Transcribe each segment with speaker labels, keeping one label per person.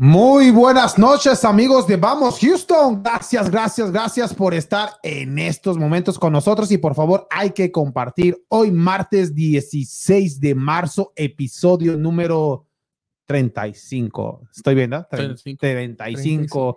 Speaker 1: Muy buenas noches amigos de Vamos Houston. Gracias, gracias, gracias por estar en estos momentos con nosotros y por favor hay que compartir hoy martes 16 de marzo episodio número 35. ¿Estoy bien? ¿no?
Speaker 2: 35.
Speaker 1: 35.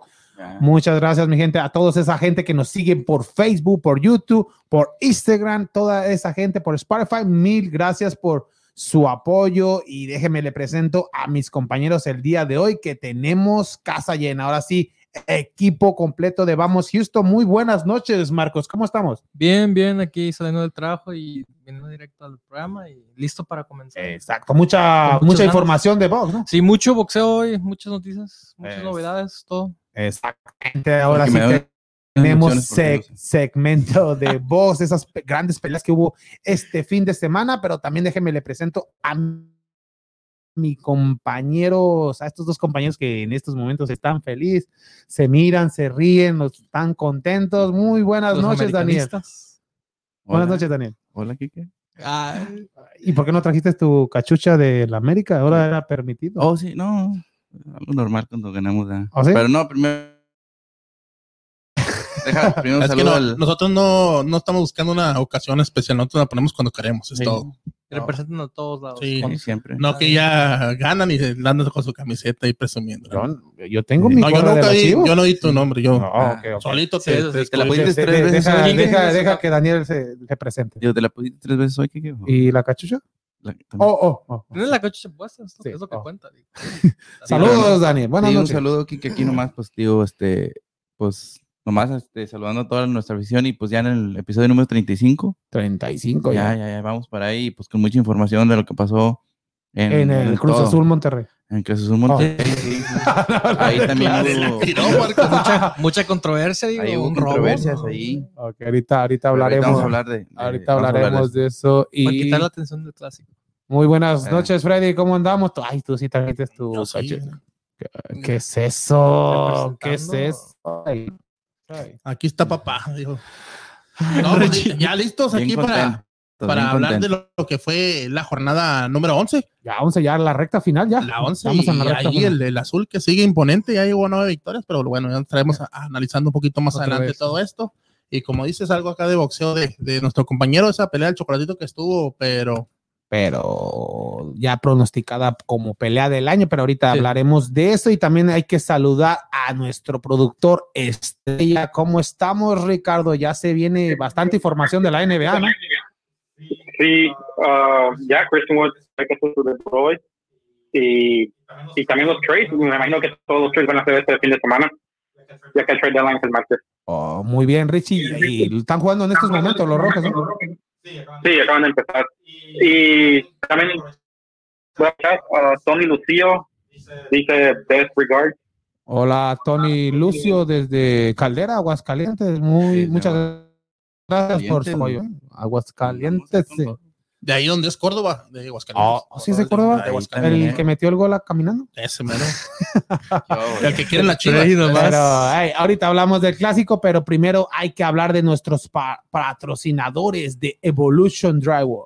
Speaker 1: Muchas gracias, mi gente, a toda esa gente que nos sigue por Facebook, por YouTube, por Instagram, toda esa gente por Spotify. Mil gracias por su apoyo y déjeme le presento a mis compañeros el día de hoy que tenemos casa llena. Ahora sí, equipo completo de Vamos Houston. Muy buenas noches, Marcos. ¿Cómo estamos?
Speaker 2: Bien, bien, aquí saliendo del trabajo y viniendo directo al programa y listo para comenzar.
Speaker 1: Exacto, mucha,
Speaker 2: Con muchas
Speaker 1: mucha
Speaker 2: ganas.
Speaker 1: información de Vox, ¿no?
Speaker 2: Sí, mucho boxeo hoy, muchas noticias, muchas
Speaker 1: Es-
Speaker 2: novedades, todo.
Speaker 1: Exactamente, ahora
Speaker 3: que
Speaker 1: sí
Speaker 3: me
Speaker 1: que
Speaker 3: doy-
Speaker 1: tenemos
Speaker 3: Emociones porque
Speaker 1: seg-
Speaker 3: no sé.
Speaker 1: segmento de voz, esas pe- grandes peleas que hubo este fin de semana, pero también déjeme le presento a m- mi compañeros, a estos dos compañeros que en estos momentos están felices, se miran, se ríen, los- están contentos. Muy buenas
Speaker 2: Los
Speaker 1: noches, Daniel.
Speaker 2: americanistas.
Speaker 1: Buenas
Speaker 3: Hola.
Speaker 1: noches, Daniel.
Speaker 3: Hola, Kike.
Speaker 2: Ay,
Speaker 1: ¿Y por qué no trajiste tu cachucha de la América? Ahora era permitido.
Speaker 3: Oh, sí, no. Algo normal cuando ganamos. ¿verdad?
Speaker 1: ¿Ah, sí?
Speaker 3: Pero no, primero. Deja, primero
Speaker 4: Es que
Speaker 3: saludo
Speaker 4: no,
Speaker 3: al.
Speaker 4: nosotros no, no estamos buscando una ocasión especial, nosotros la ponemos cuando queremos, es
Speaker 3: Sí,
Speaker 4: todo.
Speaker 2: representan a todos lados.
Speaker 4: Sí.
Speaker 3: sí, siempre.
Speaker 4: No que ya ganan y se andan con su camiseta y presumiendo.
Speaker 1: Yo,
Speaker 4: No,
Speaker 1: yo tengo mi
Speaker 4: No, yo
Speaker 1: gorra de
Speaker 4: nunca
Speaker 1: los
Speaker 4: di,
Speaker 1: Chivos.
Speaker 4: yo no di tu nombre, yo
Speaker 1: Ah, ok, ok.
Speaker 4: solito
Speaker 2: Sí,
Speaker 4: te,
Speaker 2: eso sí,
Speaker 4: te
Speaker 3: te la
Speaker 4: excluí.
Speaker 3: pusiste.
Speaker 1: De- de-
Speaker 3: tres veces
Speaker 1: deja,
Speaker 2: hoy.
Speaker 1: deja- deja que Daniel se, se presente.
Speaker 3: Yo te la puse tres veces hoy, Kike. o-
Speaker 1: ¿Y la cachucha?
Speaker 3: la- también.
Speaker 1: Oh, oh, oh.
Speaker 2: Tienes la coche puesta, es lo,
Speaker 1: Sí,
Speaker 2: es lo que
Speaker 1: oh.
Speaker 2: cuenta. digo.
Speaker 1: Saludos, Dani. Buenas
Speaker 3: Sí, un
Speaker 1: noches.
Speaker 3: saludo, Kike. Aquí nomás, pues, tío, este. Pues, nomás este, saludando a toda nuestra afición y pues ya en el episodio número 35.
Speaker 1: 35
Speaker 3: ya, ya, ya, vamos para ahí, pues con mucha información de lo que pasó en,
Speaker 1: En el
Speaker 3: en
Speaker 1: Cruz
Speaker 3: todo.
Speaker 1: Azul Oh. Monterrey.
Speaker 3: En Cruz Azul Monterrey. sí. Ahí también hubo.
Speaker 4: Y no, Marco,
Speaker 2: Mucha, mucha controversia, digo,
Speaker 3: Ahí hubo
Speaker 2: un robo.
Speaker 3: controversias
Speaker 2: ¿no?
Speaker 3: ahí.
Speaker 1: Ok, ahorita, ahorita
Speaker 3: Pero ahorita
Speaker 1: hablaremos.
Speaker 3: Vamos a hablar de. de-
Speaker 1: Ahorita
Speaker 3: vamos a hablar
Speaker 1: hablaremos de eso.
Speaker 2: Para
Speaker 1: Y
Speaker 2: quitar la atención del clásico.
Speaker 1: muy buenas
Speaker 3: Eh.
Speaker 1: noches, Freddy. ¿Cómo andamos? Tú- Ay, tú sí también tienes tu
Speaker 4: yo sí.
Speaker 1: cachucha. ¿Qué es eso? ¿Qué es eso? Ay. Ay.
Speaker 4: Aquí está papá. dijo.
Speaker 1: Ah,
Speaker 4: No, pues, ya listos
Speaker 3: Bien
Speaker 4: aquí
Speaker 3: contento,
Speaker 4: para,
Speaker 3: bien
Speaker 4: para hablar
Speaker 3: contento.
Speaker 4: de lo, lo que fue la jornada número 11.
Speaker 1: Ya, vamos ya a la recta final ya.
Speaker 4: La 11
Speaker 1: Estamos
Speaker 4: y
Speaker 1: en la recta
Speaker 4: ahí
Speaker 1: final.
Speaker 4: el, el azul que sigue imponente, ya llegó a nueve victorias, pero bueno, ya estaremos a- analizando un poquito más
Speaker 2: Otra
Speaker 4: adelante
Speaker 2: vez.
Speaker 4: todo esto. Y como dices, algo acá de boxeo de, de nuestro compañero, esa pelea del chocolatito que estuvo, pero
Speaker 1: pero ya pronosticada como pelea del año, pero ahorita
Speaker 2: Sí.
Speaker 1: hablaremos de eso y también hay que saludar a nuestro productor Estrella. ¿Cómo estamos, Ricardo? Ya se viene bastante información de la NBA, ¿no?
Speaker 5: Sí, ah, ya Kristen Woods hay que hacer su debut hoy. Y, y también los trades, me imagino que todos los trades van a ser este fin de semana, ya que el trade deadline es el martes.
Speaker 1: Oh, muy bien, Richie. Y están jugando en estos momentos los Rojos, ¿no?
Speaker 5: Sí, acaban de empezar. Y también, ah, Tony Lucio dice best regards.
Speaker 1: Hola, Tony Lucio desde Caldera, Aguascalientes. Muy,
Speaker 3: Sí,
Speaker 1: muchas gracias por su apoyo.
Speaker 3: Calientes.
Speaker 1: Aguascalientes. sí.
Speaker 4: de ahí donde es Córdoba, de Aguascalientes.
Speaker 1: Ah, ¿sí es de Córdoba?
Speaker 4: Oh, De Aguascalientes.
Speaker 1: El que metió el gol a- caminando.
Speaker 4: Ese mero.
Speaker 3: Yo,
Speaker 4: El que quieren la chiva.
Speaker 2: Ahí nomás.
Speaker 1: Pero, ay, ahorita hablamos del clásico, pero primero hay que hablar de nuestros pa- patrocinadores de Evolution Drywall.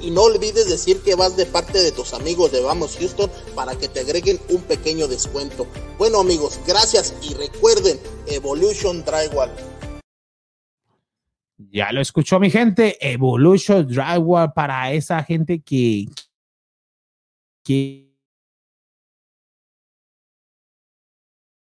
Speaker 6: Y no olvides decir que vas de parte de tus amigos de Vamos Houston para que te agreguen un pequeño descuento. Bueno amigos, gracias y recuerden, Evolution Drywall.
Speaker 1: Ya lo escuchó mi gente, Evolution Drywall para esa gente que, que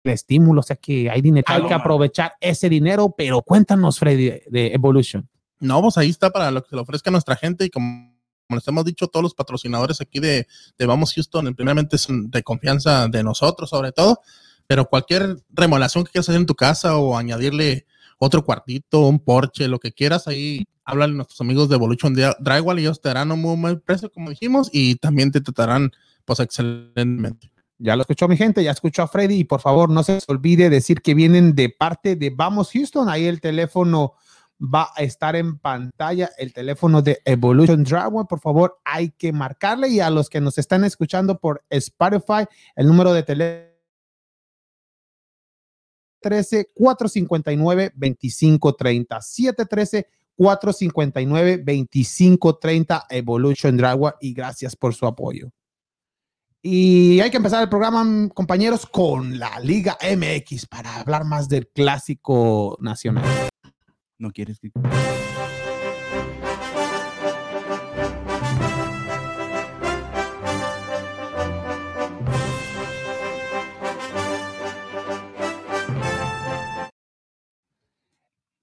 Speaker 1: el estímulo, o sea que hay dinero, hay que
Speaker 3: Paloma.
Speaker 1: aprovechar ese dinero, pero cuéntanos Freddy de Evolution.
Speaker 4: No, pues ahí está para lo que se le ofrezca a nuestra gente y como, como les hemos dicho, todos los patrocinadores aquí de, de Vamos Houston, eh, primeramente es de confianza de nosotros sobre todo, pero cualquier remodelación que quieras hacer en tu casa o añadirle otro cuartito, un porche, lo que quieras, ahí hablan nuestros amigos de Evolution Drywall y ellos te darán un muy buen precio, como dijimos, y también te tratarán pues excelentemente.
Speaker 1: Ya lo escuchó mi gente, ya escuchó a Freddy y por favor no se les olvide decir que vienen de parte de Vamos Houston. Ahí el teléfono va a estar en pantalla, el teléfono de Evolution Dragon. Por favor, hay que marcarle y a los que nos están escuchando por Spotify, el número de teléfono. 713-459-2530. 713-459-2530 Evolution Dragua y gracias por su apoyo. Y hay que empezar el programa, mm, compañeros, con la Liga MX para hablar más del clásico nacional.
Speaker 3: No quieres que.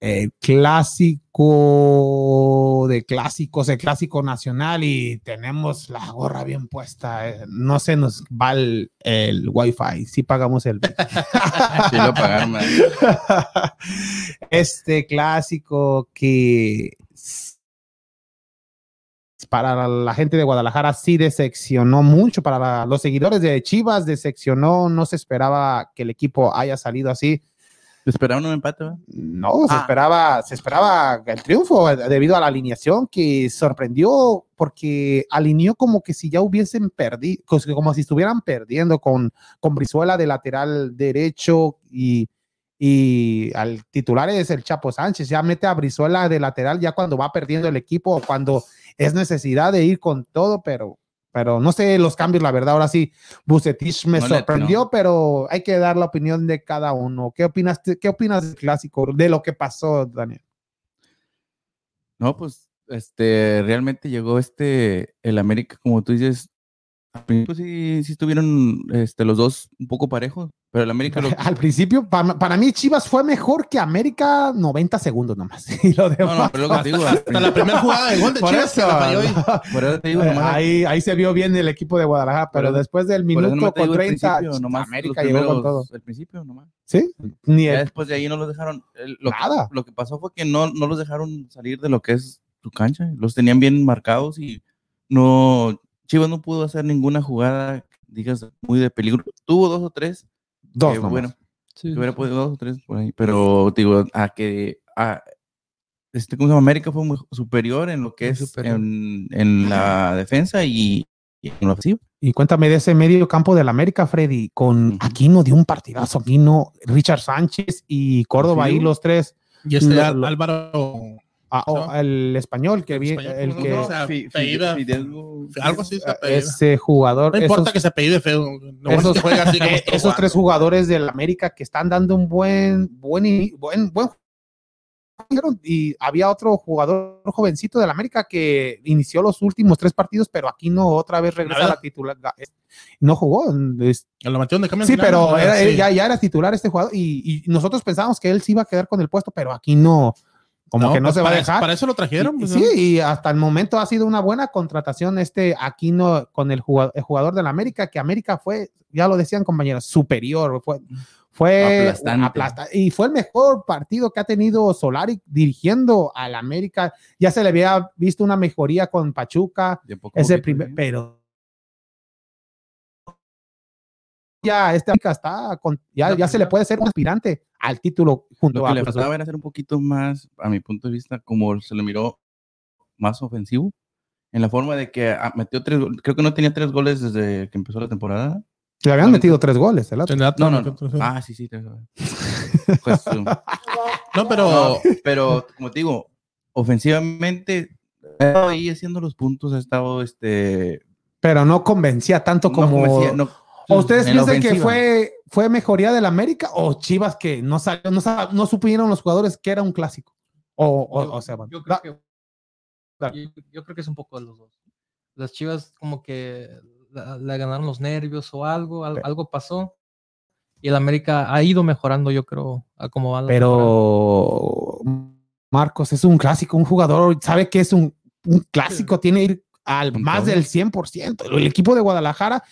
Speaker 1: el clásico de clásicos, el clásico nacional y tenemos la gorra bien puesta. eh. No se nos va el, el wifi, sí pagamos el...
Speaker 3: Sí, lo pagaron, man.
Speaker 1: este clásico que s- para la gente de Guadalajara sí decepcionó mucho, para la- los seguidores de Chivas decepcionó, no se esperaba que el equipo haya salido así.
Speaker 3: Te esperaban un empate, ¿verdad?
Speaker 1: No, se
Speaker 3: Ah.
Speaker 1: esperaba, se esperaba el triunfo eh, debido a la alineación que sorprendió porque alineó como que si ya hubiesen perdido, como si estuvieran perdiendo con, con Brizuela de lateral derecho y, y al titular es el Chapo Sánchez. Ya mete a Brizuela de lateral ya cuando va perdiendo el equipo o cuando es necesidad de ir con todo, pero, pero no sé los cambios, la verdad, ahora sí, Bucetich me
Speaker 3: No le
Speaker 1: sorprendió,
Speaker 3: atinó.
Speaker 1: pero hay que dar la opinión de cada uno. ¿Qué opinas, qué opinas del clásico, de lo que pasó, Daniel?
Speaker 3: No, pues, este, realmente llegó este, el América, como tú dices, al principio sí, sí estuvieron este, los dos un poco parejos, pero el América lo...
Speaker 1: Al principio, pa- para, mí Chivas fue mejor que América 90 segundos nomás. Y lo
Speaker 3: No, no,
Speaker 1: demás-
Speaker 3: pero lo que te digo, al
Speaker 4: Hasta la
Speaker 3: principio-
Speaker 4: primera jugada de gol de
Speaker 1: Por
Speaker 4: Chivas que la falló y-
Speaker 1: eso,
Speaker 3: por eso te digo,
Speaker 1: eh,
Speaker 3: nomás-
Speaker 1: ahí, ahí se vio bien el equipo de Guadalajara, pero
Speaker 3: Por-
Speaker 1: después del
Speaker 3: por eso nomás
Speaker 1: minuto
Speaker 3: te digo
Speaker 1: con
Speaker 3: al
Speaker 1: 30,
Speaker 3: principio, nomás
Speaker 1: América
Speaker 3: los
Speaker 1: llegó con
Speaker 3: primeros-
Speaker 1: todo.
Speaker 3: Al principio, nomás.
Speaker 1: ¿Sí? Ni
Speaker 3: Ya
Speaker 1: el-
Speaker 3: después de ahí no los dejaron. el- lo, que-
Speaker 1: Nada.
Speaker 3: lo que pasó fue que no, no los dejaron salir de lo que es su cancha. Los tenían bien marcados y no. Chivas no pudo hacer ninguna jugada, digas, muy de peligro. Tuvo dos o tres.
Speaker 1: dos
Speaker 3: que,
Speaker 1: nomás.
Speaker 3: bueno,
Speaker 2: Sí.
Speaker 3: que hubiera podido dos o tres por ahí. Pero digo, a que. A, este, ¿cómo se llama? América fue muy superior en lo que
Speaker 2: Muy
Speaker 3: es
Speaker 2: superior.
Speaker 3: en, en la defensa y, y en la ofensiva.
Speaker 1: Y cuéntame de ese medio campo del América, Freddy, con
Speaker 3: Ujú.
Speaker 1: Aquino dio un partidazo, Aquino, Richard Sánchez y Córdoba
Speaker 3: Sí.
Speaker 1: ahí los tres.
Speaker 4: Y este
Speaker 1: Lo-
Speaker 4: Al-
Speaker 1: lo-
Speaker 4: Álvaro,
Speaker 1: Ah, oh,
Speaker 4: ¿No?
Speaker 1: el español que
Speaker 4: El
Speaker 1: vi-
Speaker 4: español,
Speaker 1: el
Speaker 4: ¿cómo
Speaker 1: que eh,
Speaker 4: no? O sea,
Speaker 3: Fi-
Speaker 4: Pereira.
Speaker 3: Fidel-
Speaker 4: algo así
Speaker 1: Ah,
Speaker 4: se apellida.
Speaker 1: ese jugador,
Speaker 4: No importa
Speaker 1: esos,
Speaker 4: que se apellide feo. No
Speaker 1: esos-
Speaker 4: que juega así como
Speaker 1: eh,
Speaker 4: está
Speaker 1: esos tres
Speaker 4: jugando.
Speaker 1: jugadores del América que están dando un buen, buen, ini- buen, buen y había otro jugador jovencito del América que inició los últimos tres partidos, pero Aquino otra vez regresa a la
Speaker 4: Nada.
Speaker 1: titular. No jugó, es-
Speaker 4: Lo metieron de cambio al
Speaker 1: Sí,
Speaker 4: final,
Speaker 1: pero
Speaker 4: ah,
Speaker 1: era-
Speaker 4: sí.
Speaker 1: ya, ya era titular este jugador y, y nosotros pensábamos que él sí iba a quedar con el puesto, pero aquí no, como que no
Speaker 4: pues
Speaker 1: se va a
Speaker 4: para-
Speaker 1: dejar.
Speaker 4: Para eso lo trajeron.
Speaker 1: Y-
Speaker 4: pues,
Speaker 1: sí,
Speaker 4: ¿no?
Speaker 1: y hasta el momento ha sido una buena contratación este Aquino con el jugador, el jugador del América, que América fue, ya lo decían compañeros, superior, fue, fue
Speaker 3: Aplastante.
Speaker 1: aplasta- y fue el mejor partido que ha tenido Solari dirigiendo al América. Ya se le había visto una mejoría con Pachuca,
Speaker 3: de poco a
Speaker 1: es el
Speaker 3: poquito,
Speaker 1: primer,
Speaker 3: sí.
Speaker 1: pero ya este América está con, ya, ya se le puede ser un aspirante al título junto
Speaker 3: Lo que
Speaker 1: a
Speaker 3: le
Speaker 1: Cruz
Speaker 3: faltaba era ser un poquito más, a mi punto de vista, como se le miró más ofensivo, en la forma de que ah, metió tres, go- creo que no tenía tres goles desde que empezó la temporada.
Speaker 1: Azul. Le habían metido tres goles, el otro.
Speaker 4: Tendrá-
Speaker 3: No, no, no. Ah, sí, sí, tres goles. Pues, um,
Speaker 4: No, pero
Speaker 3: no, pero como te digo, ofensivamente, ha estado ahí haciendo los puntos, ha estado este.
Speaker 1: pero no convencía tanto
Speaker 3: no
Speaker 1: como.
Speaker 3: convencía, no-
Speaker 1: ¿O ustedes
Speaker 3: en la
Speaker 1: piensan que
Speaker 3: ofensiva.
Speaker 1: fue, fue mejoría del América o Chivas que no salió, no, sa- no supieron los jugadores que era un clásico? O, o,
Speaker 2: yo,
Speaker 1: o sea, bueno,
Speaker 2: yo creo
Speaker 1: da-
Speaker 2: que,
Speaker 1: da-
Speaker 2: yo, yo creo que es un poco de los dos. Las Chivas como que la- le ganaron los nervios o algo, al-
Speaker 1: Pe-
Speaker 2: algo pasó. Y el América ha ido mejorando, yo creo, a como va la temporada.
Speaker 1: pero Marcos es un clásico, un jugador sabe que es un, un clásico, tiene que ir al
Speaker 3: Con
Speaker 1: más
Speaker 3: todo.
Speaker 1: del 100%. El equipo de Guadalajara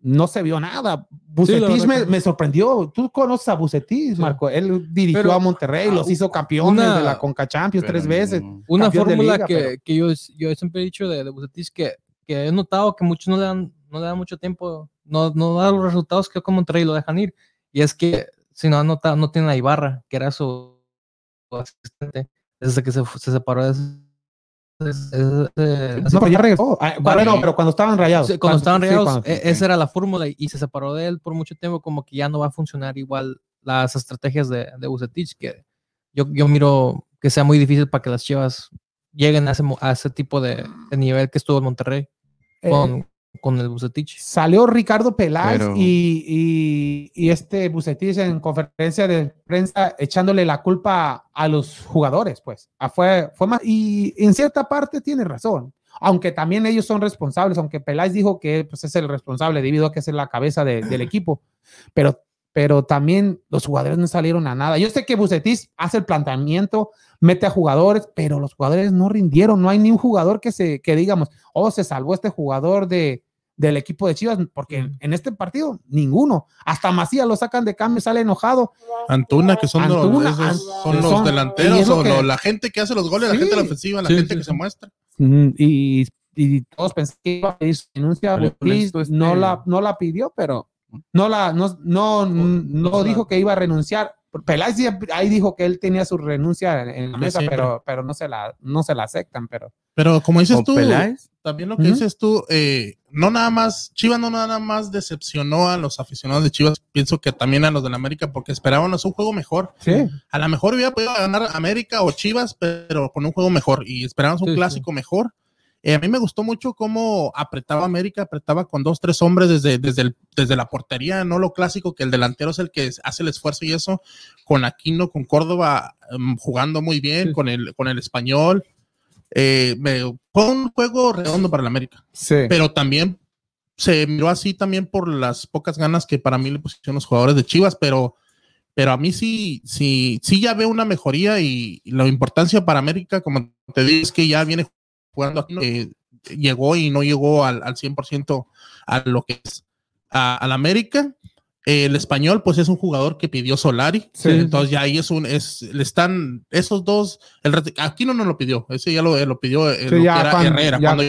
Speaker 1: no se vio nada.
Speaker 2: la
Speaker 1: Bucetich
Speaker 2: verdad
Speaker 1: me,
Speaker 2: que no.
Speaker 1: me sorprendió. Tú conoces a Bucetich,
Speaker 2: Sí.
Speaker 1: Marco. Él dirigió
Speaker 2: Pero,
Speaker 1: a Monterrey,
Speaker 2: ah,
Speaker 1: los hizo campeones
Speaker 2: una-
Speaker 1: de la Conca Champions
Speaker 3: pero
Speaker 1: tres veces.
Speaker 3: no.
Speaker 2: Una
Speaker 1: campeón de
Speaker 2: fórmula
Speaker 1: liga,
Speaker 2: que,
Speaker 1: pero-
Speaker 2: que yo, yo siempre he dicho de, de Bucetich que, que he notado que muchos no le han, no le da mucho tiempo, no, no da los resultados que como Monterrey lo dejan ir. Y es que si no anota, no tiene a Ibarra, que era su, su asistente, desde que se, se separó de ese- ese- ese-
Speaker 1: No, pero ya regresó. Ah, bueno, pero cuando estaban rayados.
Speaker 2: Sí, cuando estaban
Speaker 1: Sí,
Speaker 2: rayados,
Speaker 1: cuando-
Speaker 2: e- esa era la fórmula y, y se separó de él por mucho tiempo, como que ya no va a funcionar igual las estrategias de, de Vucetich, que yo, yo miro que sea muy difícil para que las Chivas lleguen a ese, mo- a ese tipo de, de nivel que estuvo en Monterrey
Speaker 1: Eh,
Speaker 2: con, con el Bucetich.
Speaker 1: Salió Ricardo Peláez
Speaker 3: Pero-
Speaker 1: y, y- y este Bucetich en conferencia de prensa echándole la culpa a los jugadores, pues. Ah, Fue, fue más, y en cierta parte tiene razón, aunque también ellos son responsables, aunque Peláez dijo que pues, es el responsable debido a que es la cabeza de- del equipo, pero, pero también los jugadores no salieron a nada. Yo sé que Bucetich hace el planteamiento, mete a jugadores, pero los jugadores no rindieron, no hay ni un jugador que, se, que digamos, oh, se salvó este jugador de del equipo de Chivas, porque en- en este partido ninguno, hasta Macías lo sacan de cambio, sale enojado.
Speaker 4: Antuna, que son, los-
Speaker 1: Antuna,
Speaker 4: esos
Speaker 1: An-
Speaker 4: son los
Speaker 1: son- y
Speaker 4: delanteros,
Speaker 1: es lo
Speaker 4: o
Speaker 1: que-
Speaker 4: lo- la gente que hace los goles, la
Speaker 1: Sí.
Speaker 4: gente de la ofensiva, la
Speaker 2: Sí,
Speaker 4: gente
Speaker 2: sí,
Speaker 4: que se
Speaker 2: sí.
Speaker 4: muestra.
Speaker 1: Y, y todos pensaban que iba a pedir su denuncia,
Speaker 3: Vale, con
Speaker 1: Ortiz,
Speaker 3: esto, este-
Speaker 1: no, la, no la pidió, pero no, la, no, no, no dijo que iba a renunciar. Peláez sí, ahí dijo que él tenía su renuncia en la
Speaker 4: Sí,
Speaker 1: mesa,
Speaker 4: siempre.
Speaker 1: pero, pero no, se la, no se la aceptan. Pero
Speaker 4: Pero como dices
Speaker 3: ¿Con
Speaker 4: tú,
Speaker 3: Peláez?
Speaker 4: también lo que
Speaker 1: Ujú.
Speaker 4: dices tú, eh, no nada más, Chivas no nada más decepcionó a los aficionados de Chivas, pienso que también a los del América, porque esperábamos un juego mejor.
Speaker 1: sí,
Speaker 4: A lo mejor hubiera podido ganar América o Chivas, pero con un juego mejor y esperábamos un
Speaker 2: Sí, sí.
Speaker 4: clásico mejor. Eh, a mí me gustó mucho cómo apretaba América, apretaba con dos, tres hombres desde, desde, el- desde la portería, no lo clásico, que el delantero es el que hace el esfuerzo y eso, con Aquino, con Córdoba em, jugando muy bien,
Speaker 2: Sí.
Speaker 4: con, el, con el español. Eh, me- fue un juego redondo para el América
Speaker 1: sí.
Speaker 4: pero también se miró así también por las pocas ganas que para mí le pusieron los jugadores de Chivas, pero, pero a mí sí, sí, sí ya veo una mejoría y la importancia para América, como te digo, es que ya viene jugando aquí, eh, llegó y no llegó al, al 100% a lo que es a- al América. Eh, el español, pues es un jugador que pidió Solari,
Speaker 1: Sí.
Speaker 4: entonces ya ahí es un, es, le están, esos dos, el, reti- aquí no nos lo pidió, ese ya lo, eh, lo pidió eh, lo que
Speaker 1: ya
Speaker 4: era
Speaker 1: cuando-
Speaker 4: Herrera,
Speaker 1: ya-
Speaker 4: cuando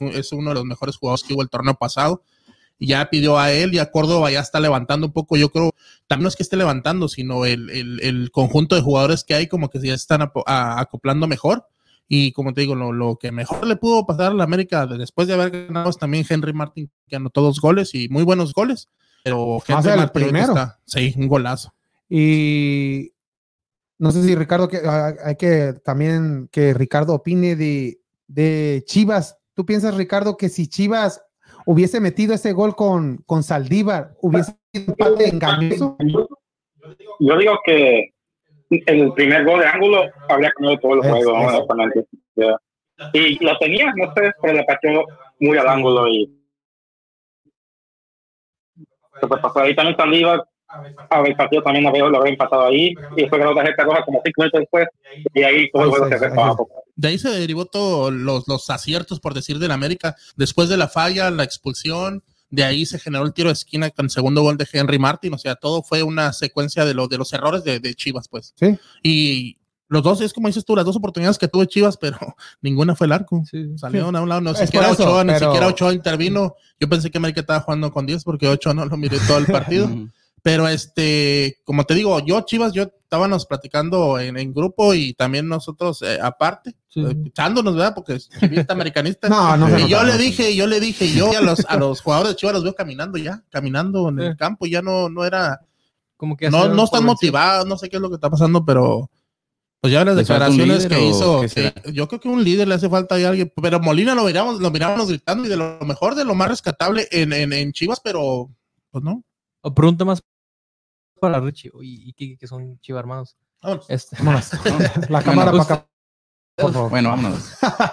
Speaker 4: es uno de los mejores jugadores que hubo el torneo pasado. Y Ya pidió a él y a Córdoba ya está levantando un poco. Yo creo, también no es que esté levantando, sino el, el- el conjunto de jugadores que hay como que ya se están apo- a- acoplando mejor. Y como te digo, lo, lo que mejor le pudo pasar a la América de- después de haber ganado es también Henry Martin, que anotó dos goles y muy buenos goles. Pero
Speaker 1: Más
Speaker 4: Henry
Speaker 1: el
Speaker 4: Martin ahorita
Speaker 1: primero.
Speaker 4: está- sí, un golazo.
Speaker 1: Y no sé si Ricardo, que, ah, hay que también que Ricardo opine de, de Chivas. ¿Tú piensas, Ricardo, que si Chivas hubiese metido ese gol con, con Saldívar, hubiese sido empate engañoso?
Speaker 5: Yo digo que el primer gol de ángulo habría cambiado todo el
Speaker 1: Es-
Speaker 5: juego. ¿no?
Speaker 1: es-
Speaker 5: Con antes, ya. Y lo tenía, no sé, pero le pateó muy al ángulo y se fue pasó pues, ahí también Saliva. A ver, partido también lo veo, lo había empatado ahí y después ganó tarjeta roja como cinco minutos después y ahí todo el juego se fue para abajo.
Speaker 4: De ahí se derivó todos los, los aciertos, por decir, del América. Después de la falla, la expulsión, de ahí se generó el tiro de esquina con el segundo gol de Henry Martin. O sea, todo fue una secuencia de, lo, de los errores de, de Chivas, pues.
Speaker 1: Sí.
Speaker 4: Y los dos, es como dices tú, las dos oportunidades que tuvo Chivas, pero ninguna fue el arco.
Speaker 2: Sí.
Speaker 4: Salieron a un lado, no
Speaker 1: Es
Speaker 4: siquiera
Speaker 1: por eso,
Speaker 4: Ochoa, ni
Speaker 1: pero-
Speaker 4: siquiera Ochoa intervino. Yo pensé que América estaba jugando con 10 porque Ochoa no lo miré todo el partido.
Speaker 3: Ujú.
Speaker 4: Pero este, como te digo, yo, Chivas, yo estábamos platicando en, en grupo y también nosotros eh, aparte,
Speaker 2: Sí.
Speaker 4: eh, escuchándonos, ¿verdad? Porque chivista americanista.
Speaker 1: No, no,
Speaker 4: y
Speaker 1: no,
Speaker 4: yo
Speaker 1: no.
Speaker 4: le dije, yo le dije, yo a los, a los jugadores de Chivas los veo caminando ya, caminando en el
Speaker 2: Sí.
Speaker 1: Eh.
Speaker 4: campo, ya no, no era,
Speaker 2: Como que
Speaker 4: no,
Speaker 2: hacer
Speaker 4: no
Speaker 2: por
Speaker 4: están
Speaker 2: vencido.
Speaker 4: motivados, no sé qué es lo que está pasando, pero pues ya las
Speaker 3: ¿Les falta un líder
Speaker 4: declaraciones que
Speaker 3: o
Speaker 4: hizo,
Speaker 3: qué
Speaker 4: que-
Speaker 3: será?
Speaker 4: yo creo que un líder le hace falta ahí a alguien, pero Molina lo mirábamos, lo mirábamos gritando y de lo mejor, de lo más rescatable en, en, en Chivas, pero pues no.
Speaker 2: O pregunta más para Richie y, y Kiki, que son Chivas hermanos.
Speaker 4: Vámonos.
Speaker 2: Este,
Speaker 1: Vámonos. La
Speaker 3: Bueno,
Speaker 1: cámara para
Speaker 2: usted-
Speaker 1: acá, por favor.
Speaker 3: Bueno, vámonos.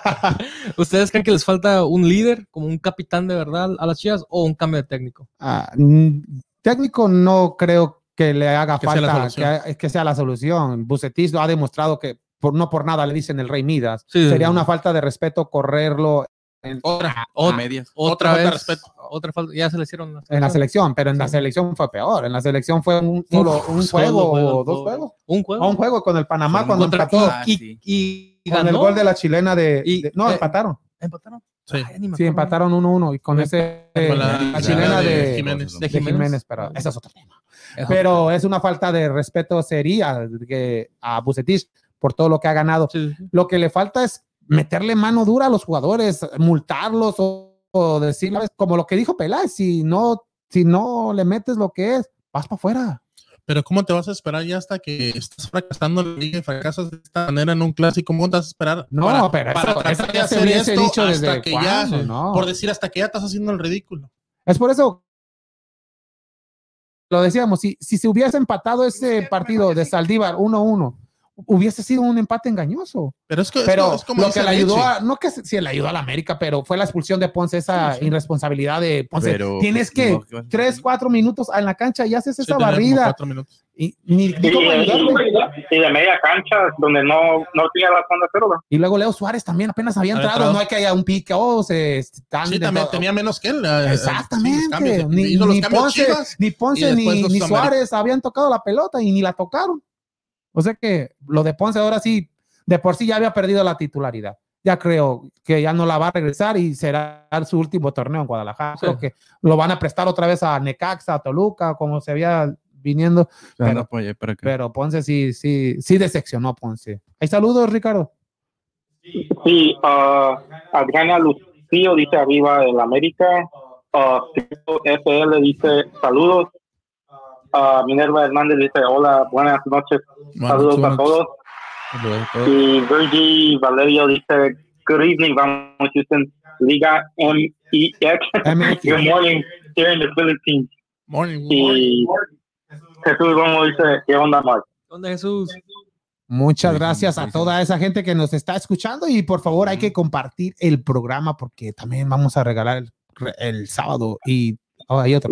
Speaker 2: ¿Ustedes creen que les falta un líder, como un capitán de verdad a las Chivas o un cambio de técnico?
Speaker 1: Ah, mm, técnico no creo que le haga
Speaker 4: Que sea la
Speaker 1: falta
Speaker 4: solución.
Speaker 1: que, que sea la solución. Bucetich lo ha demostrado que por, no por nada le dicen el Rey Midas.
Speaker 2: Sí.
Speaker 1: Sería una falta de respeto correrlo en,
Speaker 4: Otra.
Speaker 2: O-
Speaker 3: A medias.
Speaker 2: otra,
Speaker 4: Otra falta de
Speaker 2: vez,
Speaker 4: respeto.
Speaker 2: otra falta, ya se le hicieron las-
Speaker 1: en la selección, pero en la
Speaker 2: Sí.
Speaker 1: selección fue peor. En la selección fue un, solo, un
Speaker 2: Solo
Speaker 1: juego
Speaker 2: juego,
Speaker 1: o dos
Speaker 2: pobre.
Speaker 1: juegos.
Speaker 2: Un juego.
Speaker 1: O un juego con el Panamá
Speaker 3: Con
Speaker 1: cuando
Speaker 2: Contra-
Speaker 1: empató
Speaker 3: Ah,
Speaker 2: y,
Speaker 3: sí.
Speaker 2: y- y
Speaker 1: con
Speaker 2: ganó.
Speaker 1: el gol de la chilena de,
Speaker 2: Y-
Speaker 1: de- no
Speaker 2: eh,
Speaker 1: empataron.
Speaker 2: Empataron.
Speaker 4: Sí.
Speaker 2: Ay, ni me
Speaker 1: Sí,
Speaker 2: acuerdo.
Speaker 1: empataron 1-1 y con
Speaker 2: Con
Speaker 1: ese
Speaker 4: con la-
Speaker 1: la
Speaker 4: la
Speaker 1: chilena
Speaker 4: de
Speaker 1: de,
Speaker 4: Jiménez.
Speaker 1: de Jiménez, pero eso es otro tema.
Speaker 2: Eso.
Speaker 1: Pero es una falta de respeto sería que a Bucetich por todo lo que ha ganado.
Speaker 2: Sí, sí, sí.
Speaker 1: Lo que le falta es meterle mano dura a los jugadores, multarlos o, o decirles como lo que dijo Peláez, si no si no le metes lo que es, vas para afuera.
Speaker 4: Pero ¿cómo te vas a esperar ya hasta que estás fracasando en la liga y fracasas de esta manera en un clásico? ¿Cómo te vas a esperar?
Speaker 1: No,
Speaker 4: para-
Speaker 1: pero
Speaker 4: para
Speaker 1: eso,
Speaker 4: tratar
Speaker 1: eso
Speaker 4: de
Speaker 1: ya se
Speaker 4: hacer
Speaker 1: hubiese
Speaker 4: esto
Speaker 1: dicho
Speaker 4: hasta
Speaker 1: desde
Speaker 4: que
Speaker 1: cuándo,
Speaker 4: ya,
Speaker 1: ¿no?
Speaker 4: por decir hasta que ya estás haciendo el ridículo.
Speaker 1: Es por eso. Lo decíamos, si, si se hubiese empatado ese partido de Saldívar 1-1, hubiese sido un empate engañoso.
Speaker 4: Pero es que es
Speaker 1: Pero
Speaker 4: es como
Speaker 1: lo
Speaker 4: dice
Speaker 1: que le ayudó,
Speaker 4: Richie.
Speaker 1: a- no que si le ayudó a la América, pero fue la expulsión de Ponce, esa irresponsabilidad de Ponce.
Speaker 3: Pero,
Speaker 1: Tienes
Speaker 3: pues,
Speaker 1: que
Speaker 3: no, ¿qué vas a hacer?
Speaker 1: tres, cuatro minutos en la cancha y haces
Speaker 4: Sí,
Speaker 1: esa
Speaker 4: tenía como
Speaker 1: barrida.
Speaker 4: cuatro minutos.
Speaker 1: Y, ni- ni
Speaker 5: pues. Y,
Speaker 1: cómo ayudarle.
Speaker 5: y de media cancha, donde no, no tenía la zona cero, ¿verdad?
Speaker 1: Y luego Leo Suárez también apenas había
Speaker 4: Había
Speaker 1: entrado.
Speaker 4: entrado.
Speaker 1: No hay que haya un pique. Oh, se están
Speaker 4: Sí,
Speaker 1: de
Speaker 4: también
Speaker 1: todo.
Speaker 4: tenía menos que él. eh, sí, los cambios,
Speaker 1: Exactamente.
Speaker 4: eh,
Speaker 1: Ni,
Speaker 4: hizo los
Speaker 1: ni
Speaker 4: cambios
Speaker 1: Ponce,
Speaker 4: Chivas.
Speaker 1: ni, Ponce, ni,
Speaker 4: y después los
Speaker 1: ni
Speaker 4: Ameri-
Speaker 1: Suárez habían tocado la pelota y ni la tocaron. O sea que lo de Ponce ahora sí, de por sí ya había perdido la titularidad. Ya creo que ya no la va a regresar y será su último torneo en Guadalajara. Creo
Speaker 2: Sí.
Speaker 1: que lo van a prestar otra vez a Necaxa, a Toluca, como se había viniendo.
Speaker 3: O sea, anda
Speaker 1: pero-
Speaker 3: para allá y para acá.
Speaker 1: Pero Ponce sí, sí, sí decepcionó a Ponce. Hay saludos, Ricardo.
Speaker 5: Sí, ah, Adriana Lucío dice arriba del América. Ah, Cristo FL dice saludos. Ah, Minerva Hernández dice hola, buenas noches.
Speaker 4: Bueno,
Speaker 5: Saludos
Speaker 4: bueno,
Speaker 5: a todos.
Speaker 3: Saludos a todos.
Speaker 5: Y Virgi Valerio dice good evening, vamos Houston. Liga MEX. Good
Speaker 1: MX.
Speaker 5: morning here in the Philippines.
Speaker 4: Morning, morning.
Speaker 5: Y Jesús Gómez dice ¿qué onda, Mark?
Speaker 2: ¿Dónde Jesús?
Speaker 1: Muchas
Speaker 3: Sí,
Speaker 1: gracias
Speaker 3: sí,
Speaker 1: a
Speaker 3: sí.
Speaker 1: toda esa gente que nos está escuchando y por favor hay que compartir el programa porque también vamos a regalar el, el sábado y oh, hay otro.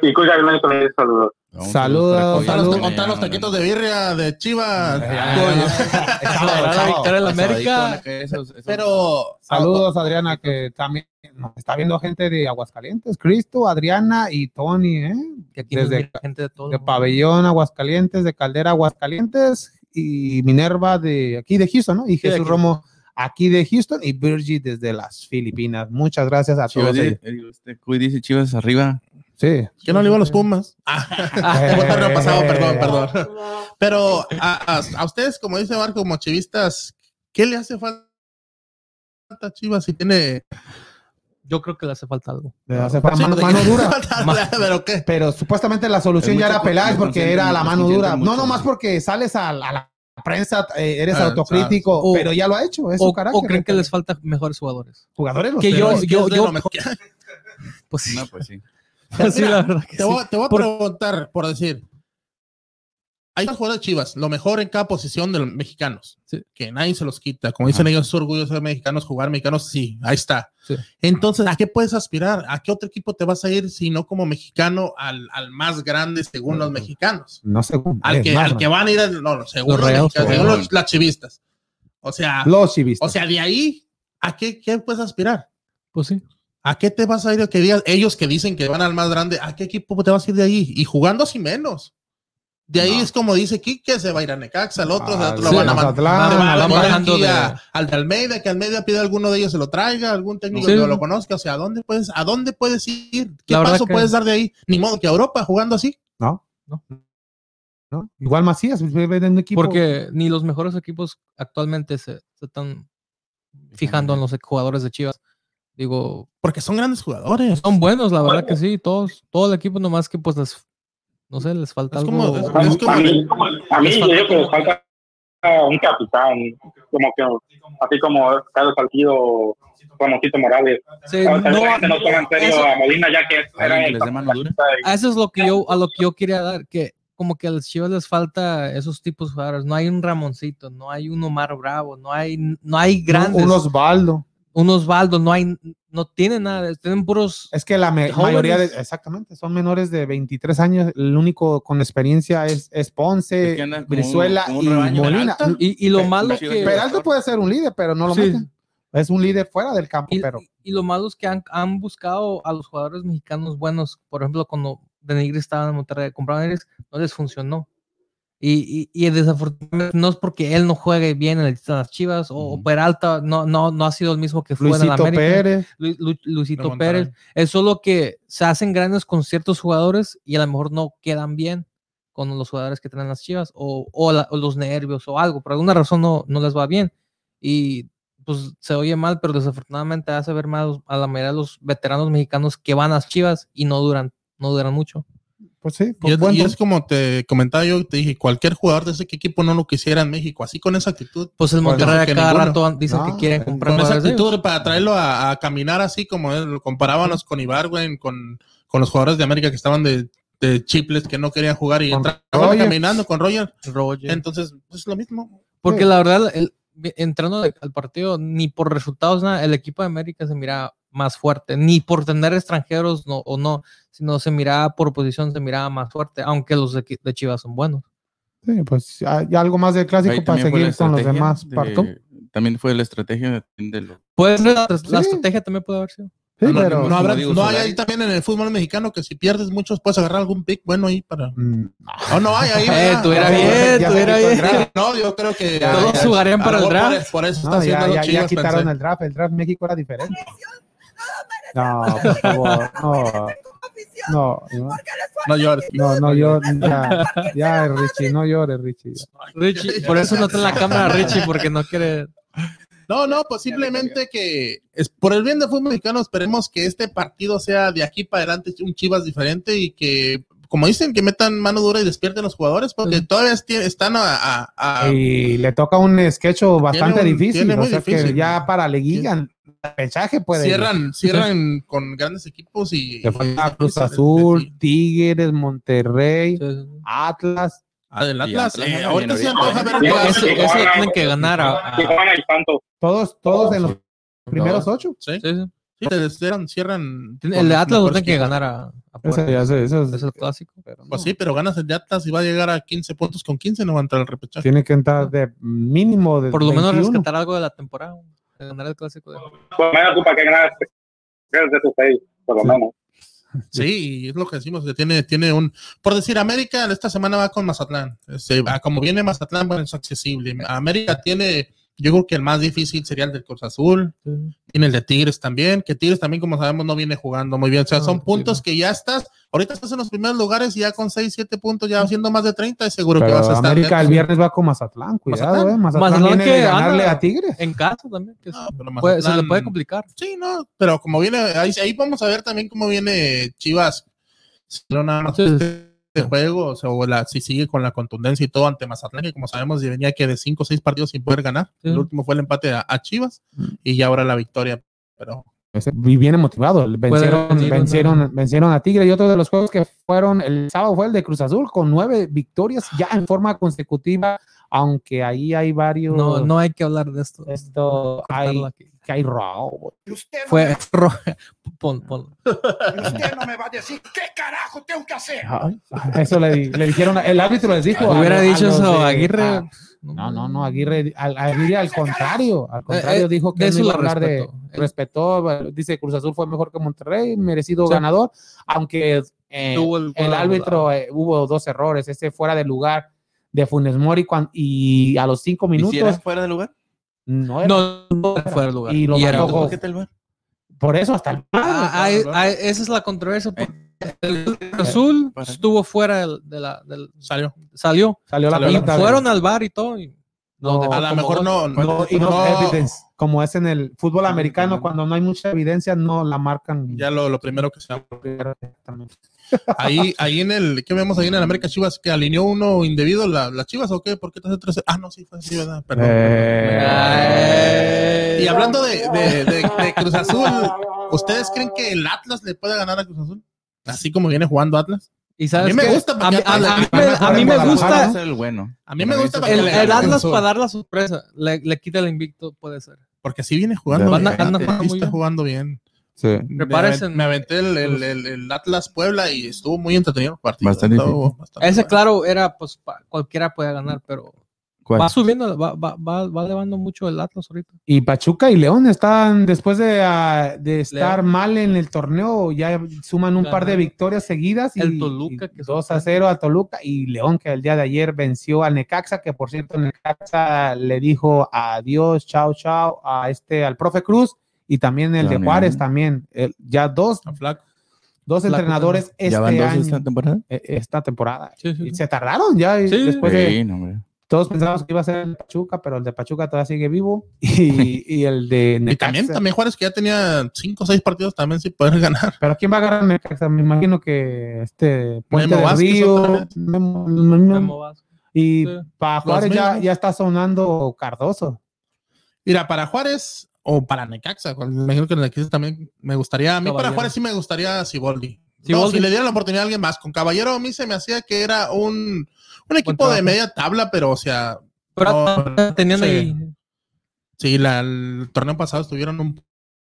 Speaker 5: Y Cuya Blanco le dice saludos.
Speaker 3: Vamos,
Speaker 1: Saludos,
Speaker 3: para Coyoacán,
Speaker 4: Contar los-
Speaker 1: saludos.
Speaker 3: mañana,
Speaker 4: contar los
Speaker 3: mañana.
Speaker 4: taquitos de birria de Chivas.
Speaker 1: El sábado, el
Speaker 2: Celebrar la
Speaker 1: sábado.
Speaker 2: victoria de la
Speaker 3: Sabadito,
Speaker 2: América.
Speaker 3: ¿no? Que esos- esos-
Speaker 4: Pero
Speaker 1: Saludos Adriana que también nos está viendo gente de Aguascalientes, Cristo, Adriana y Tony, ¿eh?
Speaker 2: Que aquí nos
Speaker 1: Desde
Speaker 2: mira gente de todo.
Speaker 1: de Pabellón Aguascalientes, de Caldera Aguascalientes y Minerva de aquí de Houston, ¿no? Y
Speaker 2: de
Speaker 1: Jesús
Speaker 2: aquí.
Speaker 1: Romo aquí de Houston y Virgie desde las Filipinas. Muchas gracias a
Speaker 3: Chivas
Speaker 1: todos ellos.
Speaker 3: dice- digo, este, Cuy dice Chivas arriba.
Speaker 1: Sí.
Speaker 4: que no le iba a
Speaker 2: Ah,
Speaker 4: los Pumas.
Speaker 1: Eh,
Speaker 4: Como torneo pasado, perdón, perdón. Pero a, a- a ustedes, como dice Marco, como chivistas, ¿qué le hace falta a Chivas si tiene
Speaker 2: Yo creo que le hace falta algo.
Speaker 1: Le hace
Speaker 2: pues
Speaker 1: falta
Speaker 4: Sí,
Speaker 1: mano,
Speaker 4: de-
Speaker 1: mano dura.
Speaker 4: pero qué
Speaker 1: Pero supuestamente la solución
Speaker 3: Es
Speaker 1: ya
Speaker 3: mucho
Speaker 1: era Peláez
Speaker 3: con-
Speaker 1: porque
Speaker 3: consienten-
Speaker 1: era la mano
Speaker 3: consienten
Speaker 1: dura.
Speaker 3: mucho.
Speaker 1: No, no más porque sales a, la- a la prensa, eh, eres
Speaker 4: Ah,
Speaker 1: autocrítico,
Speaker 2: sabes. O-
Speaker 1: pero ya lo ha hecho. Es
Speaker 2: O,
Speaker 1: su carácter.
Speaker 2: o creen que les falta mejores jugadores.
Speaker 1: jugadores los
Speaker 2: que
Speaker 1: tenemos.
Speaker 2: yo-
Speaker 4: Pero es que es de lo mejor que hay.
Speaker 2: Pues sí,
Speaker 3: No, pues sí.
Speaker 2: pues sí,
Speaker 4: Mira,
Speaker 2: la verdad que
Speaker 4: te,
Speaker 2: sí.
Speaker 4: voy, te voy a
Speaker 2: Por-
Speaker 4: preguntar por decir hay dos jugadores de Chivas lo mejor en cada posición de los mexicanos
Speaker 2: Sí.
Speaker 4: que nadie se los quita como dicen
Speaker 3: Ah.
Speaker 4: ellos es orgullo de ser mexicanos jugar mexicanos sí ahí está
Speaker 2: Sí.
Speaker 4: entonces a qué puedes aspirar a qué otro equipo te vas a ir si no como mexicano al, al más grande según los mexicanos
Speaker 1: No sé.
Speaker 4: al
Speaker 1: es
Speaker 4: que,
Speaker 1: más,
Speaker 4: al que van a ir al- no, no, según,
Speaker 2: Eh, Los
Speaker 4: los,
Speaker 2: Rayados,
Speaker 4: mexicanos,
Speaker 2: por
Speaker 4: según
Speaker 3: favor.
Speaker 4: los- las chivistas o sea
Speaker 1: Los chivistas.
Speaker 4: o sea de ahí a qué, qué puedes aspirar
Speaker 2: Pues sí.
Speaker 4: ¿A qué te vas a ir? Que digas, ellos que dicen que van al más grande, ¿a qué equipo te vas a ir de ahí? Y jugando sin menos. De ahí es como dice Quique, se va a ir a Necaxa, al otro,
Speaker 1: Ah,
Speaker 4: al otro
Speaker 1: sí,
Speaker 4: lo van a mandar.
Speaker 1: Mazatlán,
Speaker 4: Te van a
Speaker 2: van
Speaker 4: poner
Speaker 2: bajando
Speaker 4: aquí
Speaker 2: de-
Speaker 4: a- al de Almeida, que Almeida pida a alguno de ellos se lo traiga, algún técnico
Speaker 2: Sí.
Speaker 4: que lo conozca. O sea, ¿a dónde puedes, a dónde puedes ir? ¿Qué
Speaker 2: La verdad
Speaker 4: paso
Speaker 2: que-
Speaker 4: puedes dar de ahí? Ni modo que a Europa jugando así.
Speaker 1: ¿no? Igual Macías, pues, vive en un equipo.
Speaker 2: Porque ni los mejores equipos actualmente se, se están fijando en los jugadores de Chivas. Digo,
Speaker 4: Porque son grandes jugadores.
Speaker 2: son buenos, la verdad que sí, todos, todo el equipo, nomás que pues les, no sé, les falta
Speaker 4: Es
Speaker 2: algo.
Speaker 4: como-
Speaker 5: A mí,
Speaker 4: Es como-
Speaker 5: a mí, a mí yo creo que les falta un capitán, como que, así como Carlos Salcido, Ramoncito Morales.
Speaker 2: Sí,
Speaker 5: O sea,
Speaker 2: Eh, no,
Speaker 5: la gente no toma en serio
Speaker 2: eso-
Speaker 5: a Molina, ya que era
Speaker 3: Alguien que
Speaker 5: el
Speaker 3: les dé mano dura.
Speaker 2: a eso es lo que yo, a lo que yo quería dar, que como que a los Chivas les falta esos tipos de jugadores. No hay un Ramoncito, no hay un Omar Bravo, no hay, no hay grandes,
Speaker 1: Un
Speaker 2: unos,
Speaker 1: Osvaldo.
Speaker 2: Valdos, no hay, no tienen nada, de eso, tienen puros
Speaker 1: Es que la me-
Speaker 2: Jóvenes.
Speaker 1: mayoría de. Exactamente, son menores de 23 años. El único con experiencia es, es Ponce,
Speaker 3: Es que andan como un-
Speaker 1: Brizuela
Speaker 3: como un
Speaker 1: y
Speaker 3: rebaño.
Speaker 1: Molina.
Speaker 4: Peralta.
Speaker 2: y, y lo
Speaker 3: Pe-
Speaker 2: malo
Speaker 3: Chivas
Speaker 2: que
Speaker 3: Peralta,
Speaker 1: Peralta puede ser un líder, pero no lo
Speaker 2: Sí.
Speaker 1: meten. Es un líder fuera del campo,
Speaker 2: y,
Speaker 1: pero
Speaker 2: y lo malo es que han, han buscado a los jugadores mexicanos buenos, por ejemplo, cuando Denigris estaba en Monterrey, compraron a Denigris, no les funcionó. Y, y, y desafortunadamente no es porque él no juegue bien en el equipo de las Chivas o, o Peralta no, no, no ha sido el mismo que fue en el
Speaker 1: Luisito
Speaker 2: América.
Speaker 1: Pérez.
Speaker 2: Lu- Lu- Luisito
Speaker 4: De Monterrey.
Speaker 2: Pérez. Es solo que se hacen grandes con ciertos jugadores y a lo mejor no quedan bien con los jugadores que traen las chivas o, o la- o los nervios o algo. Por alguna razón no, no les va bien. Y pues se oye mal, pero desafortunadamente hace ver mal a la mayoría de los veteranos mexicanos que van a las chivas y no duran, no duran mucho.
Speaker 1: Pues sí,
Speaker 4: Y es,
Speaker 1: buen
Speaker 4: y es
Speaker 1: punto.
Speaker 4: como te comentaba yo, te dije, cualquier jugador de ese equipo no lo quisiera en México, así con esa actitud.
Speaker 2: Pues
Speaker 1: Pues,
Speaker 2: el Monterrey
Speaker 4: no,
Speaker 2: a
Speaker 4: que
Speaker 2: cada
Speaker 4: ninguno.
Speaker 2: rato dicen
Speaker 1: No,
Speaker 2: que quieren
Speaker 1: eh,
Speaker 2: comprar
Speaker 4: Con esa
Speaker 2: jugadores de ellos.
Speaker 4: actitud para traerlo a, a caminar así como él, lo comparábamos con Ibarwen, con, con los jugadores de América que estaban de, de chiples que no querían jugar y
Speaker 1: Con
Speaker 4: entraban
Speaker 1: Roger.
Speaker 4: caminando con Roger.
Speaker 2: Roger.
Speaker 4: Entonces, es lo mismo.
Speaker 2: Porque
Speaker 1: Sí.
Speaker 2: la verdad, el- entrando de- al partido, ni por resultados, nada, el equipo de América se miraba más fuerte, ni por tener extranjeros no, o no, sino se miraba por posición, se miraba más fuerte, aunque los de, de Chivas son buenos.
Speaker 1: Sí, pues hay algo más del clásico
Speaker 3: Ahí
Speaker 1: para
Speaker 3: también fue la
Speaker 1: seguir con los
Speaker 3: estrategia
Speaker 1: demás
Speaker 3: de-
Speaker 1: partos.
Speaker 4: Ah,
Speaker 3: También fue la estrategia de los
Speaker 2: Puede ser la, la
Speaker 1: Sí.
Speaker 2: estrategia también puede haber sido.
Speaker 1: Sí,
Speaker 4: no,
Speaker 1: pero.
Speaker 4: no, no habrá-
Speaker 3: Como digo,
Speaker 4: no hay
Speaker 3: Solari.
Speaker 4: ahí también en el fútbol mexicano que si pierdes muchos puedes agarrar algún pick bueno ahí para.
Speaker 1: Mm,
Speaker 4: No, no hay ahí. ¿verdad?
Speaker 1: Eh, tuviera bien,
Speaker 2: Eh, bien,
Speaker 1: ya se tuviera quitó el bien. draft.
Speaker 4: No, yo creo que.
Speaker 1: Ya,
Speaker 2: Todos
Speaker 1: ya,
Speaker 2: jugarían para el
Speaker 4: Por-
Speaker 2: draft.
Speaker 4: Por, eso está
Speaker 1: no, ya,
Speaker 4: haciendo
Speaker 1: ya, ya
Speaker 4: Chivas,
Speaker 1: quitaron
Speaker 4: pensé.
Speaker 1: el draft. El draft México era diferente. No, por favor, no. No, no,
Speaker 4: No llores.
Speaker 1: no, no llores. Ya, ya, Richie, no llores, Richie. ya.
Speaker 2: Richie, por eso no está en la cámara Richie, porque no quiere.
Speaker 4: No, no, pues simplemente que es por el bien del fútbol mexicano esperemos que este partido sea de aquí para adelante un Chivas diferente y que, como dicen, que metan mano dura y despierten los jugadores porque
Speaker 2: Ujú.
Speaker 4: todavía esti- están a... a- a-
Speaker 1: Y le toca un sketch bastante
Speaker 4: Ah. Tiene un-
Speaker 1: difícil.
Speaker 4: tiene
Speaker 1: O
Speaker 4: muy
Speaker 1: sea que
Speaker 4: difícil.
Speaker 1: ya para la liguilla, el pechaje puede. ir.
Speaker 4: cierran cierran con grandes equipos y...
Speaker 1: Le falta
Speaker 4: y-
Speaker 1: Cruz
Speaker 4: y-
Speaker 1: Azul, Tigres, Monterrey,
Speaker 2: Eso,
Speaker 1: Atlas.
Speaker 4: Ah, del
Speaker 3: Y
Speaker 4: Atlas.
Speaker 3: Atlas,
Speaker 4: eh,
Speaker 3: ajá,
Speaker 4: ahorita
Speaker 3: bien,
Speaker 4: sí
Speaker 3: ahorita.
Speaker 4: antoja ver un
Speaker 5: Eso-
Speaker 4: juego
Speaker 2: eso
Speaker 4: así.
Speaker 2: tienen que ganar a- a-
Speaker 5: Tijuana y Santos.
Speaker 1: Todos, todos en los primeros
Speaker 3: No.
Speaker 1: ocho.
Speaker 4: Sí,
Speaker 2: sí, sí.
Speaker 4: sí, te cierran, cierran
Speaker 2: El
Speaker 4: con
Speaker 2: de
Speaker 4: los
Speaker 2: Atlas lo
Speaker 4: mejores
Speaker 2: tiene que
Speaker 4: equipos.
Speaker 2: ganar a, a
Speaker 1: Eso
Speaker 2: Puebla.
Speaker 1: ya sé, eso es-
Speaker 2: Es el clásico.
Speaker 1: pero
Speaker 4: Pues
Speaker 1: no.
Speaker 4: sí, pero ganas el de Atlas y va a llegar a 15 puntos con 15, no va a entrar al repechaje.
Speaker 1: Tiene que entrar de mínimo de
Speaker 2: Por lo menos
Speaker 1: 21.
Speaker 2: rescatar algo de la temporada. Ganar el clásico. de-
Speaker 5: Por lo menos tú para que ganas tres de sus seis, por lo
Speaker 1: Sí.
Speaker 5: menos.
Speaker 4: Sí, y es lo que decimos, que tiene, tiene un... Por decir, América esta semana va con Mazatlán. Este, a como viene Mazatlán, bueno, es accesible. América tiene, yo creo que el más difícil sería el del Cruz Azul. Tiene el de Tigres también, que Tigres también, como sabemos, no viene jugando muy bien. O sea,
Speaker 2: No, pues
Speaker 4: son
Speaker 2: sí,
Speaker 4: puntos
Speaker 2: no.
Speaker 4: que ya estás, ahorita estás en los primeros lugares y ya con 6, 7 puntos, ya haciendo más de 30, es seguro que
Speaker 1: Pero
Speaker 4: vas a estar...
Speaker 1: América el
Speaker 4: dentro.
Speaker 1: viernes va con Mazatlán, cuidado, eh.
Speaker 4: Mazatlán.
Speaker 1: Mazatlán,
Speaker 2: Mazatlán
Speaker 1: viene de
Speaker 2: que
Speaker 1: ganarle
Speaker 2: anda-
Speaker 1: a Tigres.
Speaker 2: En casa también. que
Speaker 4: No,
Speaker 2: es-
Speaker 4: pero
Speaker 2: puede- se le puede
Speaker 4: Mazatlán-
Speaker 2: complicar.
Speaker 4: Sí, no, pero como viene, ahí, ahí vamos a ver también cómo viene Chivas. Si no, nada más
Speaker 2: Sí, sí.
Speaker 4: este juego, o, sea, o la, si sigue con la contundencia y todo ante Mazatlán, que como sabemos venía que de 5 o 6 partidos sin poder ganar.
Speaker 2: Sí. Mm.
Speaker 4: El último fue el empate a, a Chivas y ya ahora la victoria. Pero
Speaker 1: Y viene motivado. Vencieron,
Speaker 2: venir una-
Speaker 1: vencieron, vencieron a Tigres. Y otro de los juegos que fueron el sábado fue el de Cruz Azul con nueve victorias ya en forma consecutiva, aunque ahí hay varios.
Speaker 2: No, no hay que hablar de esto.
Speaker 1: Esto hay,
Speaker 2: Cortarlo aquí.
Speaker 1: que hay robo.
Speaker 7: Y usted no,
Speaker 2: Fue ro- pon- pon-
Speaker 7: y usted no me va a decir qué carajo tengo que hacer.
Speaker 1: Eso le, di- le dijeron, el árbitro les dijo. a
Speaker 2: Hubiera
Speaker 1: lo- a
Speaker 2: dicho
Speaker 1: los
Speaker 2: eso
Speaker 1: de-
Speaker 2: Aguirre.
Speaker 1: a- no, no, no, Aguirre, al, Aguirre al contrario, al contrario
Speaker 2: Mm. eh,
Speaker 1: dijo que
Speaker 2: de
Speaker 1: no
Speaker 2: eso
Speaker 1: iba a
Speaker 2: lo
Speaker 1: hablar de,
Speaker 2: respeto. Él-
Speaker 1: respetó, eh, dice Cruz Azul fue mejor que Monterrey, merecido
Speaker 2: Sí.
Speaker 1: ganador, aunque eh,
Speaker 2: Tuvo el-
Speaker 1: el árbitro eh, hubo dos errores, ese fuera de lugar de Funes Mori cuan- y a los cinco
Speaker 3: ¿Y
Speaker 1: minutos
Speaker 3: si era fuera de lugar?
Speaker 1: no era-
Speaker 2: No, no fuera de lugar.
Speaker 1: Y lo
Speaker 2: era-
Speaker 1: mandó Ojo.
Speaker 3: ¿Por qué tal vez?
Speaker 1: por eso hasta el-
Speaker 2: Ah, hay- hay- esa es la controversia. porque Eh, El eh, Azul
Speaker 3: Para.
Speaker 2: estuvo fuera del, de la- del-
Speaker 4: salió.
Speaker 2: Salió.
Speaker 1: salió la
Speaker 4: Salió
Speaker 2: Y
Speaker 4: la
Speaker 1: pelota.
Speaker 4: Está
Speaker 2: fueron al bar y todo. y
Speaker 1: No,
Speaker 2: dejó
Speaker 1: a
Speaker 4: A
Speaker 1: la
Speaker 4: lo
Speaker 2: como
Speaker 4: mejor
Speaker 2: gol.
Speaker 4: no.
Speaker 1: No,
Speaker 4: no-
Speaker 1: y no
Speaker 4: no-
Speaker 1: evidence, como es en el fútbol americano, cuando no hay mucha evidencia, no la marcan.
Speaker 4: ya lo, lo primero que se
Speaker 1: Exactamente.
Speaker 4: Ahí, ahí en el, ¿qué vemos ahí en el América Chivas? ¿Que alineó uno indebido la- las Chivas o qué? ¿Por qué te hace tres? Ah, no, sí, fue así, ¿verdad? Perdón.
Speaker 2: Eh,
Speaker 1: Eh.
Speaker 2: Ay. Eh.
Speaker 4: Y hablando de, de- de- de Cruz Azul, ¿ustedes creen que el Atlas le puede ganar a Cruz Azul? Así como viene jugando Atlas.
Speaker 2: Y sabes
Speaker 4: A mí me
Speaker 2: qué?
Speaker 4: gusta
Speaker 2: a mí,
Speaker 4: porque
Speaker 2: a- a
Speaker 4: Atlas-
Speaker 2: mí me- a mí me
Speaker 1: Guadalajara,
Speaker 2: gusta
Speaker 1: ¿no?
Speaker 3: ser el bueno.
Speaker 4: A mí me gusta
Speaker 3: Para
Speaker 4: porque
Speaker 3: mí
Speaker 2: el,
Speaker 3: se-
Speaker 4: le gana
Speaker 2: el
Speaker 4: a Cruz
Speaker 2: Atlas
Speaker 4: Azul.
Speaker 2: para dar la sorpresa. Le, le quita el invicto, puede ser.
Speaker 4: Porque sí viene jugando
Speaker 3: Van a-
Speaker 4: bien.
Speaker 2: van a jugar
Speaker 4: sí
Speaker 2: muy
Speaker 4: está
Speaker 2: bien.
Speaker 4: jugando bien.
Speaker 3: Sí.
Speaker 2: Prepárense.
Speaker 4: Me aventé el, el- el- el Atlas Puebla y estuvo muy entretenido el partido.
Speaker 3: Bastante
Speaker 4: Estuvo bastante
Speaker 2: Ese,
Speaker 4: bueno.
Speaker 2: claro, era pues pa- cualquiera puede ganar, pero
Speaker 3: ¿Cuál?
Speaker 2: Va subiendo, va, va, va, va elevando mucho el Atlas ahorita.
Speaker 1: Y Pachuca y León están, después de, ah, de estar
Speaker 2: León.
Speaker 1: mal en el torneo, ya suman un par de
Speaker 2: Ganaron.
Speaker 1: victorias seguidas. Y,
Speaker 2: El Toluca,
Speaker 1: y
Speaker 2: que
Speaker 1: 2 a 0 a Toluca. Y León, que el día de ayer venció al Necaxa, que por cierto, Necaxa le dijo adiós, chao, chao, a este, al profe Cruz. Y también el
Speaker 3: También.
Speaker 1: de Juárez, también. El- ya dos,
Speaker 4: A Flaco.
Speaker 1: dos
Speaker 2: Flaco
Speaker 1: entrenadores este
Speaker 3: ¿Ya van dos
Speaker 1: año,
Speaker 3: esta temporada?
Speaker 1: eh, esta temporada.
Speaker 2: Sí, sí,
Speaker 1: Y
Speaker 2: sí.
Speaker 1: se tardaron ya. y
Speaker 2: Sí.
Speaker 1: después de,
Speaker 3: Sí, no, hombre.
Speaker 1: todos pensábamos que iba a ser el Pachuca, pero el de Pachuca todavía sigue vivo. Y, y el de
Speaker 4: Y
Speaker 1: Necaxa.
Speaker 4: también, también Juárez, que ya tenía cinco o seis partidos también sin poder ganar.
Speaker 1: Pero ¿quién va a agarrar Necaxa? Me imagino que este Puente
Speaker 4: Memo
Speaker 1: del
Speaker 4: Vázquez otra
Speaker 1: Río.
Speaker 4: vez.
Speaker 1: Memo- Memo-
Speaker 2: Memo Vázquez.
Speaker 1: y
Speaker 2: Sí.
Speaker 1: para Juárez
Speaker 4: Los
Speaker 1: ya,
Speaker 4: mismos.
Speaker 1: ya está sonando Cardoso.
Speaker 4: Mira, para Juárez o para Necaxa, cual- me imagino que Necaxa también me gustaría. A mí para
Speaker 2: Caballero.
Speaker 4: Juárez sí me gustaría Siboldi. No,
Speaker 2: Siboldi.
Speaker 4: si le dieran la oportunidad a alguien más. Con Caballero a mí se me hacía que era un, un equipo
Speaker 2: trabajo.
Speaker 4: de media tabla, pero o sea,
Speaker 2: Pero
Speaker 4: No,
Speaker 2: tenían
Speaker 4: sí.
Speaker 2: ahí.
Speaker 4: Sí, la- el torneo pasado estuvieron un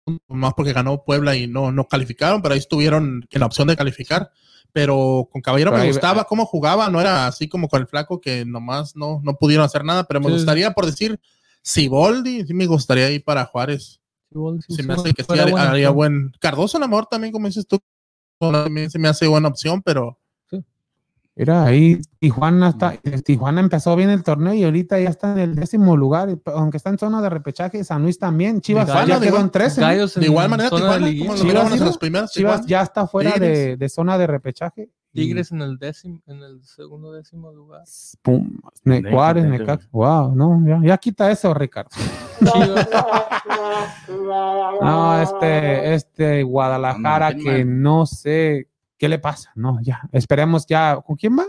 Speaker 4: punto más porque ganó Puebla y no, no calificaron, pero ahí estuvieron en la opción de calificar. Pero con Caballero
Speaker 1: Pero
Speaker 4: me
Speaker 1: ahí-
Speaker 4: gustaba
Speaker 2: eh.
Speaker 4: cómo jugaba, no era así como con el flaco que nomás no, no pudieron hacer nada, pero me
Speaker 2: Sí.
Speaker 4: gustaría por decir Siboldi, sí me gustaría ir para Juárez.
Speaker 2: Siboldi,
Speaker 4: Se me
Speaker 2: Siboldi
Speaker 4: hace que sí
Speaker 2: fuera
Speaker 4: haría,
Speaker 2: buena
Speaker 4: haría
Speaker 2: opción.
Speaker 4: buen. Cardoso a lo mejor también, como dices tú, también se me hace buena opción, pero
Speaker 1: Era ahí Tijuana está,
Speaker 4: Mm.
Speaker 1: Tijuana empezó bien el torneo y ahorita ya está en el décimo lugar, y- aunque está en zona de repechaje, San Luis también, Chivas
Speaker 2: Gallos,
Speaker 1: ya quedó
Speaker 4: digo,
Speaker 1: en 13. ¿no?
Speaker 2: Gallos en
Speaker 4: de igual manera,
Speaker 2: zona de
Speaker 4: Tijuana,
Speaker 2: liguilla.
Speaker 4: como lo
Speaker 1: Chivas,
Speaker 4: miramos en
Speaker 1: ¿sí?
Speaker 4: las primeras,
Speaker 1: Chivas
Speaker 4: Tijuana.
Speaker 1: ya está fuera de,
Speaker 4: Tigres.
Speaker 1: de zona de repechaje. Y-
Speaker 2: Tigres en el décimo, en el segundo décimo lugar.
Speaker 1: Pum, ne,
Speaker 3: Déjate,
Speaker 1: Juárez,
Speaker 3: déjate.
Speaker 1: Necaxa. Wow, no, ya, ya quita eso, Ricardo.
Speaker 2: Chivas,
Speaker 1: No, este, este Guadalajara
Speaker 3: Anda,
Speaker 1: que
Speaker 3: Germán.
Speaker 1: no sé qué le pasa. No, ya, esperemos ya. ¿Con quién va?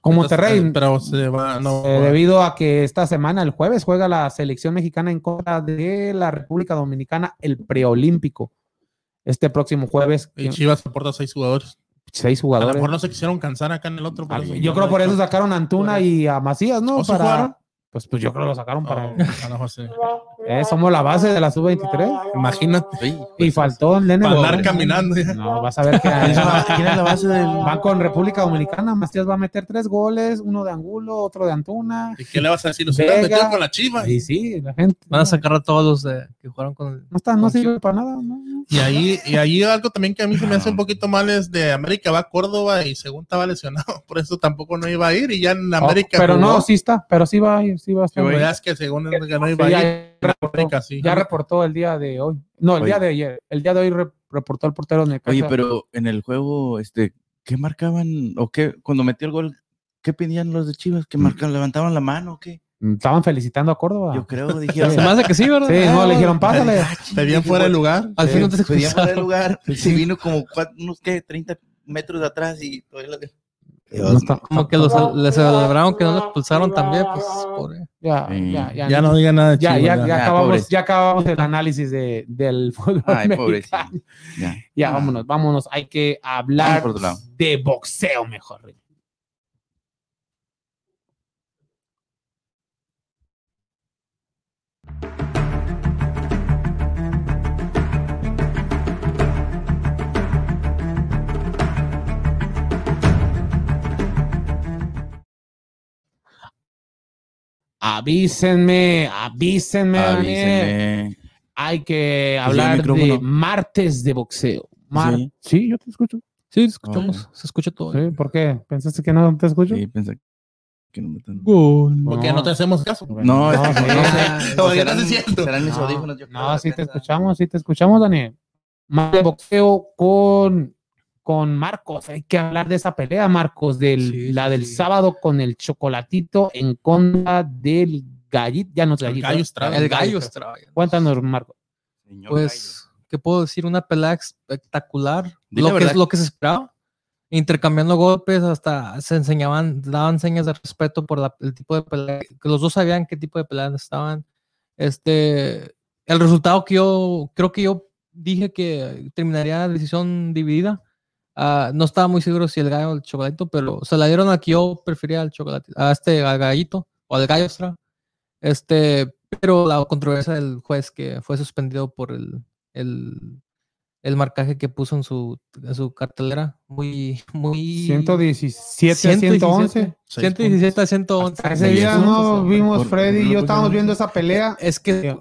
Speaker 1: Con
Speaker 4: Entonces,
Speaker 1: Monterrey.
Speaker 4: eh, Pero se va, no.
Speaker 1: Eh, debido a que esta semana, el jueves, juega la selección mexicana en contra de la República Dominicana, el preolímpico. Este próximo jueves,
Speaker 4: y Chivas aporta seis jugadores.
Speaker 1: seis
Speaker 4: A lo
Speaker 1: jugadores.
Speaker 4: mejor pues, no se quisieron cansar acá en el otro. por
Speaker 1: Ah,
Speaker 4: eso.
Speaker 1: Yo creo por eso sacaron a Antuna y a Macías, ¿no?
Speaker 4: ¿O sí jugaron?
Speaker 1: pues, pues yo creo que lo sacaron
Speaker 4: Oh,
Speaker 1: para.
Speaker 4: a lo mejor sí.
Speaker 1: Eh, somos la base de la sub-23.
Speaker 4: Imagínate.
Speaker 3: Sí.
Speaker 1: Y faltó el nene.
Speaker 4: Para andar
Speaker 1: Rodríguez.
Speaker 4: caminando. ya.
Speaker 1: No, vas a ver que
Speaker 3: ¿Quién es la base del
Speaker 1: van con República Dominicana. Macías va a meter tres goles, uno de Angulo, otro de Antuna.
Speaker 4: ¿Y qué le vas a decir? Nos
Speaker 1: Vega.
Speaker 4: hubieran metido con la chiva.
Speaker 1: Y sí, la gente
Speaker 2: Van a sacar a todos los de- que jugaron con el.
Speaker 1: no, está, no sirve para nada. ¿no?
Speaker 4: Y ahí, y ahí algo también que a mí se me hace un poquito mal es de América va a Córdoba y según estaba lesionado, por eso tampoco no iba a ir y ya en
Speaker 1: Oh,
Speaker 4: América.
Speaker 1: pero
Speaker 4: jugó.
Speaker 1: no, sí está, pero sí va, a ir, sí va a estar.
Speaker 4: Pero ya es que según él que no iba
Speaker 1: Sí,
Speaker 4: a ir,
Speaker 1: ya, reportó,
Speaker 4: América sí.
Speaker 1: ya reportó el día de hoy. No, el
Speaker 3: Oye.
Speaker 1: día de ayer. El día de hoy re- reportó el portero Necaxa.
Speaker 3: Oye, pero en el juego, este, ¿qué marcaban? ¿O qué? Cuando metió el gol, ¿qué pedían los de Chivas?
Speaker 1: Mm.
Speaker 3: ¿Que marcaban? ¿Levantaban la mano o qué?
Speaker 1: Estaban felicitando a Córdoba.
Speaker 3: Yo creo, dijeron.
Speaker 2: Se me hace que sí, ¿verdad? Ah,
Speaker 1: Sí, no, le dijeron, pásale.
Speaker 4: Pedían fuera de lugar.
Speaker 2: Al fin no te
Speaker 3: eh, Pedían fuera de
Speaker 2: escucharon.
Speaker 3: lugar. Se vino como cuatro, unos, ¿qué? 30 metros de atrás y todavía lo de-
Speaker 1: No está-
Speaker 2: Como que los, les celebraron que no los expulsaron también, pues pobre.
Speaker 1: ya,
Speaker 3: Sí.
Speaker 1: ya, ya,
Speaker 4: Ya no diga nada de
Speaker 1: Ya,
Speaker 4: Chivas,
Speaker 1: ya,
Speaker 4: ya.
Speaker 1: ya
Speaker 3: Ah,
Speaker 1: acabamos,
Speaker 3: pobrecito.
Speaker 1: ya acabamos el análisis de, del fútbol
Speaker 3: Ay, pobrecito.
Speaker 1: mexicano.
Speaker 3: Ya.
Speaker 1: Ya,
Speaker 3: Ah.
Speaker 1: vámonos, vámonos. Hay que hablar
Speaker 3: Vamos por otro lado.
Speaker 1: de boxeo mejor. Rick. Avísenme, avísenme, Daniel.
Speaker 3: Avísenme.
Speaker 1: Hay que
Speaker 3: el
Speaker 1: hablar de
Speaker 3: micrófono.
Speaker 1: martes de boxeo. Mar-
Speaker 3: Sí.
Speaker 1: yo te escucho.
Speaker 2: Sí, escuchamos, se escucha todo.
Speaker 1: Sí, ¿por qué? ¿Pensaste que no te escucho?
Speaker 3: Sí, pensé que no me tan-
Speaker 2: Gol.
Speaker 4: Porque no te hacemos caso.
Speaker 3: No, es que
Speaker 1: sí.
Speaker 3: no sé.
Speaker 4: no,
Speaker 3: O
Speaker 4: ya
Speaker 3: serán-
Speaker 4: no es cierto.
Speaker 3: serán mis
Speaker 1: No,
Speaker 3: audífonos, yo
Speaker 1: no,
Speaker 3: creo,
Speaker 1: sí te
Speaker 3: alcanza.
Speaker 1: escuchamos, sí te escuchamos, Daniel. Más de boxeo con, con Marcos. Hay que hablar de esa pelea, Marcos, del,
Speaker 2: Sí,
Speaker 1: la
Speaker 2: sí,
Speaker 1: del
Speaker 2: sí.
Speaker 1: sábado con el chocolatito en contra del gallito. Ya no es
Speaker 4: El
Speaker 1: gallito.
Speaker 4: gallo
Speaker 1: ¿eh?
Speaker 4: Estrada.
Speaker 2: El gallo Estrada.
Speaker 1: Cuéntanos, Marcos.
Speaker 3: Señor Gallo.
Speaker 2: Pues, ¿qué puedo decir? Una pelea espectacular.
Speaker 3: Di la
Speaker 2: Lo que, es,
Speaker 3: verdad.
Speaker 2: lo que se esperaba. Intercambiando golpes, hasta se enseñaban, daban señas de respeto por la- el tipo de pelea. Que los dos sabían qué tipo de pelea estaban. Este, el resultado que yo creo que yo dije que terminaría la decisión dividida. Ah, no estaba muy seguro si el gallo o el chocolatito, pero se la dieron a que yo prefería al chocolate, a este al gallito o al gallo Estrada. Este, pero la controversia del juez que fue suspendido por el, el, el marcaje que puso en su, en su cartelera. Muy, muy.
Speaker 1: 117 a 111.
Speaker 2: 117 a 111.
Speaker 1: Hasta Ese día no vimos
Speaker 3: Por-
Speaker 1: Freddy y
Speaker 3: no,
Speaker 1: yo
Speaker 3: pues,
Speaker 1: estábamos
Speaker 3: no.
Speaker 1: viendo esa pelea.
Speaker 2: Es que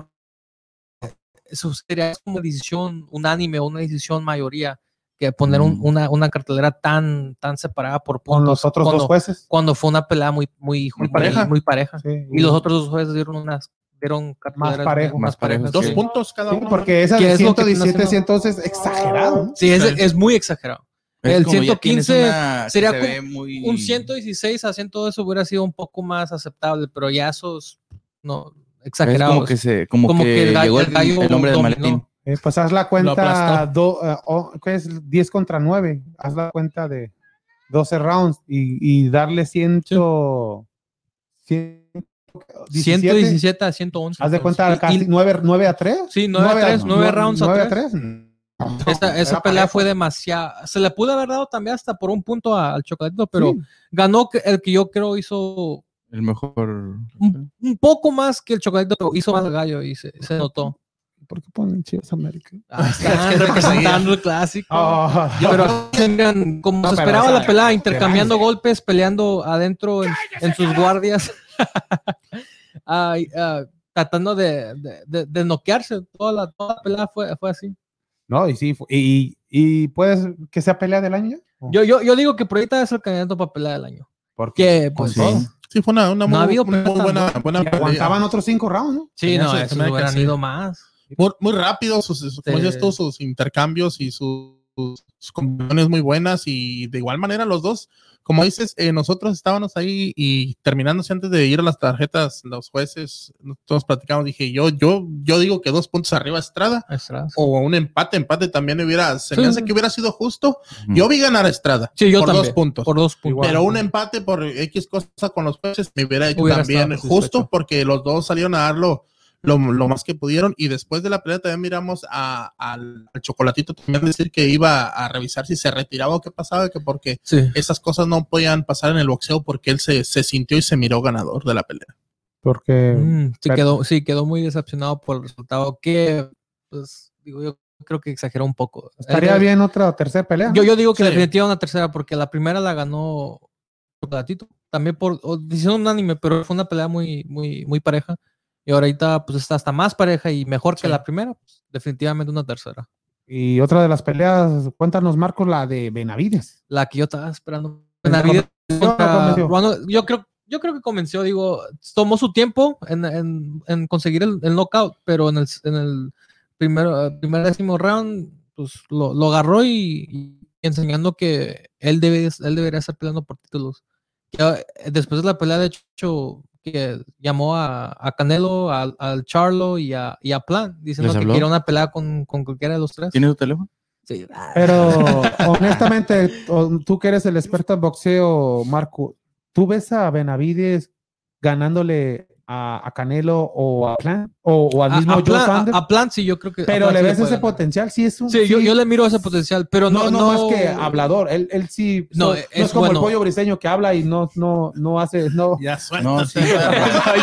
Speaker 2: eso sería como decisión unánime, una decisión mayoría, que poner un-
Speaker 3: Mm.
Speaker 2: una, una cartelera tan, tan separada por puntos.
Speaker 1: Con los otros
Speaker 2: cuando,
Speaker 1: dos jueces.
Speaker 2: cuando fue una pelea muy, muy,
Speaker 4: Muy pareja.
Speaker 2: muy pareja.
Speaker 1: Sí.
Speaker 2: Y los otros dos jueces dieron unas, dieron carteleras
Speaker 1: parejo.
Speaker 3: Más parejo,
Speaker 2: parejas,
Speaker 4: Dos
Speaker 3: Sí.
Speaker 4: puntos cada
Speaker 1: Sí,
Speaker 4: uno.
Speaker 1: porque esa
Speaker 2: ¿Qué
Speaker 1: de
Speaker 2: es lo que están
Speaker 1: 117
Speaker 2: haciendo?
Speaker 1: es entonces exagerado. ¿no?
Speaker 2: Sí, es,
Speaker 4: Sí.
Speaker 2: es muy exagerado.
Speaker 3: Es
Speaker 2: El
Speaker 3: como ya tienes
Speaker 2: 115
Speaker 3: una que
Speaker 2: sería
Speaker 3: se
Speaker 2: como
Speaker 3: ve muy-
Speaker 2: Un 116 a 100 todo eso hubiera sido un poco más aceptable, pero ya esos, no,
Speaker 3: Es
Speaker 2: exagerados.
Speaker 3: como que, se, como
Speaker 2: Como
Speaker 3: que
Speaker 2: que el ga-
Speaker 3: llegó
Speaker 2: el
Speaker 3: el,
Speaker 2: gallo
Speaker 3: el hombre del
Speaker 2: dominó.
Speaker 3: maletín.
Speaker 1: Eh, pues haz la
Speaker 4: Lo
Speaker 1: cuenta,
Speaker 4: aplastó.
Speaker 1: do- eh, o- ¿qué es? 10 contra 9. Haz la cuenta de 12 rounds y, y darle 100. 100 117.
Speaker 2: 117 a 111.
Speaker 1: Haz de cuenta
Speaker 2: Y-
Speaker 1: casi
Speaker 2: y-
Speaker 1: 9, a 3.
Speaker 2: Sí, 9 a 3, 9 rounds a 3.
Speaker 1: 3.
Speaker 2: Esa, esa pelea fue demasiado. Se le pudo haber dado también hasta por un punto a- al chocolatito, pero ganó que- el que yo creo hizo
Speaker 3: El mejor.
Speaker 2: un, un poco más que el chocolatito, pero hizo más el gallo y se, se notó.
Speaker 1: ¿Por qué ponen Chivas América? Ah,
Speaker 2: Ah, Están representando el clásico.
Speaker 1: Yo-
Speaker 2: Pero miren, como
Speaker 1: No,
Speaker 2: se
Speaker 1: pero,
Speaker 2: esperaba
Speaker 1: o sea,
Speaker 2: la pelea, intercambiando golpes, peleando adentro en, en sus guardias, Ay, ah, tratando de, de, de- de noquearse. Toda la, toda la pelea fue, fue así.
Speaker 1: No, y sí, fu- y, y, y puedes que sea pelea del año.
Speaker 2: Yo, yo, yo digo que por ahorita es el candidato para pelea del año.
Speaker 1: porque
Speaker 2: Que pues,
Speaker 3: Sí.
Speaker 2: sí,
Speaker 4: Sí, fue una, una
Speaker 2: No ha
Speaker 4: muy,
Speaker 2: habido
Speaker 4: una muy
Speaker 2: plata,
Speaker 4: buena, buena pelea.
Speaker 1: aguantaban otros 5 rounds, ¿no?
Speaker 4: Eso
Speaker 2: no,
Speaker 4: se me
Speaker 2: esos
Speaker 4: hace que
Speaker 2: hubieran
Speaker 4: sí.
Speaker 2: ido más.
Speaker 4: Muy, muy rápido, sus, sus- como dices tú, sus intercambios y sus, sus combinaciones muy buenas. Y de igual manera, los dos, como dices, eh, nosotros estábamos ahí y terminándose antes de ir a las tarjetas, los jueces, todos platicamos. Dije, yo, yo, yo digo que dos puntos arriba Estrada
Speaker 2: Estrada.
Speaker 4: o un empate, empate también hubiera, se me
Speaker 2: Sí.
Speaker 4: hace que hubiera sido justo. Yo vi ganar a Estrada
Speaker 2: Sí, yo
Speaker 4: por
Speaker 2: también.
Speaker 4: dos puntos.
Speaker 2: Por dos puntos.
Speaker 4: Pero em- un empate por X cosa con los jueces me hubiera hecho
Speaker 2: Hubiera
Speaker 4: también
Speaker 2: estado
Speaker 4: justo
Speaker 2: satisfecho.
Speaker 4: porque los dos salieron a darlo lo, lo más que pudieron. Y después de la pelea también miramos a- al, al chocolatito también decir que iba a revisar si se retiraba o qué pasaba, que porque
Speaker 2: Sí.
Speaker 4: esas cosas no podían pasar en el boxeo porque él se, se sintió y se miró ganador de la pelea.
Speaker 1: Porque
Speaker 2: Mm, sí,
Speaker 1: pero-
Speaker 2: quedó, sí, quedó muy decepcionado por el resultado que, pues, digo, yo creo que exageró un poco.
Speaker 1: estaría
Speaker 2: Eh,
Speaker 1: bien otra tercera pelea. ¿no?
Speaker 2: Yo, yo digo que
Speaker 4: Sí.
Speaker 2: definitiva una tercera, porque la primera la ganó Chocolatito, también por o- decisión unánime, pero fue una pelea muy, muy, muy pareja. Y ahorita, pues, está hasta más pareja y mejor que
Speaker 4: Sí.
Speaker 2: la primera, pues, definitivamente una tercera.
Speaker 1: Y otra de las peleas, cuéntanos, Marcos, la de Benavides.
Speaker 2: La que yo estaba esperando.
Speaker 1: ¿Te
Speaker 2: Benavides
Speaker 1: convenció o no
Speaker 2: contra
Speaker 1: convenció?
Speaker 2: Ruano, yo creo yo creo que convenció, digo, tomó su tiempo en, en- en conseguir el, el knockout, pero en el, en el primero, eh, primer décimo round, pues lo, lo agarró y, y enseñando que él, debe, él debería estar peleando por títulos. Que, eh, después de la pelea, de hecho, que llamó a, a Canelo, al, al Charlo y a, y a Plan, diciendo
Speaker 3: ¿Les
Speaker 2: que
Speaker 3: habló?
Speaker 2: quiere una pelea con, con cualquiera de los tres.
Speaker 3: ¿Tienes tu teléfono?
Speaker 2: Sí.
Speaker 1: Pero honestamente, o- tú que eres el experto en boxeo, Marco, ¿tú ves a Benavides ganándole a, a Canelo o a Plan o, o al
Speaker 2: A,
Speaker 1: mismo
Speaker 2: a
Speaker 1: Joe
Speaker 2: Plan, a-
Speaker 1: Sander?
Speaker 2: a Plan sí, yo creo que. a
Speaker 1: pero
Speaker 2: Plan
Speaker 1: le
Speaker 2: sí
Speaker 1: ves
Speaker 2: puede
Speaker 1: ese
Speaker 2: ganar.
Speaker 1: potencial, sí es un.
Speaker 2: Sí, yo, yo le miro ese potencial, pero
Speaker 1: no,
Speaker 2: no.
Speaker 1: no, más que hablador, él, él sí.
Speaker 2: No,
Speaker 1: No, no
Speaker 2: es
Speaker 1: es, como
Speaker 2: bueno.
Speaker 1: el pollo briseño que habla y no, no, no hace, no.
Speaker 4: Ya
Speaker 3: No, sí.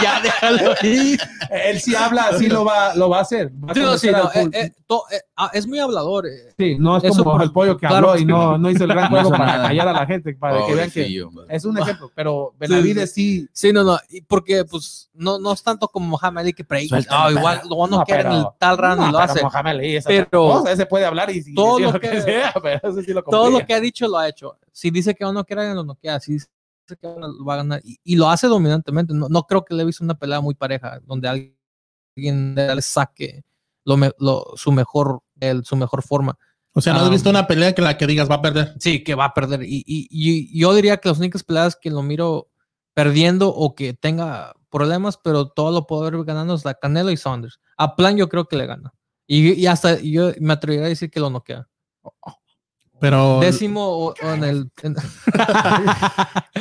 Speaker 2: ya, déjalo ir.
Speaker 1: Él sí habla, sí lo va, lo va a hacer. va a
Speaker 2: Sí, no, sí,
Speaker 1: conocer
Speaker 2: no,
Speaker 1: al
Speaker 2: eh,
Speaker 1: público.
Speaker 2: eh, to- eh, ah, es muy hablador. eh.
Speaker 1: Sí, no es
Speaker 2: Eso
Speaker 1: como
Speaker 2: por-
Speaker 1: el pollo que
Speaker 2: claro
Speaker 1: habló
Speaker 2: que
Speaker 1: y no, no hizo el gran
Speaker 3: No hizo
Speaker 1: juego para
Speaker 3: nada.
Speaker 1: callar a la gente, para que vean que
Speaker 3: Pobrecillo, man.
Speaker 1: es un ejemplo, pero Benavides Ah. sí.
Speaker 2: Sí, no, no, y porque pues no, no es tanto como Mohamed Ali que predica,
Speaker 3: Suelta
Speaker 2: "Ah,
Speaker 3: la
Speaker 2: igual lo van a
Speaker 1: No,
Speaker 2: noquear en el
Speaker 1: pero-
Speaker 2: tal round y
Speaker 1: No,
Speaker 2: lo
Speaker 1: pero
Speaker 2: hace.
Speaker 1: Mohamed Ali es
Speaker 2: Pero-
Speaker 1: otra cosa, ese puede hablar y, y
Speaker 2: Todo
Speaker 1: decir
Speaker 2: lo
Speaker 1: lo que,
Speaker 2: que-
Speaker 1: sea, pero eso sí lo
Speaker 2: Todo lo
Speaker 1: complica.
Speaker 2: que ha dicho lo ha hecho. Si dice que va a noquear, lo noquea. Si dice que lo va a ganar, y, y lo hace dominantemente. No, no creo que le he visto una pelea muy pareja donde alguien, alguien le saque lo, me- lo- su, mejor, el, su mejor forma.
Speaker 4: O sea, no has
Speaker 2: Ah.
Speaker 4: visto una pelea que la que digas va a perder.
Speaker 2: Sí, que va a perder. Y, y- y yo diría que las únicas peleas que lo miro perdiendo o que tenga problemas, pero todo lo puedo ver ganando es la Canelo y Saunders. A Plan yo creo que le gana. Y, y hasta yo me atrevería a decir que lo noquea.
Speaker 4: Pero,
Speaker 2: Décimo o, o en el... en-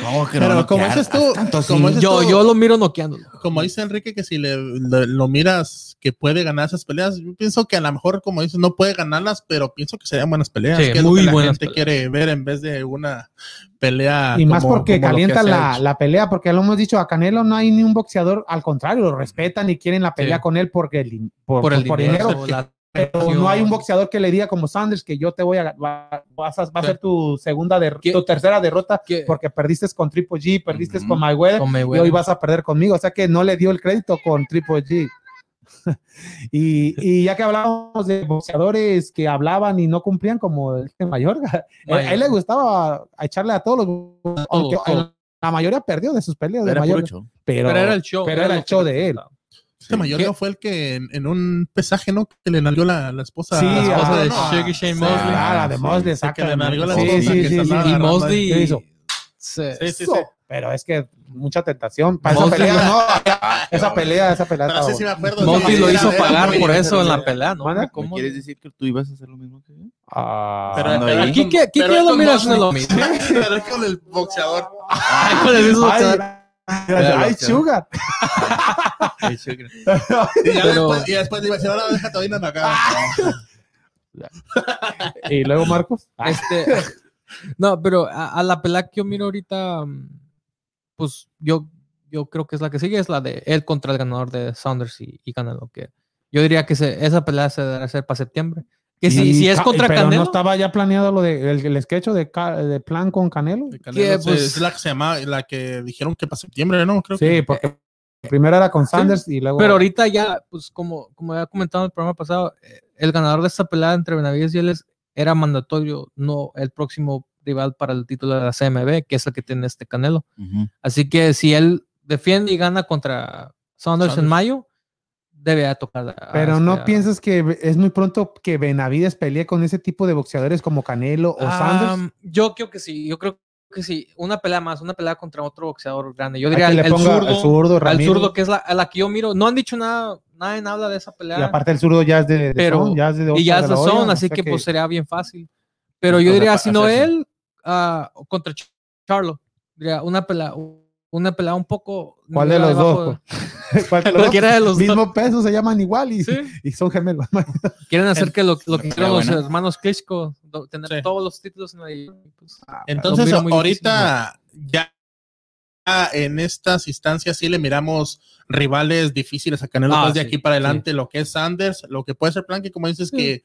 Speaker 3: ¿Cómo que no van
Speaker 4: pero
Speaker 3: a
Speaker 4: como
Speaker 3: noquear?
Speaker 4: dices tú, como dices
Speaker 2: yo,
Speaker 4: tú,
Speaker 2: yo lo miro noqueándolo.
Speaker 4: como dice Enrique, que si le, le- lo miras que puede ganar esas peleas, yo pienso que a lo mejor, como dices, no puede ganarlas, pero pienso que serían buenas peleas.
Speaker 2: Sí,
Speaker 4: que es lo
Speaker 2: muy
Speaker 4: que la
Speaker 2: buenas
Speaker 4: gente
Speaker 2: peleas.
Speaker 4: quiere ver en vez de una pelea.
Speaker 1: Y más
Speaker 4: Ah, como-
Speaker 1: porque
Speaker 4: como lo que
Speaker 1: calientan
Speaker 4: se ha
Speaker 1: la,
Speaker 4: hecho.
Speaker 1: la pelea, porque lo hemos dicho, a Canelo no hay ni un boxeador, al contrario, lo respetan y quieren la pelea
Speaker 2: Sí.
Speaker 1: con él porque el, din- por,
Speaker 2: Por el
Speaker 1: por
Speaker 2: dinero.
Speaker 1: dinero.
Speaker 2: la
Speaker 1: Pero no hay un boxeador que le diga como Sanders que yo te voy a va- vas a, va a ser tu segunda der-
Speaker 2: ¿Qué?
Speaker 1: tu tercera derrota
Speaker 2: ¿Qué?
Speaker 1: porque perdiste con Triple G, perdiste
Speaker 3: Ujú.
Speaker 1: con Mayweather
Speaker 2: Con
Speaker 1: y hoy
Speaker 2: Mayweather.
Speaker 1: vas a perder conmigo. O sea que no le dio el crédito con Triple G. y, y ya que hablábamos de boxeadores que hablaban y no cumplían, como el de Mayorga, a él- a él le gustaba a echarle a todos los. aunque
Speaker 2: todos.
Speaker 1: La mayoría perdió de sus peleas de
Speaker 3: Era puro
Speaker 1: Mayorga.
Speaker 3: show.
Speaker 1: Pero,
Speaker 2: Pero era el show.
Speaker 1: pero era
Speaker 2: lo
Speaker 1: el
Speaker 2: que
Speaker 1: show de él.
Speaker 4: Este Mayorga
Speaker 2: ¿Qué?
Speaker 4: fue el que en, en un pesaje, ¿no? Que le nalgó la, la esposa.
Speaker 1: Sí,
Speaker 4: la
Speaker 2: La esposa
Speaker 1: Ah,
Speaker 2: de
Speaker 4: ¿no? a-
Speaker 2: Sugar Shane
Speaker 4: Ah,
Speaker 2: Mosley.
Speaker 1: Ah, la de
Speaker 3: sí.
Speaker 1: Mosley,
Speaker 4: Sí, que le nalgó la
Speaker 1: Sí,
Speaker 4: esposa,
Speaker 1: sí, sí,
Speaker 4: que se
Speaker 1: sí,
Speaker 4: andaba
Speaker 1: sí,
Speaker 2: y
Speaker 4: agarrando ahí.
Speaker 1: ¿Qué
Speaker 2: Mosley
Speaker 1: hizo?
Speaker 2: se-
Speaker 4: Sí, sí,
Speaker 1: Eso,
Speaker 4: sí.
Speaker 1: Pero es que mucha tentación. Para esa
Speaker 2: Mosley-
Speaker 1: pelea, no,
Speaker 3: Ah,
Speaker 1: esa
Speaker 3: cabrón.
Speaker 1: pelea, esa pelea.
Speaker 4: Pero
Speaker 1: estaba
Speaker 4: Ah, sí, sí me acuerdo.
Speaker 2: Mosley
Speaker 4: Sí,
Speaker 2: lo
Speaker 4: era-
Speaker 2: hizo
Speaker 4: era
Speaker 2: pagar
Speaker 4: muy-
Speaker 2: por eso en la
Speaker 4: era-
Speaker 2: pelea, ¿no?
Speaker 1: ¿Manda?
Speaker 2: Hombre,
Speaker 3: ¿Me
Speaker 2: ¿Cómo?
Speaker 3: quieres decir que tú ibas a hacer lo mismo que yo?
Speaker 1: Ah,
Speaker 4: Pero-
Speaker 3: Ando
Speaker 4: pero
Speaker 3: ahí.
Speaker 4: es
Speaker 2: Aquí,
Speaker 4: con-
Speaker 2: ¿qué, qué
Speaker 4: pero es
Speaker 2: lo
Speaker 4: con
Speaker 2: miras haciendo lo
Speaker 4: Mosley.
Speaker 2: mismo?
Speaker 4: Pero es con el boxeador.
Speaker 2: Ay, con el mismo
Speaker 1: ay,
Speaker 2: cara.
Speaker 1: gracias, ay, sugar.
Speaker 3: Ay, sugar.
Speaker 4: Y ya
Speaker 2: Pero-
Speaker 4: después, y después le iba a decir, ahora deja todavía en la cara.
Speaker 1: Y luego Marcos. Ah,
Speaker 2: Este, no, pero a, a la pelea que yo miro ahorita, mm, pues yo, yo creo que es la que sigue, es la de él contra el ganador de Saunders y, y Canelo. Que yo diría que se- esa pelea se deberá hacer para septiembre. Que si,
Speaker 1: y
Speaker 2: si es
Speaker 1: ca-
Speaker 2: contra
Speaker 1: pero
Speaker 2: Canelo,
Speaker 1: no estaba ya planeado lo de, el, el sketch de, ca- de plan con Canelo.
Speaker 4: El Canelo,
Speaker 2: Que,
Speaker 4: sí,
Speaker 2: pues-
Speaker 4: es la que se llama, la que dijeron que para septiembre, ¿no? Creo que
Speaker 1: Sí, porque primero era con Sanders y luego.
Speaker 2: pero ahorita ya, pues como, como ya comentado en el programa pasado, eh, el ganador de esta pelea entre Benavides y él es- era mandatorio, no el próximo rival para el título de la CMB, que es el que tiene este Canelo.
Speaker 3: Ujú.
Speaker 2: Así que si él defiende y gana contra Saunders, en
Speaker 4: Saunders.
Speaker 2: mayo, debe a tocar. a- a
Speaker 1: Pero
Speaker 2: este,
Speaker 1: no
Speaker 2: a-
Speaker 1: piensas que es muy pronto que Benavides pelee con ese tipo de boxeadores como Canelo o Sanders.
Speaker 2: Am, Ah, yo creo que sí, yo creo que sí. Una pelea más, una pelea contra otro boxeador grande. Yo
Speaker 1: Hay
Speaker 2: diría
Speaker 1: que
Speaker 2: el,
Speaker 1: le
Speaker 2: el
Speaker 1: ponga
Speaker 2: zurdo.
Speaker 1: al zurdo,
Speaker 2: al
Speaker 1: Ramírez.
Speaker 2: zurdo, que es la, a la que yo miro. No han dicho nada, nadie habla de esa pelea.
Speaker 1: Y aparte el zurdo ya es de, de
Speaker 2: Pero-
Speaker 1: zone, ya es de
Speaker 2: y ya es la
Speaker 1: zona,
Speaker 2: zona, así que, pues sería bien fácil. Pero yo
Speaker 1: Pues
Speaker 3: Entonces,
Speaker 2: diría,
Speaker 3: pa-
Speaker 2: si no
Speaker 3: hacerse.
Speaker 2: él, ah, contra Ch- Charlo, diría una pelea, una pelea un poco.
Speaker 1: ¿Cuál de
Speaker 2: nivel
Speaker 1: los dos?
Speaker 2: abajo de-
Speaker 1: pues? ¿Cuál de los dos?
Speaker 2: Cualquiera de los dos.
Speaker 1: Mismo peso, se llaman igual y,
Speaker 2: Sí.
Speaker 1: y son gemelos.
Speaker 2: Quieren hacer que lo, lo que
Speaker 3: Estaría
Speaker 2: hicieron los
Speaker 3: buena.
Speaker 2: hermanos Klitschko, do- tener
Speaker 4: Sí.
Speaker 2: todos los títulos en la pues,
Speaker 4: Entonces,
Speaker 2: lo miro muy
Speaker 4: ahorita ya ya en estas instancias sí le miramos rivales difíciles a Canelo
Speaker 2: Ah,
Speaker 4: Paz de
Speaker 2: sí,
Speaker 4: aquí para adelante, lo que es Sanders, lo que puede ser Plan, que como dices que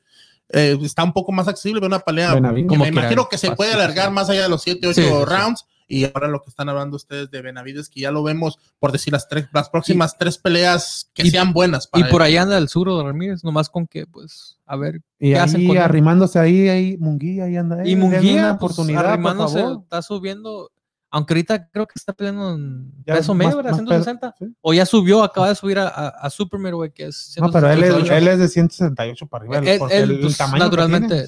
Speaker 4: eh, está un poco más accesible pero una pelea.
Speaker 1: Benavides.
Speaker 4: que
Speaker 2: Como
Speaker 4: me
Speaker 2: quiera,
Speaker 4: imagino que se
Speaker 2: fácil,
Speaker 4: puede alargar
Speaker 2: sí.
Speaker 4: más allá de los 7, 8
Speaker 2: Sí, sí, sí.
Speaker 4: rounds. Y ahora lo que están hablando ustedes de Benavides, que ya lo vemos, por decir las tres, las próximas tres peleas que
Speaker 2: y-
Speaker 4: sean buenas
Speaker 2: Y
Speaker 4: para
Speaker 2: por
Speaker 4: él.
Speaker 2: ahí anda el zurdo Ramírez, nomás con que, pues, a ver.
Speaker 1: Y
Speaker 2: ¿Qué hacen
Speaker 1: ahí
Speaker 2: con él?
Speaker 1: arrimándose ahí, ahí Munguía, ahí anda. eh,
Speaker 2: Y
Speaker 1: denme
Speaker 2: Munguía, pues,
Speaker 1: una oportunidad, por
Speaker 2: arrimándose,
Speaker 1: favor.
Speaker 2: está subiendo, aunque ahorita creo que está peleando en
Speaker 1: Ya
Speaker 2: peso
Speaker 1: más-
Speaker 2: medio, ¿verdad?
Speaker 1: más peso,
Speaker 2: 160.
Speaker 1: sí.
Speaker 2: O ya subió, acaba de subir a, a, a Super Middleweight, que es
Speaker 1: No, pero él es,
Speaker 2: 168.
Speaker 1: él es de 168 para arriba.
Speaker 2: Él-
Speaker 1: porque
Speaker 2: él,
Speaker 1: el
Speaker 2: pues,
Speaker 1: tamaño que
Speaker 2: naturalmente,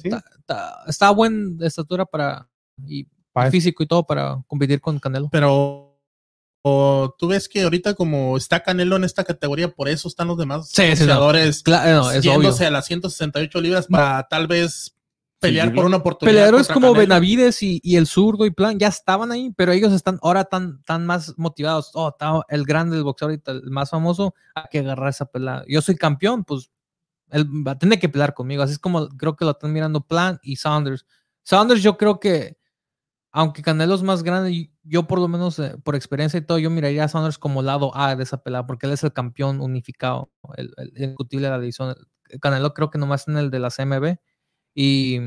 Speaker 1: tiene, sí,
Speaker 2: ta- ta- está a buen de estatura para, y
Speaker 1: para eso.
Speaker 2: físico y todo, para competir con Canelo.
Speaker 4: Pero o, tú ves que ahorita como está Canelo en esta categoría, por eso están los demás
Speaker 2: Sí, sí, sí.
Speaker 4: boxeadores
Speaker 2: Claro, eh, no, es obvio.
Speaker 4: yéndose a las 168 libras para tal vez pelear
Speaker 3: Sí,
Speaker 4: por una oportunidad.
Speaker 2: peleadores
Speaker 4: contra
Speaker 2: como
Speaker 4: Canelo.
Speaker 2: Benavides y, y el zurdo y Plan ya estaban ahí, pero ellos están ahora tan, tan más motivados. Oh, ta- el grande, el boxeador ahorita, el más famoso, hay que agarrar esa pelea. Yo soy campeón, pues él va a tener que pelear conmigo. Así es como creo que lo están mirando Plan y Saunders. Saunders, yo creo que, aunque Canelo es más grande, y- yo por lo menos eh, por experiencia y todo, yo miraría a Saunders como lado A de esa pelea, porque él es el campeón unificado, el, el indiscutible de la división. Canelo creo que nomás en el de la CMB y,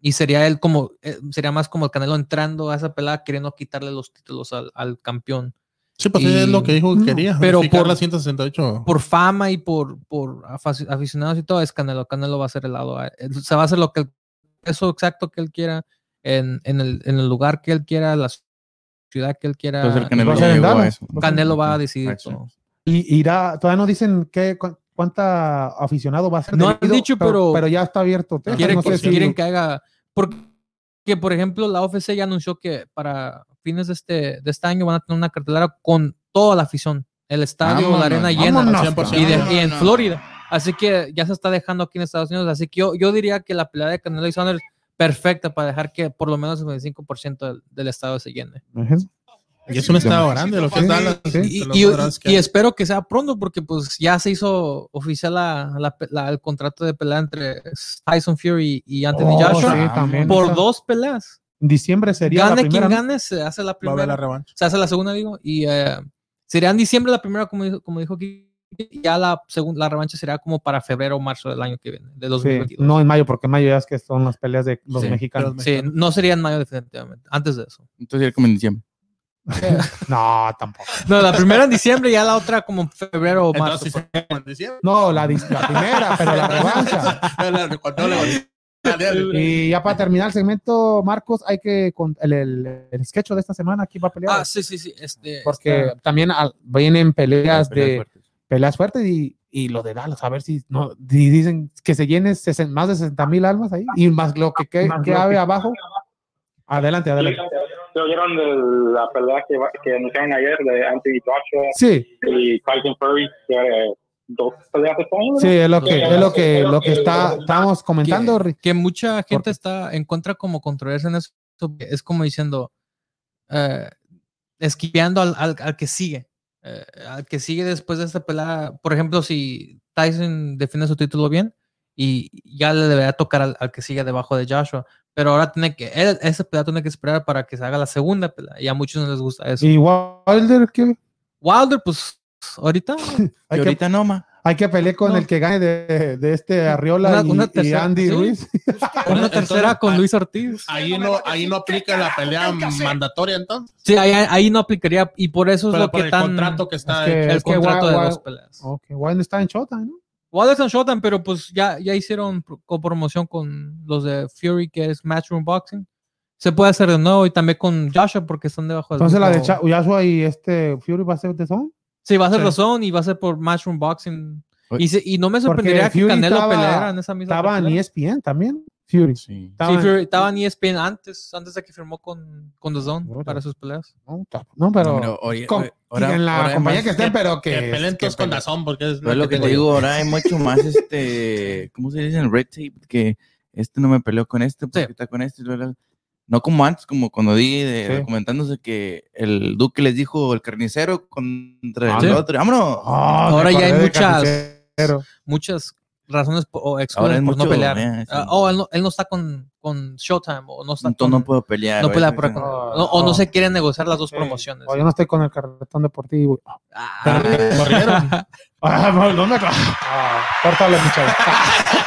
Speaker 2: y sería él como, eh, sería más como el Canelo entrando a esa pelea queriendo quitarle los títulos al, al campeón.
Speaker 4: Sí, pues
Speaker 2: Y-
Speaker 4: es lo que dijo que quería.
Speaker 2: pero
Speaker 4: unificar
Speaker 2: por-
Speaker 4: las 168.
Speaker 2: Por fama y por, por afa- aficionados y todo, es Canelo. Canelo va a ser el lado A. Eh, Se va a hacer lo que él- eso exacto que él quiera, en, en el, en el lugar que él quiera, la ciudad que él quiera.
Speaker 3: Entonces el Canelo
Speaker 1: va a
Speaker 3: ya
Speaker 1: ser en
Speaker 3: llegó a
Speaker 1: Dallas.
Speaker 3: eso.
Speaker 2: Canelo va a decidir
Speaker 3: Action.
Speaker 2: todo.
Speaker 1: Y irá, todavía no dicen qué, cu- cuánta aficionado va a ser.
Speaker 2: No
Speaker 1: del
Speaker 2: han
Speaker 1: nido,
Speaker 2: dicho, pero-
Speaker 1: Pero ya está abierto. Texas,
Speaker 2: quieren,
Speaker 1: no
Speaker 2: que,
Speaker 1: sé si-
Speaker 2: quieren que haga. Porque, que, por ejemplo, la OFC ya anunció que para fines de este, de este año van a tener una cartelera con toda la afición. El estadio, la
Speaker 3: Vámonos,
Speaker 2: arena llena.
Speaker 1: vámonos.
Speaker 4: 100%.
Speaker 2: Y, de-
Speaker 4: No,
Speaker 2: y en
Speaker 3: no.
Speaker 2: Florida. Así que ya se está dejando aquí en Estados Unidos. Así que yo, yo diría que la pelea de Canelo y Saunders perfecta para dejar que por lo menos el 25% del, del estado se llene.
Speaker 1: Ajá.
Speaker 4: Y es un estado grande, lo que
Speaker 1: Sí,
Speaker 4: es Dallas.
Speaker 1: sí.
Speaker 4: de
Speaker 2: Y,
Speaker 4: los
Speaker 2: y-
Speaker 4: más grandes que
Speaker 2: y
Speaker 4: hay.
Speaker 2: espero que sea pronto porque pues ya se hizo oficial la- la pe- la- el contrato de pelea entre Tyson Fury y Anthony
Speaker 1: Oh,
Speaker 2: Joshua
Speaker 1: sí, también.
Speaker 2: por
Speaker 1: Esa-
Speaker 2: dos peleas.
Speaker 1: En diciembre sería la
Speaker 2: Gane
Speaker 1: primera.
Speaker 2: quien
Speaker 1: ¿no?
Speaker 2: gane, se hace la
Speaker 4: va a haber
Speaker 2: primera.
Speaker 4: la revancha.
Speaker 2: Se hace la segunda, digo. Y eh, sería en diciembre la primera, como dijo, como dijo Kike, ya la, según, la revancha será como para febrero o marzo del año que viene, de
Speaker 1: Sí,
Speaker 2: 2022.
Speaker 1: no en mayo, porque en mayo ya es que son las peleas de los
Speaker 3: Sí,
Speaker 1: mexicanos.
Speaker 2: Sí, no sería en mayo definitivamente, antes de eso.
Speaker 3: Entonces ya como en diciembre.
Speaker 1: No, tampoco.
Speaker 2: No, la primera en diciembre y ya la otra como en febrero o marzo.
Speaker 4: Entonces,
Speaker 2: pues.
Speaker 4: sí, como en diciembre.
Speaker 1: No, la, dis- la primera, pero la revancha.
Speaker 4: Cuando le- Dale, dale.
Speaker 1: Y ya para terminar el segmento, Marcos, hay que con el, el, el sketch de esta semana aquí va a pelear.
Speaker 2: Ah, sí, sí, sí. Este,
Speaker 1: porque
Speaker 2: está-
Speaker 1: también al- vienen peleas de
Speaker 3: fuertes.
Speaker 1: peleas fuertes y, y lo de Dallas, a ver si no si dicen que se llenen sesen- más de 60 mil almas ahí y más lo que, que, que cabe abajo. Adelante, adelante.
Speaker 5: ¿Se oyeron de la pelea que, va- que anunciaron ayer de Anthony Joshua
Speaker 1: Sí,
Speaker 5: y Tyson Fury? Que, eh, dos peleas este año,
Speaker 1: sí,
Speaker 5: ¿verdad?
Speaker 1: es lo que, es lo que, lo que está, estábamos comentando. Ri-
Speaker 2: que mucha gente
Speaker 1: Porque-
Speaker 2: está en contra como controversia en eso. que Es como diciendo, eh, esquiveando al, al- al que sigue. eh, al que sigue después de esta pelea. Por ejemplo, si Tyson defiende su título bien y ya le debería tocar al, al que sigue debajo de Joshua. Pero ahora tiene que, él- esa pelea tiene que esperar para que se haga la segunda pelea. Y a muchos no les gusta eso.
Speaker 1: Y Wilder, ¿qué?
Speaker 2: Wilder, pues ahorita
Speaker 3: Y
Speaker 1: Hay que,
Speaker 3: ahorita no, ma.
Speaker 1: hay que pelear con
Speaker 2: No.
Speaker 1: el que gane de, de este Arriola
Speaker 2: Una-
Speaker 1: y,
Speaker 2: una
Speaker 1: y
Speaker 2: tercera,
Speaker 1: Andy
Speaker 2: sí.
Speaker 1: Ruiz.
Speaker 2: una tercera con
Speaker 4: ah,
Speaker 2: Luis Ortiz.
Speaker 4: Ahí no, ahí no aplica la pelea mandatoria entonces.
Speaker 2: Sí, ahí, ahí no aplicaría. Y por eso es
Speaker 4: Pero
Speaker 2: lo
Speaker 4: por
Speaker 2: que
Speaker 4: el
Speaker 2: tan.
Speaker 4: contrato que está.
Speaker 1: Es que-
Speaker 2: el contrato
Speaker 1: Wa-
Speaker 2: de
Speaker 1: Wa-
Speaker 2: dos peleas.
Speaker 1: Ok, Wilder está en Chota, ¿no?
Speaker 2: Wilder and Showtime, pero pues ya, ya hicieron pro- copromoción con los de Fury, que es Matchroom Boxing. Se puede hacer de nuevo y también con Joshua porque están debajo del
Speaker 1: Entonces la de
Speaker 2: mismo-
Speaker 1: Cha- Joshua y este Fury va a ser de son.
Speaker 2: Sí, va a ser
Speaker 1: Sí.
Speaker 2: razón y va a ser por Matchroom Boxing.
Speaker 3: Oye.
Speaker 2: Y, se- y no me
Speaker 1: Porque
Speaker 2: sorprendería que
Speaker 1: Fury
Speaker 2: Canelo
Speaker 1: estaba-
Speaker 2: peleara en esa misma
Speaker 1: Estaba en E
Speaker 2: cartelera.
Speaker 1: ESPN también, Fury.
Speaker 3: Sí.
Speaker 1: Estaba en-
Speaker 2: Sí, Fury estaba en E ESPN antes, antes de que firmó con, con The Zone
Speaker 1: Bueno.
Speaker 2: para sus peleas.
Speaker 1: No, ta- no, pero,
Speaker 3: No, pero oye,
Speaker 1: con-
Speaker 3: oye, ahora-
Speaker 1: en la
Speaker 3: ahora hay
Speaker 1: compañía
Speaker 3: más-
Speaker 1: que estén, pero que,
Speaker 4: Que peleen todos
Speaker 1: que
Speaker 4: con
Speaker 1: peleen.
Speaker 4: razón, porque es
Speaker 3: Pero es lo que te
Speaker 4: digo.
Speaker 3: digo, ahora hay mucho más este, ¿cómo se dice? Red tape, que este no me peleó con este, porque
Speaker 2: Sí.
Speaker 3: está con este. bla, bla. No como antes, como cuando di, de-
Speaker 1: Sí.
Speaker 3: comentándose que el duque les dijo el carnicero contra
Speaker 1: Ah,
Speaker 3: el
Speaker 1: sí.
Speaker 3: otro. ¡Vámonos!
Speaker 1: Ah,
Speaker 2: Ahora
Speaker 1: me
Speaker 2: ya hay
Speaker 1: acordé de
Speaker 2: muchas-
Speaker 1: Carnicero.
Speaker 2: Muchas razones po- o
Speaker 3: ahora
Speaker 2: excusas
Speaker 3: es
Speaker 2: por
Speaker 3: mucho,
Speaker 2: no pelear.
Speaker 3: eh, sí.
Speaker 2: Ah, oh, él no, él no está con, con Showtime o no está
Speaker 3: Entonces
Speaker 2: con-
Speaker 3: no puedo pelear.
Speaker 2: no
Speaker 3: güey.
Speaker 2: pelea por acá.
Speaker 1: Ah,
Speaker 2: No, o no
Speaker 1: no.
Speaker 2: se quieren negociar las dos
Speaker 1: Sí.
Speaker 2: promociones.
Speaker 1: O yo no estoy con el carretón deportivo.
Speaker 2: Ah,
Speaker 4: Corrieron.
Speaker 1: Ah, no, no me ah, Córtale, muchacho.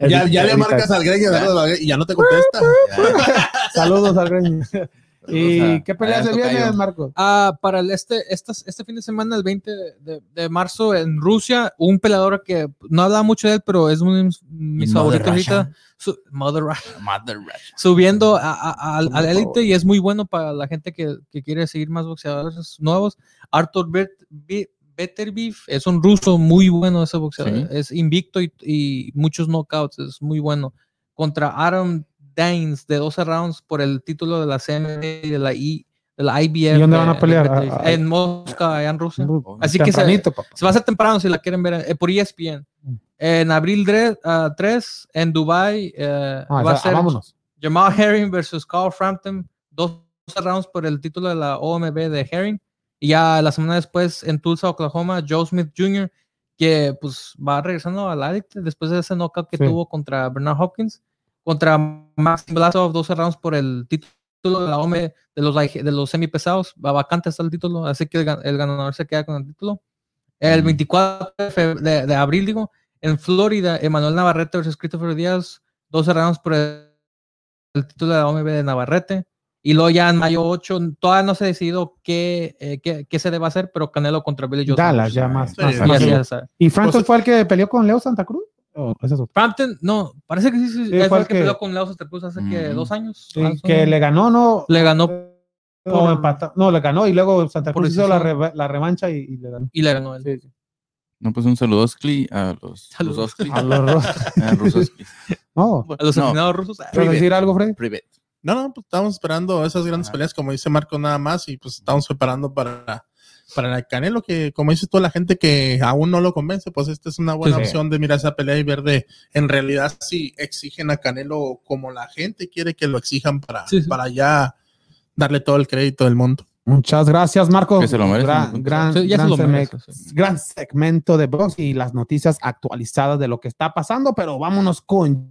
Speaker 4: Ya, ya le
Speaker 1: Ahorita.
Speaker 4: marcas al greño ¿verdad? y ya no te contesta.
Speaker 3: Ya.
Speaker 1: Saludos al Greño.
Speaker 3: Saludos
Speaker 1: ¿Y
Speaker 3: a-
Speaker 1: qué pelea
Speaker 3: a
Speaker 1: se viene,
Speaker 3: Tocayo.
Speaker 1: Marcos?
Speaker 2: Ah, para el este, estas- este fin de semana, el 20 de, de marzo, en Rusia, un peleador que no hablaba mucho de él, pero es uno de mis- mis
Speaker 3: Mother
Speaker 2: favoritos ahorita. Su- Mother Russia.
Speaker 3: Mother Russia.
Speaker 2: Subiendo a- a- al al élite y es muy bueno para la gente que, que quiere seguir más boxeadores nuevos. Arthur Bet- Be- Beterbiev es un ruso muy bueno ese boxeador.
Speaker 3: Sí.
Speaker 2: Es invicto y, y muchos knockouts, es muy bueno. Contra Adam Daines de 12 rounds por el título de la CMB y de la, I, de la IBF.
Speaker 1: ¿Y dónde van a
Speaker 2: de-
Speaker 1: pelear?
Speaker 2: de-
Speaker 1: Ah, ah,
Speaker 2: en Moscú, allá en Rusia. Así que se-
Speaker 1: Tempranito, papá.
Speaker 2: Se va a hacer temprano si la quieren ver eh, por ESPN.
Speaker 1: Mm.
Speaker 2: En abril 3, en Dubai
Speaker 1: Ah,
Speaker 2: va a
Speaker 1: o sea,
Speaker 2: ser
Speaker 1: vámonos.
Speaker 2: Jamal Herring versus Carl Frampton, dos rounds por el título de la OMB de Herring. Y ya la semana después en Tulsa, Oklahoma, Joe Smith Jr., que pues va regresando al élite después de ese knockout que
Speaker 1: Sí.
Speaker 2: tuvo contra Bernard Hopkins, contra Max Blasov, 12 rounds por el título de la OMB de los, lige- de los semipesados. Va vacante hasta el título, así que el, gan- el ganador se queda con el título. El
Speaker 3: Mm.
Speaker 2: 24 de, fe- de- de abril, digo, en Florida, Emanuel Navarrete versus Christopher Díaz, 12 rounds por el el título de la OMB de Navarrete. Y luego ya en mayo 8, todavía no se ha decidido qué, eh, qué, qué se debe hacer, pero Canelo contra Billy Joe.
Speaker 1: Dallas, ya más.
Speaker 4: Sí,
Speaker 1: más-
Speaker 4: sí,
Speaker 1: más-
Speaker 2: Ya,
Speaker 4: sí.
Speaker 2: ya se sabe.
Speaker 1: ¿Y Frampton
Speaker 4: Pues-
Speaker 1: fue el que peleó con Leo Santa Cruz? ¿O ese es otro?
Speaker 2: Frampton, no, parece que sí, sí,
Speaker 1: Sí,
Speaker 2: él
Speaker 1: fue
Speaker 2: fue
Speaker 1: el
Speaker 2: el que
Speaker 1: que-
Speaker 2: peleó con Leo Cruz hace que
Speaker 3: Mm.
Speaker 2: dos años.
Speaker 1: Sí,
Speaker 2: más o
Speaker 1: que
Speaker 2: menos.
Speaker 1: le ganó, ¿no?
Speaker 2: Le ganó
Speaker 1: O
Speaker 2: por-
Speaker 1: empató. No, le ganó y luego Santa
Speaker 2: por
Speaker 1: Cruz hizo la,
Speaker 2: decisión.
Speaker 1: reva- la revancha y, y le ganó.
Speaker 2: y le ganó él.
Speaker 1: Sí, sí.
Speaker 3: No, pues un saludo a los
Speaker 2: Saludos.
Speaker 3: Rusoscli.
Speaker 1: A los ros-
Speaker 3: A Rusoscli.
Speaker 1: No,
Speaker 2: A los
Speaker 3: No,
Speaker 2: afinados rusos. ah,
Speaker 1: ¿puedes decir algo, Freddy?
Speaker 3: Privet.
Speaker 4: No, no, pues estamos esperando esas grandes
Speaker 3: Ajá.
Speaker 4: peleas, como dice Marco, nada más, y pues estamos preparando para, para el Canelo, que como dices toda la gente que aún no lo convence, pues esta es una buena
Speaker 1: Sí, sí.
Speaker 4: opción de mirar esa pelea y ver de, en realidad, si exigen a Canelo como la gente quiere que lo exijan para,
Speaker 2: Sí, sí.
Speaker 4: para ya darle todo el crédito del mundo.
Speaker 1: Muchas gracias, Marco.
Speaker 3: Que se lo merece,
Speaker 1: Gran-
Speaker 3: ¿no?
Speaker 1: gran-
Speaker 2: Sí, ya se
Speaker 1: gran
Speaker 2: lo
Speaker 1: seme-
Speaker 2: merece, sí.
Speaker 1: gran segmento de box y las noticias actualizadas de lo que está pasando, pero vámonos con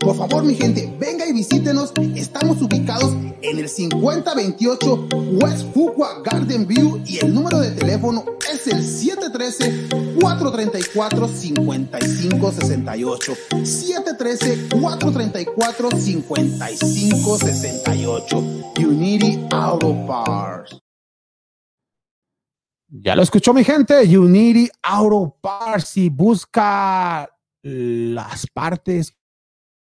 Speaker 8: Por favor, mi gente, venga y visítenos. Estamos ubicados en el 5028 West Fuqua Garden View y el número de teléfono es el 713-434-5568. 713-434-5568. Unity Auto Parts.
Speaker 1: Ya lo escuchó mi gente, Unity Auto Parts si busca las partes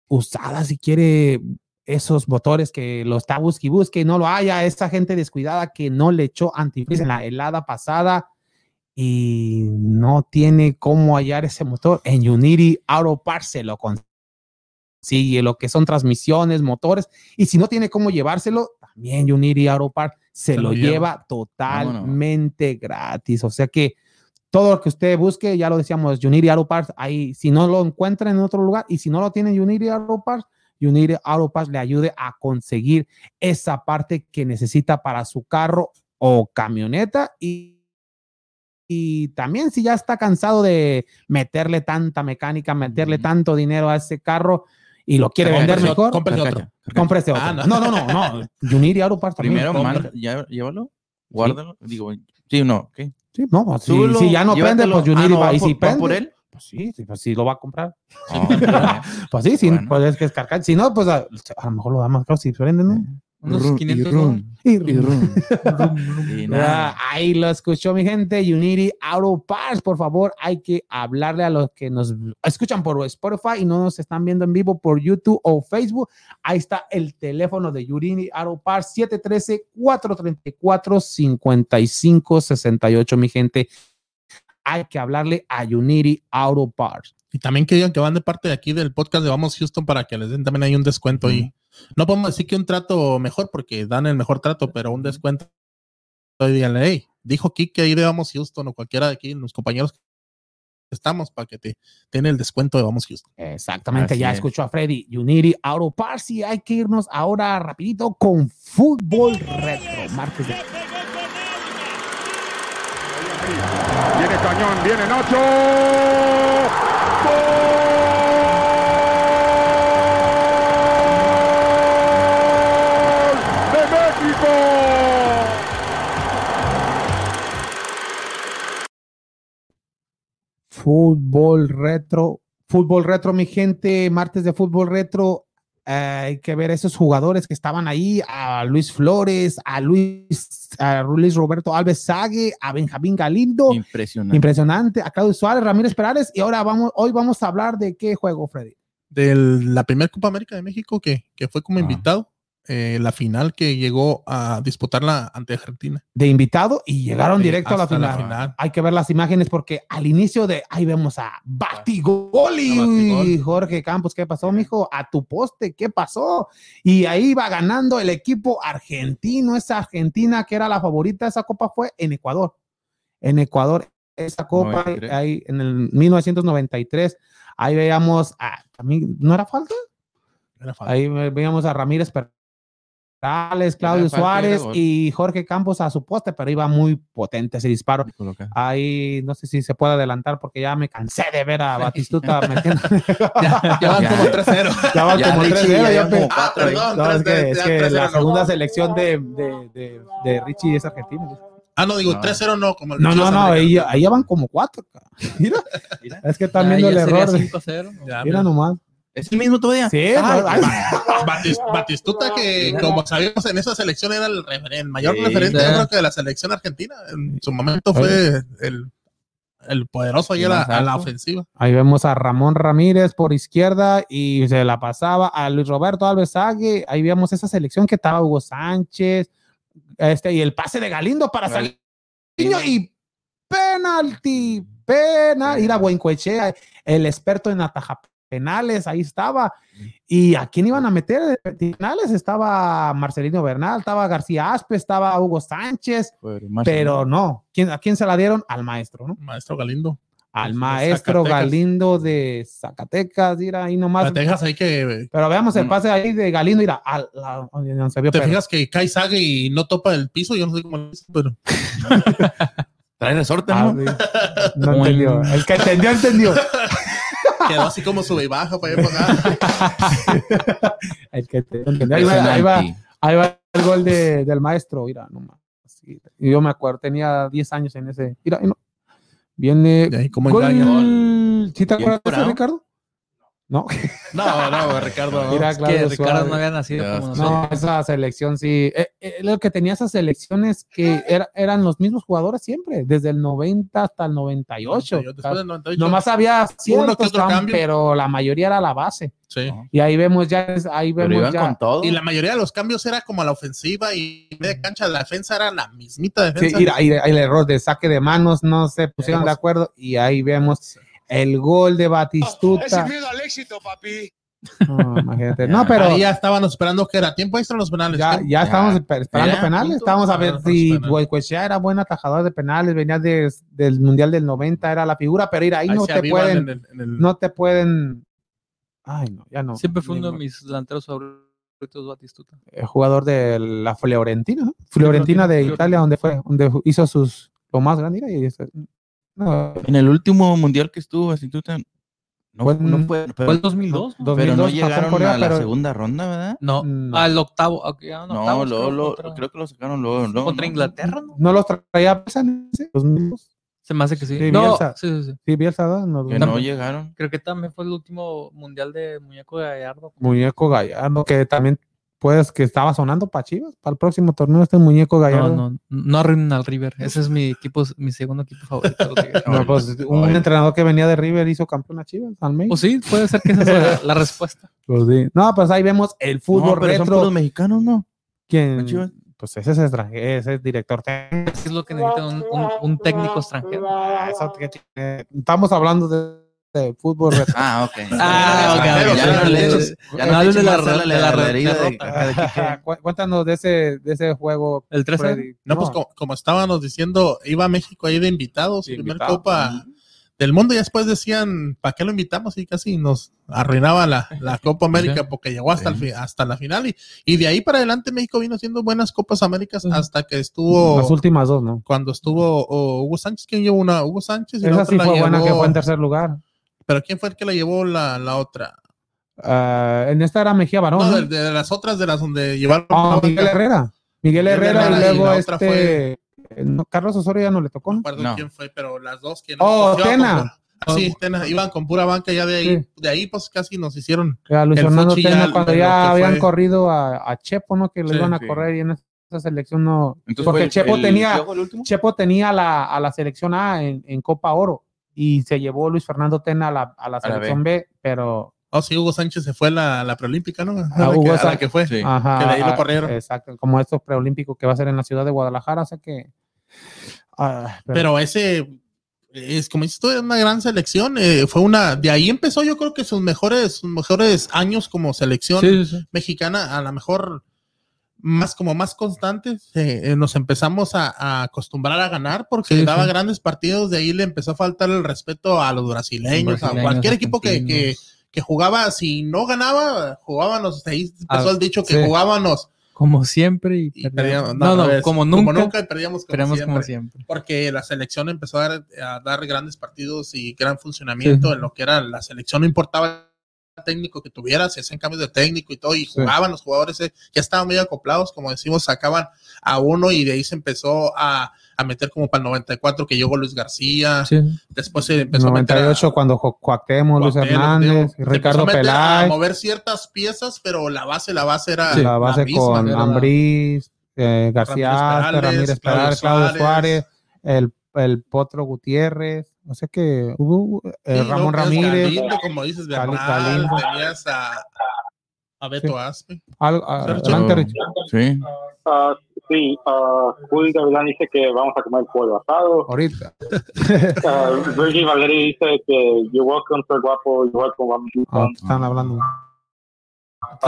Speaker 1: usadas si quiere esos motores que lo está busque y busque y no lo haya, esa gente descuidada que no le echó antifreeze en la helada pasada y no tiene cómo hallar ese motor en Unity Auto Parts se lo consigue lo que son transmisiones, motores y si no tiene cómo llevárselo, también Unity Auto Parts se, lo, lleva, totalmente gratis, o sea que todo lo que usted busque, ya lo decíamos, Unity Auto Parts, ahí, si no lo encuentra en otro lugar y si no lo tiene en Unity Auto Parts, Unity Auto Parts le ayude a conseguir esa parte que necesita para su carro o camioneta y y también si ya está cansado de meterle tanta mecánica, meterle
Speaker 3: Ujú.
Speaker 1: tanto dinero a ese carro y lo quiere vender
Speaker 4: Cómprese-
Speaker 1: mejor,
Speaker 4: Cómprese otro.
Speaker 3: Carcacha, carcacha.
Speaker 1: cómprese otro.
Speaker 4: Ah,
Speaker 1: no. no, no, no, Unity Auto Parts también.
Speaker 3: Primero,
Speaker 1: Compre-
Speaker 3: manda- ya- llévalo, guárdalo. Digo, sí, no, ok.
Speaker 1: Sí, no, pues, si-
Speaker 3: Súbelo,
Speaker 1: si ya no prende,
Speaker 3: llévatelo.
Speaker 1: pues Unity
Speaker 3: Ah, no,
Speaker 1: va,
Speaker 3: va
Speaker 1: y si
Speaker 3: por- va
Speaker 1: prende,
Speaker 3: por él.
Speaker 1: pues sí, sí, pues sí lo va a comprar.
Speaker 3: Ah, bueno.
Speaker 1: Pues sí, sí,
Speaker 3: Bueno.
Speaker 1: pues es que es carcacha. Si no, pues a, a lo mejor lo da más caro si prende, ¿no?
Speaker 2: Unos
Speaker 3: Rum, y
Speaker 2: 500
Speaker 3: rum,
Speaker 1: Y-
Speaker 3: y rum. Y
Speaker 1: Ah,
Speaker 3: nada.
Speaker 1: ahí lo escuchó mi gente, Unity Auto Parts, por favor, hay que hablarle a los que nos escuchan por Spotify y no nos están viendo en vivo por YouTube o Facebook. Ahí está el teléfono de Unity Auto Parts 713-434-5568, mi gente. Hay que hablarle a Unity Auto Parts.
Speaker 4: Y también que digan que van de parte de aquí del podcast de Vamos Houston para que les den también ahí un descuento ahí. No podemos decir que un trato mejor porque dan el mejor trato, pero un descuento. Y díganle, hey, dijo Kike ahí de Vamos Houston o cualquiera de aquí, los compañeros que estamos para que te tiene el descuento de Vamos Houston.
Speaker 1: Exactamente,
Speaker 3: Así
Speaker 1: ya
Speaker 3: es.
Speaker 1: escuchó a Freddy Unity Auto Parts y hay que irnos ahora rapidito con fútbol retro. Martes de
Speaker 7: Viene Cañón, viene Nacho. ¡Gol de México!
Speaker 1: Fútbol retro, fútbol retro, mi gente, martes de fútbol retro. eh, hay que ver a esos jugadores que estaban ahí, a Luis Flores, a Luis, a Luis Roberto Alves Sague, a Benjamín Galindo,
Speaker 3: Impresionante.
Speaker 1: impresionante, a Claudio Suárez, Ramírez Perales, y ahora vamos, hoy vamos a hablar de qué juego, Freddy.
Speaker 4: De la primera Copa América de México que, que fue como
Speaker 3: Ah.
Speaker 4: invitado, eh, la final que llegó a disputarla ante Argentina.
Speaker 1: De invitado y llegaron
Speaker 4: Sí,
Speaker 1: directo a la
Speaker 4: hasta
Speaker 1: final. Hay que ver las imágenes porque al inicio de ahí vemos a Batigoli,
Speaker 4: A Batigol.
Speaker 1: Jorge Campos, ¿qué pasó, mijo? A tu poste, ¿qué pasó? Y ahí va ganando el equipo argentino, esa Argentina que era la favorita de esa copa fue en Ecuador. En Ecuador, esa copa
Speaker 3: 93.
Speaker 1: ahí en el 1993, ahí veíamos a también no era falta,
Speaker 4: Era fácil.
Speaker 1: ahí veíamos a Ramírez Perales, Claudio
Speaker 3: falta, era
Speaker 1: Suárez
Speaker 3: gol.
Speaker 1: y Jorge Campos a su poste, pero iba muy potente ese disparo.
Speaker 3: Coloca.
Speaker 1: Ahí no sé si se puede adelantar porque ya me cansé de ver a Batistuta metiendo. Ah,
Speaker 4: Ya van
Speaker 3: Ya.
Speaker 4: como 3-0.
Speaker 1: ya van
Speaker 3: Ya,
Speaker 1: como
Speaker 3: de hecho,
Speaker 1: 3
Speaker 3: ya
Speaker 1: ya
Speaker 3: van como
Speaker 1: pe- Ah,
Speaker 3: cuatro,
Speaker 1: perdón,
Speaker 4: ya.
Speaker 1: no, es que, es
Speaker 4: Ya,
Speaker 1: que
Speaker 4: 3-0
Speaker 1: la
Speaker 4: no.
Speaker 1: segunda selección de, de, de, de Richie es argentina.
Speaker 4: Ah, no, digo
Speaker 3: No.
Speaker 4: 3-0 no, como el
Speaker 1: No, no, no, ahí,
Speaker 4: ella
Speaker 1: ahí ya van como 4. Mira,
Speaker 3: Mira.
Speaker 1: es que están
Speaker 2: Ah,
Speaker 1: viendo el error. De, mira nomás.
Speaker 3: ¿Es el mismo todavía?
Speaker 1: Sí,
Speaker 3: Ay,
Speaker 1: no, ay,
Speaker 4: Batistuta, que como sabíamos en esa selección era el, refer- el mayor
Speaker 3: Sí,
Speaker 4: referente,
Speaker 2: sí.
Speaker 4: yo creo que de la selección argentina. En su momento fue el, el poderoso ahí a la, a la ofensiva.
Speaker 1: Ahí vemos a Ramón Ramírez por izquierda y se la pasaba a Luis Roberto Alves Sague. Ahí vemos esa selección que estaba Hugo Sánchez. Este, y el pase de Galindo para salir. y penalti, pena. Ir a Buencoechea, el experto en atajar penales, ahí estaba. ¿Y a quién iban a meter de penales? Estaba Marcelino Bernal, estaba García Aspe, estaba Hugo Sánchez, pero no. ¿Quién, ¿A quién se la dieron? Al maestro, ¿no?
Speaker 4: Maestro Galindo.
Speaker 1: Al
Speaker 4: De
Speaker 1: maestro
Speaker 4: Zacatecas.
Speaker 1: Galindo de Zacatecas, mira, ahí nomás.
Speaker 4: Pero te fijas ahí que.
Speaker 1: Pero veamos el pase ahí de Galindo, mira, al, la- no se vio,
Speaker 4: Mm. Te
Speaker 1: pero-
Speaker 4: fijas que cae Sague y no topa el piso. Yo no sé cómo lo hizo, pero. Trae resorte,
Speaker 1: Ah,
Speaker 4: ¿no?
Speaker 1: sí. No entendió. El que entendió, entendió.
Speaker 4: Quedó así como sube y baja para ir para acá.
Speaker 1: El que entendió, entendió. Ahí va, ahí va, ahí va el gol de- del maestro, mira, nomás. Sí. Y Yo me acuerdo, tenía 10 años en ese. Mira, ahí no. Viene.
Speaker 4: Y ahí como engaña.
Speaker 1: Gol. ¿Sí te acuerdas de eso,
Speaker 3: Brown.
Speaker 1: Ricardo? No,
Speaker 4: No, no, Ricardo. no.
Speaker 1: mira,
Speaker 2: que
Speaker 1: claro.
Speaker 2: Ricardo
Speaker 1: Suárez.
Speaker 2: no había nacido
Speaker 3: Ya,
Speaker 2: como nosotros.
Speaker 1: No, esa selección sí. Eh, eh, lo que tenía esas selecciones que era- eran los mismos jugadores siempre, desde el 90 hasta el 98.
Speaker 4: Después del 98.
Speaker 1: Nomás había
Speaker 4: Uno que
Speaker 1: ciertos,
Speaker 4: otro
Speaker 1: cam-
Speaker 4: cambio.
Speaker 1: pero la mayoría era la base.
Speaker 4: Sí.
Speaker 1: Y ahí vemos ya, ahí
Speaker 3: Pero
Speaker 1: vemos
Speaker 3: iban
Speaker 1: ya.
Speaker 3: con todo.
Speaker 4: Y la mayoría de los cambios era como la ofensiva y media cancha, la defensa era la mismita
Speaker 1: Sí,
Speaker 4: defensa.
Speaker 1: mira, ahí- ahí el error de saque de manos, no se pusieron de acuerdo. Y ahí vemos el gol de
Speaker 7: Ese
Speaker 1: Batistuta.
Speaker 5: Ah,
Speaker 7: miedo al éxito, papi.
Speaker 1: No, imagínate. No, pero
Speaker 4: Ahí ya pues, estaban esperando que era tiempo extra los penales.
Speaker 1: ya,
Speaker 4: tiempo-
Speaker 1: ya estábamos esper- esperando
Speaker 3: Ya,
Speaker 1: penales.
Speaker 3: punto.
Speaker 1: Estábamos a ver
Speaker 4: Esperando
Speaker 1: si
Speaker 4: penales.
Speaker 1: Güey- Cuechea era buen atajador de penales, venía de- del Mundial del 90, era la figura, pero mira, ahí,
Speaker 4: Ahí
Speaker 1: no
Speaker 4: se
Speaker 1: te
Speaker 4: avivan
Speaker 1: pueden,
Speaker 4: en el- en el-
Speaker 1: no te pueden. Ay, no, ya no.
Speaker 2: Siempre fue uno de
Speaker 1: Ningún-
Speaker 2: mis delanteros favoritos, Batistuta.
Speaker 1: eh, jugador de la Fiorentina, ¿no? Fiorentina de
Speaker 2: Fiorentina.
Speaker 1: Italia, donde fue, donde hizo sus lo más grande. mira, y eso- no,
Speaker 3: En el último mundial que estuvo, así tú tan- No,
Speaker 1: Fue-
Speaker 3: no fue,
Speaker 2: ¿Fue el
Speaker 3: pero,
Speaker 2: 2002?
Speaker 1: no,
Speaker 3: pero
Speaker 1: 2002
Speaker 3: no
Speaker 1: pasó
Speaker 3: llegaron
Speaker 1: Corea,
Speaker 3: a la
Speaker 1: pero-
Speaker 3: segunda ronda, ¿verdad?
Speaker 2: No, ah,
Speaker 1: No.
Speaker 2: al octavo. ok, ya en
Speaker 3: No,
Speaker 2: octavos,
Speaker 3: luego,
Speaker 2: creo,
Speaker 3: lo-
Speaker 2: contra-
Speaker 3: creo que lo sacaron luego. luego,
Speaker 2: contra
Speaker 3: ¿no?
Speaker 2: Inglaterra, ¿no?
Speaker 1: no los traía Bielsa en ese 2002.
Speaker 2: Se me hace que sí.
Speaker 1: Sí,
Speaker 2: no,
Speaker 1: Bielsa.
Speaker 2: sí, sí, sí.
Speaker 1: Sí, Bielsa, ¿no? No,
Speaker 3: Que no llegaron.
Speaker 2: Creo que también fue el último mundial de Muñeco Gallardo.
Speaker 1: Muñeco Gallardo, que también puedes que estaba sonando para Chivas, para el próximo torneo este muñeco Gallardo. No,
Speaker 2: No, no, no arruinen al River. Ese es mi equipo, mi segundo equipo favorito. los Tigres.
Speaker 1: pues un
Speaker 3: Ay.
Speaker 1: entrenador que venía de River hizo campeón a Chivas, Almeida.
Speaker 2: Pues sí, puede ser que esa sea la, la respuesta.
Speaker 1: Pues sí. No, pues ahí vemos el fútbol
Speaker 3: no, pero son
Speaker 1: retro.
Speaker 3: puros mexicanos, ¿no?
Speaker 1: quien-
Speaker 3: Chivas.
Speaker 1: pues ese es extranjero, ese es director técnico.
Speaker 2: Es lo que necesita un, un- un técnico extranjero.
Speaker 1: Ah, eso que tiene- Estamos hablando de, de fútbol retro.
Speaker 3: Ah, ok.
Speaker 2: Ah, ok,
Speaker 3: Ya
Speaker 2: ok,
Speaker 3: no
Speaker 2: ok.
Speaker 3: le eches- ya no le eches
Speaker 2: de la
Speaker 3: más sal
Speaker 2: re-
Speaker 3: a
Speaker 2: de la
Speaker 3: la herida de-
Speaker 2: derrota.
Speaker 3: ajá, de Quique.
Speaker 1: Cu- Cuéntanos de ese, de ese juego.
Speaker 2: El 13.
Speaker 1: Freddy.
Speaker 4: No, pues como, como estábamos diciendo, iba a México ahí de invitados,
Speaker 1: De
Speaker 4: primer
Speaker 1: invitado.
Speaker 4: Copa del Mundo, y después decían, ¿para qué lo invitamos? Y casi nos arruinaba la, la Copa América porque llegó hasta, el fi- hasta la final. Y, y de ahí para adelante México vino haciendo buenas Copas Américas
Speaker 2: Ujú.
Speaker 4: hasta que estuvo,
Speaker 1: las últimas dos, ¿no?
Speaker 4: cuando estuvo oh, Hugo Sánchez, ¿quién llevó una? Hugo Sánchez y la
Speaker 1: Esa
Speaker 4: otra
Speaker 1: sí
Speaker 4: la
Speaker 1: fue buena que
Speaker 4: llevó-
Speaker 1: fue en tercer lugar.
Speaker 4: Pero ¿quién fue el que la llevó la, la otra?
Speaker 1: Ah, en esta era Mejía Barón.
Speaker 4: No,
Speaker 1: ¿no?
Speaker 4: de, de las otras, de las donde llevaron.
Speaker 1: Ah,
Speaker 4: la
Speaker 1: Miguel
Speaker 4: banca.
Speaker 1: Herrera. Miguel Herrera
Speaker 4: Herrera
Speaker 1: y
Speaker 4: y
Speaker 1: luego
Speaker 4: la
Speaker 1: este.
Speaker 4: otra fue-
Speaker 1: eh, no, Carlos Osorio ya no le tocó.
Speaker 4: No
Speaker 1: ¿no?
Speaker 4: recuerdo
Speaker 3: No.
Speaker 4: quién fue, pero las dos que
Speaker 1: Oh,
Speaker 4: pues, iban
Speaker 1: Tena.
Speaker 4: con pura- ah, sí, Tena, iban con pura banca ya de ahí,
Speaker 1: Sí.
Speaker 4: de ahí pues casi nos hicieron.
Speaker 1: Ya, Luis
Speaker 4: El
Speaker 1: Fernando
Speaker 4: Fuchi ya
Speaker 1: Tena,
Speaker 4: lo-
Speaker 1: cuando
Speaker 4: lo
Speaker 1: ya
Speaker 4: que
Speaker 1: habían
Speaker 4: fue.
Speaker 1: corrido a, a Chepo, ¿no? Que le
Speaker 4: Sí,
Speaker 1: iban a
Speaker 3: sí.
Speaker 1: correr y en esa selección no.
Speaker 3: Entonces
Speaker 1: porque
Speaker 3: fue el-
Speaker 1: Chepo
Speaker 3: el-
Speaker 1: tenía,
Speaker 3: ¿Fue el último?
Speaker 1: Chepo tenía la, a la selección A en, en Copa Oro y se llevó Luis Fernando Tena a la, a la
Speaker 3: la
Speaker 1: selección B. pero.
Speaker 4: Oh, sí, Hugo Sánchez se fue a la, la preolímpica, ¿no? A
Speaker 1: Ah,
Speaker 4: la,
Speaker 1: Hugo
Speaker 4: que, a la
Speaker 1: Sánchez.
Speaker 4: que fue.
Speaker 3: Sí.
Speaker 1: Ajá,
Speaker 4: que de ahí lo
Speaker 1: ah,
Speaker 4: corrieron.
Speaker 1: Exacto, como estos preolímpicos que va a ser en la ciudad de Guadalajara, o sea que. ah, pero-
Speaker 4: Pero ese es como dices tú, es una gran selección. eh, fue una, de ahí empezó yo creo que sus mejores, sus mejores años como selección
Speaker 2: Sí, sí, sí.
Speaker 4: mexicana, a lo mejor más como más constantes, eh, eh, nos empezamos a, a acostumbrar a ganar porque
Speaker 2: Sí,
Speaker 4: daba
Speaker 2: sí.
Speaker 4: grandes partidos, de ahí le empezó a faltar el respeto a los brasileños, a
Speaker 2: Brasileños,
Speaker 4: cualquier equipo que, que,
Speaker 2: argentinos.
Speaker 4: que jugaba, si no ganaba, jugábamos, ahí empezó
Speaker 2: Ah,
Speaker 4: el dicho que
Speaker 1: sí.
Speaker 4: jugábamos
Speaker 2: Como siempre. Y
Speaker 4: y
Speaker 2: perdíamos.
Speaker 4: perdíamos.
Speaker 2: No,
Speaker 4: al
Speaker 2: no,
Speaker 4: revés,
Speaker 2: como nunca.
Speaker 4: y perdíamos como
Speaker 2: Esperamos
Speaker 4: siempre,
Speaker 2: como siempre.
Speaker 4: porque la selección empezó a dar, a dar grandes partidos y gran funcionamiento
Speaker 2: Sí.
Speaker 4: en lo que era la selección, no importaba el técnico que tuviera, se hacían cambios de técnico y todo, y jugaban los jugadores, eh, ya estaban medio acoplados, como decimos, sacaban a uno y de ahí se empezó a, a meter como para el 94 que llegó Luis García,
Speaker 2: Sí.
Speaker 4: después se empezó a meter
Speaker 1: 98
Speaker 4: a-
Speaker 1: cuando Jo- Cuauhtémoc, Luis
Speaker 4: Cuauhtémoc,
Speaker 1: Hernández,
Speaker 4: digo, se
Speaker 1: Ricardo
Speaker 4: empezó a meter a
Speaker 1: Peláez,
Speaker 4: mover ciertas piezas, pero la base, la base era
Speaker 1: la base
Speaker 4: misma.
Speaker 1: con
Speaker 2: era-
Speaker 1: Ambriz, eh, García, Aspe, Ramírez
Speaker 4: Perales,
Speaker 1: Perales, Claudio
Speaker 4: Claudio
Speaker 1: Suárez, el, el Potro Gutiérrez, o sea que hubo eh,
Speaker 4: Sí,
Speaker 1: Ramón
Speaker 4: luego tenías
Speaker 1: Ramírez,
Speaker 4: Galindo, como dices,
Speaker 1: Gali-
Speaker 4: Bernal,
Speaker 1: Galindo.
Speaker 4: tenías a, a Beto Aspe.
Speaker 1: al- a-
Speaker 4: Sergio.
Speaker 1: adelante, Rich.
Speaker 3: Sí.
Speaker 5: Ah, Sí, ah, Julio Gavilán dice que vamos a comer pollo asado.
Speaker 1: Ahorita.
Speaker 5: Ah, Virgil Valeri dice que you're welcome, soy guapo, you're welcome, vamos
Speaker 1: Ah,
Speaker 5: Houston.
Speaker 1: están hablando.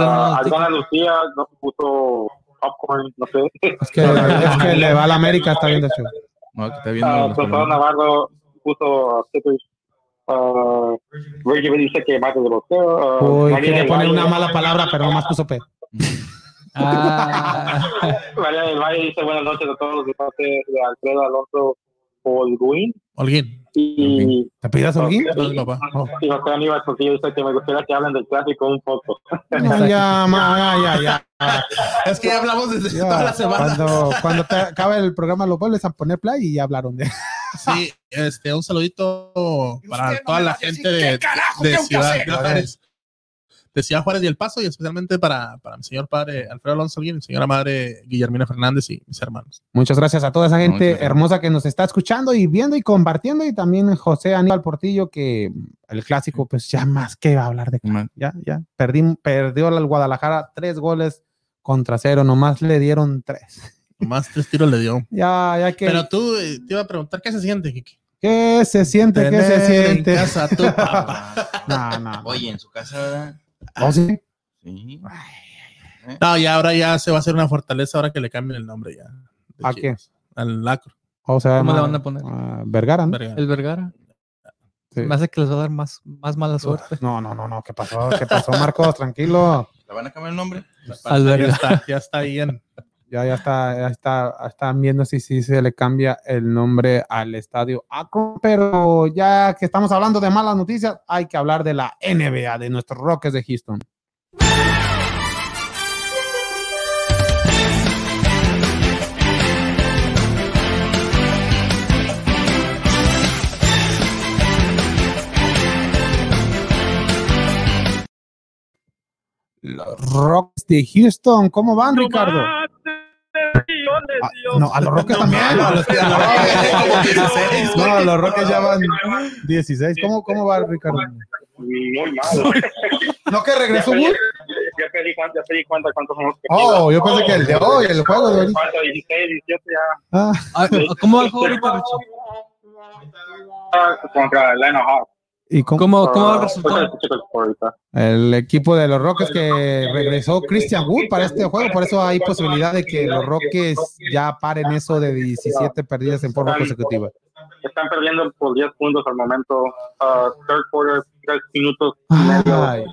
Speaker 5: Ah, Aldana Lucía no se puso popcorn, no sé.
Speaker 1: Es que, es que le va a la América, está viendo el show.
Speaker 3: No, que está viendo.
Speaker 5: Ah,
Speaker 3: los
Speaker 5: Consuelo
Speaker 3: colores.
Speaker 5: Navarro puso stickers. Ah, Virgil dice que mate de boxeo. Ah,
Speaker 1: Uy,
Speaker 5: María
Speaker 1: quería
Speaker 5: del
Speaker 1: poner
Speaker 5: Valle-
Speaker 1: una mala palabra, pero nomás puso P.
Speaker 2: Ah,
Speaker 5: María del Valle dice buenas noches a todos de parte de Alfredo Alonso Holguín.
Speaker 4: Holguín.
Speaker 5: Y,
Speaker 1: ¿Te pidas alguien?
Speaker 4: Saludos, papá.
Speaker 1: Oh.
Speaker 5: y José Aníbal Sotillo dice que me gustaría que hablen del clásico un poco.
Speaker 1: No, ya, ma, ya, ya, ya.
Speaker 4: Es que ya hablamos desde
Speaker 1: Ya,
Speaker 4: toda la semana.
Speaker 1: Cuando, cuando te acabe el programa, los vuelves a poner play y ya hablaron de
Speaker 4: Sí, este, un saludito para
Speaker 7: Usted no
Speaker 4: toda
Speaker 7: me
Speaker 4: la
Speaker 7: va a decir
Speaker 4: gente
Speaker 7: qué
Speaker 4: de,
Speaker 7: carajo
Speaker 4: de
Speaker 7: tengo que
Speaker 4: Ciudad
Speaker 7: hacer.
Speaker 4: Juárez. De Ciudad Juárez y El Paso, y especialmente para, para mi señor padre Alfredo Alonso Alguín, mi señora madre Guillermina Fernández y mis hermanos.
Speaker 1: Muchas gracias a toda esa gente
Speaker 3: Muchas gracias.
Speaker 1: hermosa que nos está escuchando y viendo y compartiendo y también José Aníbal Portillo que el clásico pues ya más que va a hablar de
Speaker 3: Ma-
Speaker 1: ya ya perdí perdió al Guadalajara tres goles contra cero nomás le dieron tres
Speaker 4: Nomás tres tiros le dio.
Speaker 1: ya ya que
Speaker 4: Pero tú eh, te iba a preguntar qué se siente, Kiki.
Speaker 1: qué se siente qué se
Speaker 4: Tener en
Speaker 1: siente
Speaker 4: casa a tu papá.
Speaker 1: no no
Speaker 3: Oye, en su casa, ¿verdad?
Speaker 1: ¿Oh, sí?
Speaker 3: Sí.
Speaker 4: No, y ahora ya se va a hacer una fortaleza ahora que le cambien el nombre ya. De
Speaker 1: ¿A
Speaker 4: Chivas. Al Lacro.
Speaker 1: O sea,
Speaker 2: ¿Cómo le
Speaker 1: ma-
Speaker 2: van a poner?
Speaker 1: ah, Vergara ¿no?
Speaker 4: verga.
Speaker 2: el Vergara.
Speaker 1: Sí.
Speaker 2: Me hace que les va a dar más, más mala suerte.
Speaker 1: no no no no qué pasó qué pasó Marcos tranquilo
Speaker 3: ¿La van a cambiar el nombre?
Speaker 2: Al
Speaker 4: Ya
Speaker 2: Vergara.
Speaker 4: está, ya está ahí en.
Speaker 1: Ya, ya está, ya está, están viendo si, si se le cambia el nombre al estadio Akron, pero ya que estamos hablando de malas noticias, hay que hablar de la NBA, de nuestros Rockets de Houston. Los Rockets de Houston, ¿cómo van, Ricardo? Ah, no, a los Rockets también.
Speaker 4: No, a los- a los Rockets, como 16,
Speaker 1: No, a los Rockets ya van 16. ¿Cómo, cómo va, Ricardo?
Speaker 5: Muy malo.
Speaker 1: ¿No que
Speaker 5: Ya
Speaker 1: regresó
Speaker 5: pedí-
Speaker 1: Wood?
Speaker 5: ya pedí cuenta, ya pedí cuenta cuántos son los que
Speaker 1: Oh, yo pensé que el de hoy, el juego de hoy.
Speaker 5: Falta 16, 17 ya.
Speaker 1: Ah,
Speaker 2: Ah, ¿Cómo va el juego ahorita, Richie?
Speaker 5: Ah, Contra Atlanta Hawks.
Speaker 1: ¿Y cómo?
Speaker 2: ¿Cómo, cómo va el
Speaker 5: Ah,
Speaker 2: resultado?
Speaker 5: ahorita checo el score ahorita.
Speaker 1: El equipo de los Rockets que regresó Christian Wood para este juego, por eso hay posibilidad de que los Rockets ya paren eso de 17 perdidas en forma consecutiva.
Speaker 5: Están perdiendo por 10 puntos al momento. Ah, third quarter, 3 minutos,
Speaker 1: Ay,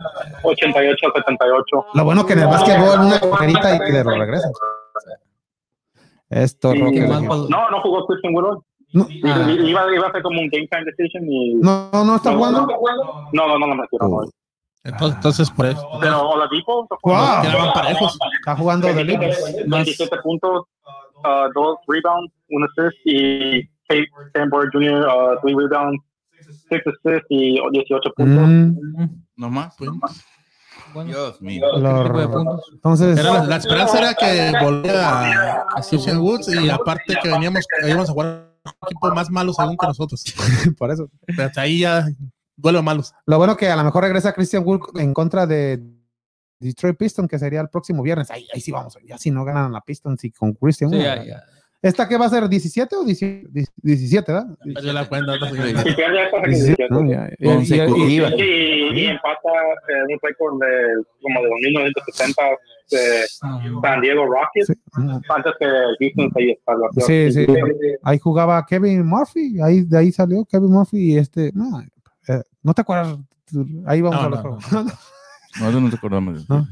Speaker 5: 88 a 78.
Speaker 1: lo bueno que en el básquetbol una correrita y que lo regresan. Esto,
Speaker 5: Y-
Speaker 1: Rockets. de
Speaker 2: mal
Speaker 1: Houston.
Speaker 2: pal-
Speaker 5: no, no jugó Christian Wood. hoy.
Speaker 1: No,
Speaker 5: I- i- Iba, iba a ser como un game time decision y.
Speaker 1: no, no, no está jugando.
Speaker 5: No, no, no lo metieron hoy.
Speaker 4: Entonces, entonces por eso.
Speaker 5: Pero Oladipo
Speaker 1: Wow.
Speaker 4: Quedaban parejos.
Speaker 1: Está jugando de libres.
Speaker 5: 27 puntos, 2 rebounds, 1 assist y Kate Stanford Jr., 3 rebounds, 6 assists y 18 puntos.
Speaker 1: Mm,
Speaker 3: ¿No más?
Speaker 2: Bueno,
Speaker 3: Dios mío.
Speaker 2: ¿qué tipo de
Speaker 1: los-
Speaker 2: puntos?
Speaker 1: entonces,
Speaker 4: Era la, la esperanza era que volviera a Christian Woods y aparte que veníamos, que íbamos a jugar un equipo más malo según que nosotros.
Speaker 1: por eso.
Speaker 4: Pero hasta ahí ya duelo malos.
Speaker 1: Lo bueno que a lo mejor regresa Christian Wood en contra de Detroit Pistons, que sería el próximo viernes. Ahí, ahí sí vamos. Ya si no ganan la Pistons y con Christian
Speaker 2: Sí,
Speaker 1: Wood.
Speaker 2: ya, ya.
Speaker 1: ¿Esta qué va a ser? ¿17 o 17? 17, ¿verdad?
Speaker 4: Perdió la cuenta. no sé.
Speaker 1: Mm.
Speaker 5: Y pierde esta
Speaker 1: 17, ¿no? Ya,
Speaker 3: Eh,
Speaker 1: ya, ya, ya,
Speaker 3: Consecutiva.
Speaker 1: ya.
Speaker 5: Y, y empata eh, un récord de como de 1970 de
Speaker 2: No.
Speaker 5: eh, San Diego Rockets
Speaker 1: Sí, ah.
Speaker 5: antes que Houston se haya salvado.
Speaker 1: Sí, sí. Ahí jugaba Kevin Murphy, ahí de ahí salió Kevin Murphy y este, no, eh, ¿no te acuerdas, ahí vamos
Speaker 4: No,
Speaker 1: a los
Speaker 4: no,
Speaker 1: juegos.
Speaker 3: Nosotros nos acordamos.
Speaker 1: No.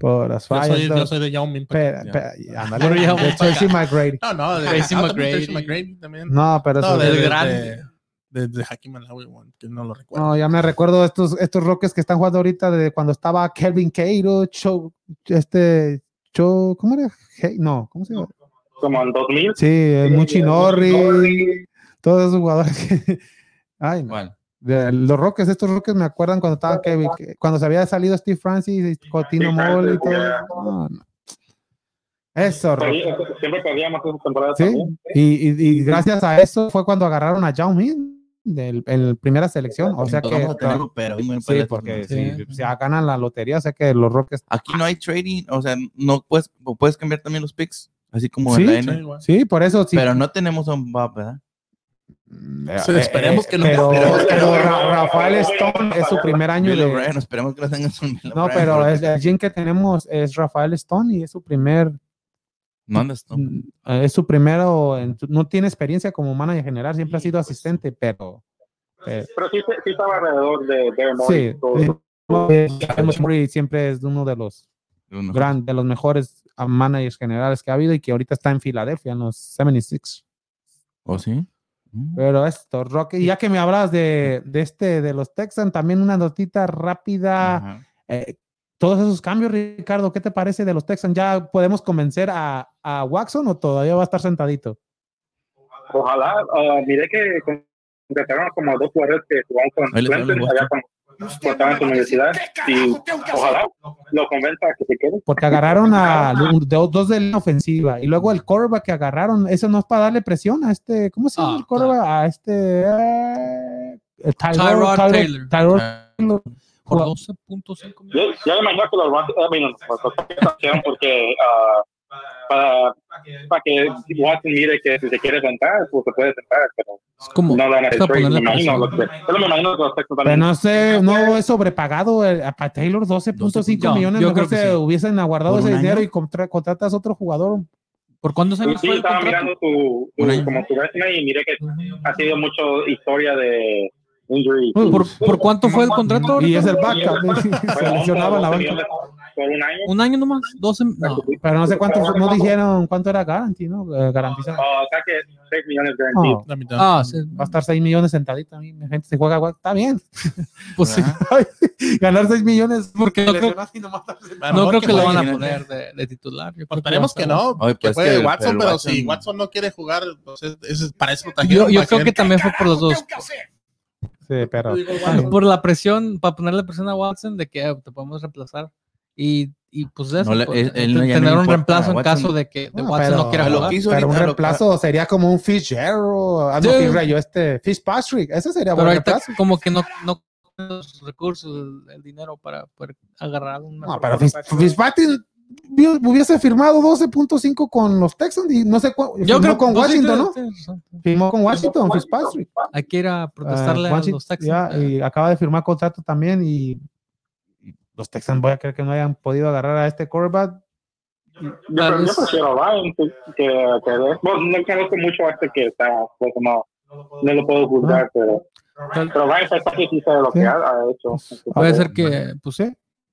Speaker 1: Por las
Speaker 4: Yo
Speaker 1: fallas.
Speaker 4: soy,
Speaker 1: no.
Speaker 4: yo soy de Yao Ming.
Speaker 1: Pe- pe-
Speaker 3: ya.
Speaker 2: Pero
Speaker 1: ándale,
Speaker 2: ya
Speaker 1: de
Speaker 2: vamos
Speaker 1: Tracy McGrady.
Speaker 4: No, no, de
Speaker 2: Tracy
Speaker 4: ah, también
Speaker 2: McGrady.
Speaker 4: Tracy McGrady también.
Speaker 1: No, pero
Speaker 4: No,
Speaker 1: eso-
Speaker 4: de,
Speaker 2: del
Speaker 4: de,
Speaker 2: gran.
Speaker 4: de, de, de Hakim Alawi, bueno, que no lo recuerdo.
Speaker 1: No, ya me recuerdo estos, estos Rockets que están jugando ahorita de cuando estaba Kelvin Cairo, Cho, este, Cho, ¿cómo era? Hey, no, ¿cómo se llama?
Speaker 5: Como en 2000.
Speaker 1: Sí, eh, Muchi Norris, todos esos jugadores que... Ay, no.
Speaker 3: ¿Cuál?
Speaker 1: De los Rockets, estos Rockets me acuerdan cuando estaba Kevin, que- cuando se había salido Steve Francis, y Cotino
Speaker 5: Steve
Speaker 1: Moll y
Speaker 5: Francis,
Speaker 1: todo.
Speaker 5: yeah.
Speaker 1: No, no. Eso, Rockets.
Speaker 5: Perdí- Siempre perdíamos esas temporadas
Speaker 1: ¿eh? Sí,
Speaker 5: también.
Speaker 1: y, y- y gracias a eso fue cuando agarraron a Yao Min del- en la primera selección. O sea que
Speaker 3: Vamos a tener un pero bien para
Speaker 1: Sí,
Speaker 3: la-
Speaker 1: porque
Speaker 2: Sí.
Speaker 1: si se ganan la lotería, o sea que los Rockets.
Speaker 3: Aquí no hay trading, o sea, no puedes, o puedes cambiar también los picks. así como
Speaker 1: Sí,
Speaker 3: en la
Speaker 4: Sí,
Speaker 3: N.
Speaker 4: güey.
Speaker 1: Sí, por eso sí. Eh,
Speaker 3: Pero no tenemos a Mbappé, ¿verdad?
Speaker 4: Sí, esperemos que no.
Speaker 1: Pero,
Speaker 4: Esperemos que
Speaker 1: pero
Speaker 4: no.
Speaker 1: Ra- Rafael Stone es su primer año
Speaker 3: Bill
Speaker 1: de.
Speaker 3: O'Brien, esperemos que lo tengan son Bill
Speaker 1: No,
Speaker 3: O'Brien,
Speaker 1: pero
Speaker 3: porque-
Speaker 1: es- el gym que tenemos es Rafael Stone y es su primer.
Speaker 3: No andas tú.
Speaker 1: mm, eh, Es su primero. en- No tiene experiencia como manager general, siempre ha sido
Speaker 4: pues.
Speaker 1: asistente, pero. eh,
Speaker 5: Pero sí, sí estaba alrededor de Darren
Speaker 1: sí.
Speaker 5: Morris. so-
Speaker 1: eh, eh, Murray siempre es uno de los
Speaker 3: Uno.
Speaker 1: gran, de los mejores ah, managers generales que ha habido y que ahorita está en Filadelfia, en los 76.
Speaker 3: ¿O sí? Mm.
Speaker 1: Pero esto, Rocky, y ya que me hablas de, de este, de los Texans, también una notita rápida.
Speaker 3: Ajá.
Speaker 1: Eh, todos esos cambios, Ricardo, ¿qué te parece de los Texans? ¿Ya podemos convencer a, a Watson o todavía va a estar sentadito?
Speaker 5: Ojalá, ah, miré que contrataron como dos jugadores que jugaron con
Speaker 3: Ahí les hablo,
Speaker 5: Clemson
Speaker 3: Boston.
Speaker 5: allá con-
Speaker 7: Usted
Speaker 5: Estaba en tu
Speaker 7: me va a decir
Speaker 5: universidad
Speaker 7: qué
Speaker 5: y
Speaker 7: carajo tengo que hacer.
Speaker 5: ojalá lo convenza a que se quede.
Speaker 1: Porque agarraron a un- do- dos de la ofensiva y luego el corva que agarraron, eso no es para darle presión a este, ¿cómo se llama
Speaker 2: Ah,
Speaker 1: el corva? A este... eh, eh,
Speaker 2: Tyrod
Speaker 1: Tyrod-
Speaker 2: Taylor.
Speaker 1: Tyrod Taylor.
Speaker 2: Por
Speaker 1: Jugó-
Speaker 2: 12.5
Speaker 5: Yo,
Speaker 2: millones.
Speaker 5: yo me imagino que lo aguante- I mean, lo- lo sacaron pues, porque ah, para, para que Watson mire que si se quiere sentar, pues se puede sentar, pero
Speaker 2: Es como,
Speaker 5: no le van
Speaker 2: es
Speaker 5: a hacer
Speaker 2: para
Speaker 5: trade, me
Speaker 2: ponerle
Speaker 5: imagino. Lo
Speaker 2: presión.
Speaker 5: que, yo me imagino que los Texans van a-
Speaker 1: Pero no sé, no es sobrepagado el- a para Taylor 12.5
Speaker 2: No,
Speaker 1: millones.
Speaker 2: yo
Speaker 1: mejor
Speaker 2: creo que
Speaker 1: se
Speaker 2: sí.
Speaker 1: hubiesen aguardado
Speaker 3: ¿Por
Speaker 1: ese
Speaker 3: un
Speaker 1: dinero
Speaker 3: año?
Speaker 1: y contra- contratas otro jugador.
Speaker 2: ¿Por cuántos
Speaker 5: Sí,
Speaker 2: años fue el
Speaker 5: estaba
Speaker 2: contrato?
Speaker 5: mirando tu, tu-
Speaker 3: Un año.
Speaker 5: como tu resume y miré que ha sido mucho historia de injury.
Speaker 1: Uy,
Speaker 2: ¿Por, por cuánto fue el contrato?
Speaker 1: Y es el
Speaker 5: backup,
Speaker 1: backup.
Speaker 5: Fueron
Speaker 1: Se lesionaba la banca.
Speaker 5: millones Por un año.
Speaker 2: ¿Un año nomás? 12, no.
Speaker 1: Pero no sé cuánto, no dijeron cuánto era Garanti, ¿no? Eh, garantizado.
Speaker 5: Ah, o sea que 6 millones garantidos.
Speaker 1: No,
Speaker 4: La mitad.
Speaker 2: Ah, sí.
Speaker 1: va a estar 6 millones sentadito. A mí, mi gente se juega, guac- está bien.
Speaker 2: Pues sí.
Speaker 3: Ajá.
Speaker 1: Ganar 6 millones.
Speaker 2: Porque no creo,
Speaker 1: lesionado y nomás estar sentado.
Speaker 4: Bueno,
Speaker 2: no
Speaker 4: mejor
Speaker 2: creo que lo van a
Speaker 3: juegue.
Speaker 2: poner de, de titular. Yo creo
Speaker 4: Pues Esperemos
Speaker 2: va a
Speaker 4: que
Speaker 2: estar-
Speaker 4: no.
Speaker 3: Ay,
Speaker 4: Que
Speaker 3: pues
Speaker 4: juegue
Speaker 3: es que-
Speaker 4: Watson, pero,
Speaker 3: pero
Speaker 4: si
Speaker 3: Watson-
Speaker 4: Watson no quiere jugar, entonces ese es- para eso lo
Speaker 2: Yo,
Speaker 4: trajeron,
Speaker 2: yo
Speaker 4: para
Speaker 2: creo que
Speaker 4: él-
Speaker 2: también fue por los dos.
Speaker 1: Sí, pero.
Speaker 4: Digo, Watson,
Speaker 2: Por la presión, para ponerle presión a Watson de que ah, te podemos reemplazar. Y, y pues eso,
Speaker 3: No le-
Speaker 2: pues,
Speaker 3: él- él no- ya no
Speaker 2: tener
Speaker 3: le
Speaker 2: un
Speaker 3: importa a
Speaker 2: reemplazo en
Speaker 3: Watson.
Speaker 2: caso de que de
Speaker 1: No,
Speaker 2: Watson
Speaker 1: pero-
Speaker 2: no quiera
Speaker 1: a lo
Speaker 2: jugar.
Speaker 3: que hizo
Speaker 1: Pero un
Speaker 3: ahorita, lo-
Speaker 1: reemplazo sería como un Fitzgerald, ah, no,
Speaker 2: Sí.
Speaker 1: Fitzgerald, yo este Fitzpatrick, ese sería
Speaker 2: Pero
Speaker 1: buen
Speaker 2: ahorita
Speaker 1: reemplazo.
Speaker 2: como que no, no los recursos, el, el dinero para poder agarrar un
Speaker 1: No,
Speaker 2: mejor
Speaker 1: pero Fitz-
Speaker 2: quarterback.
Speaker 1: Fitzpatrick vi- hubiese firmado 12.5 con los Texans y no sé cuánto. Firmó con
Speaker 2: pues, sí,
Speaker 1: Washington, ¿no?
Speaker 2: tienes- tienes razón.
Speaker 1: Firmó con Washington, Fitzpatrick.
Speaker 2: Hay que ir a protestarle
Speaker 1: Ah,
Speaker 2: a
Speaker 1: Washington,
Speaker 2: los Texans.
Speaker 1: ya, y acaba de firmar contrato también y los Texans voy a creer que no hayan podido agarrar a este quarterback.
Speaker 5: Yo,
Speaker 2: Tal
Speaker 5: pre- yo
Speaker 2: vez.
Speaker 5: prefiero a Ryan que, que, que bueno, no conozco mucho a este que está, pues, no, no lo puedo
Speaker 1: Ah.
Speaker 5: juzgar, pero,
Speaker 2: Tal-
Speaker 5: pero Ryan parece que sí sabe lo que ha, ha hecho.
Speaker 1: Pues,
Speaker 2: Puede ser que pues,
Speaker 1: Sí.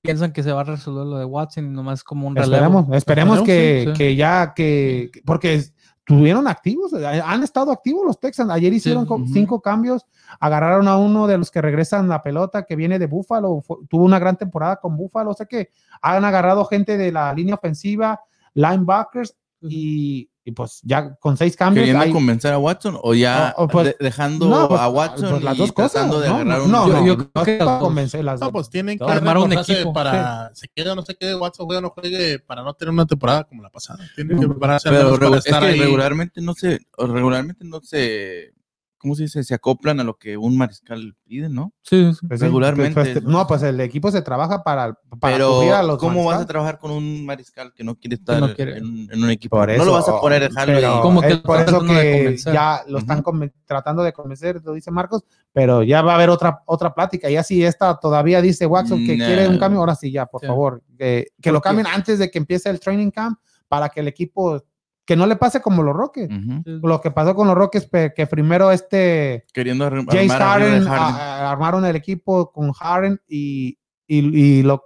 Speaker 2: piensan que se va a resolver lo de Watson y nomás como un relevo.
Speaker 1: Esperemos, esperemos
Speaker 2: Esperemos,
Speaker 1: que,
Speaker 2: sí, sí.
Speaker 1: que ya que que- porque es- tuvieron activos, eh, han estado activos los Texans. Ayer hicieron co-
Speaker 3: ujú.
Speaker 1: cinco cambios, agarraron a uno de los que regresan la pelota que viene de Búfalo, fu- tuvo una gran temporada con Búfalo, o sea que han agarrado gente de la línea ofensiva, linebackers y, y pues ya con seis cambios
Speaker 3: ¿Queriendo
Speaker 1: hay-
Speaker 3: convencer a Watson o ya
Speaker 1: O- o pues-
Speaker 3: de- dejando
Speaker 1: No, pues,
Speaker 3: a Watson
Speaker 1: pues las
Speaker 3: y
Speaker 1: dos cosas.
Speaker 3: tratando de
Speaker 1: no,
Speaker 3: agarrar
Speaker 1: no,
Speaker 3: un-
Speaker 1: no,
Speaker 2: Yo-
Speaker 1: no,
Speaker 2: yo
Speaker 1: no
Speaker 2: creo
Speaker 1: es
Speaker 2: que las
Speaker 1: para
Speaker 2: dos.
Speaker 1: convencer las
Speaker 4: No,
Speaker 1: dos.
Speaker 4: pues tienen que
Speaker 2: Armar un
Speaker 4: reforzarse
Speaker 2: equipo.
Speaker 4: para se quede o no se quede Watson juega o no juegue para no tener una temporada como la pasada. Tienen que prepararse al
Speaker 3: pero
Speaker 4: menos para
Speaker 3: regu- es
Speaker 4: estar
Speaker 3: que
Speaker 4: ahí.
Speaker 3: regularmente no se o regularmente no se ¿cómo se dice? se acoplan a lo que un mariscal pide, ¿no?
Speaker 2: Sí, sí.
Speaker 1: Pues sí,
Speaker 3: regularmente
Speaker 1: pues, pues,
Speaker 3: es-
Speaker 1: no, pues el equipo se trabaja para, para cubrir a
Speaker 3: pero
Speaker 1: los
Speaker 3: ¿cómo vas a
Speaker 1: mariscales.
Speaker 3: trabajar con un mariscal que no quiere estar
Speaker 2: no quiere.
Speaker 3: En, en un equipo?
Speaker 1: Por
Speaker 3: no
Speaker 1: eso,
Speaker 3: lo vas a poner dejarlo
Speaker 1: pero
Speaker 3: ahí.
Speaker 2: Como que
Speaker 1: es
Speaker 2: lo
Speaker 1: por
Speaker 2: están
Speaker 1: eso
Speaker 2: tratando de
Speaker 1: que
Speaker 2: convencer.
Speaker 1: ya lo están conven- tratando de convencer, lo dice Marcos, pero ya va a haber otra otra plática. Ya si esta todavía dice Watson que
Speaker 3: Nah.
Speaker 1: quiere un cambio, ahora sí ya, por
Speaker 2: Sí.
Speaker 1: favor, eh, que lo
Speaker 2: Porque-
Speaker 1: cambien antes de que empiece el training camp para que el equipo que no le pase como los Rockets.
Speaker 3: Ujú.
Speaker 1: Lo que pasó con los Rockets pe- que primero este
Speaker 3: Queriendo ar- armar
Speaker 1: James
Speaker 3: arriba de
Speaker 1: Harden,
Speaker 3: Harden.
Speaker 1: a- a- armaron el equipo con Harden y, y, y lo,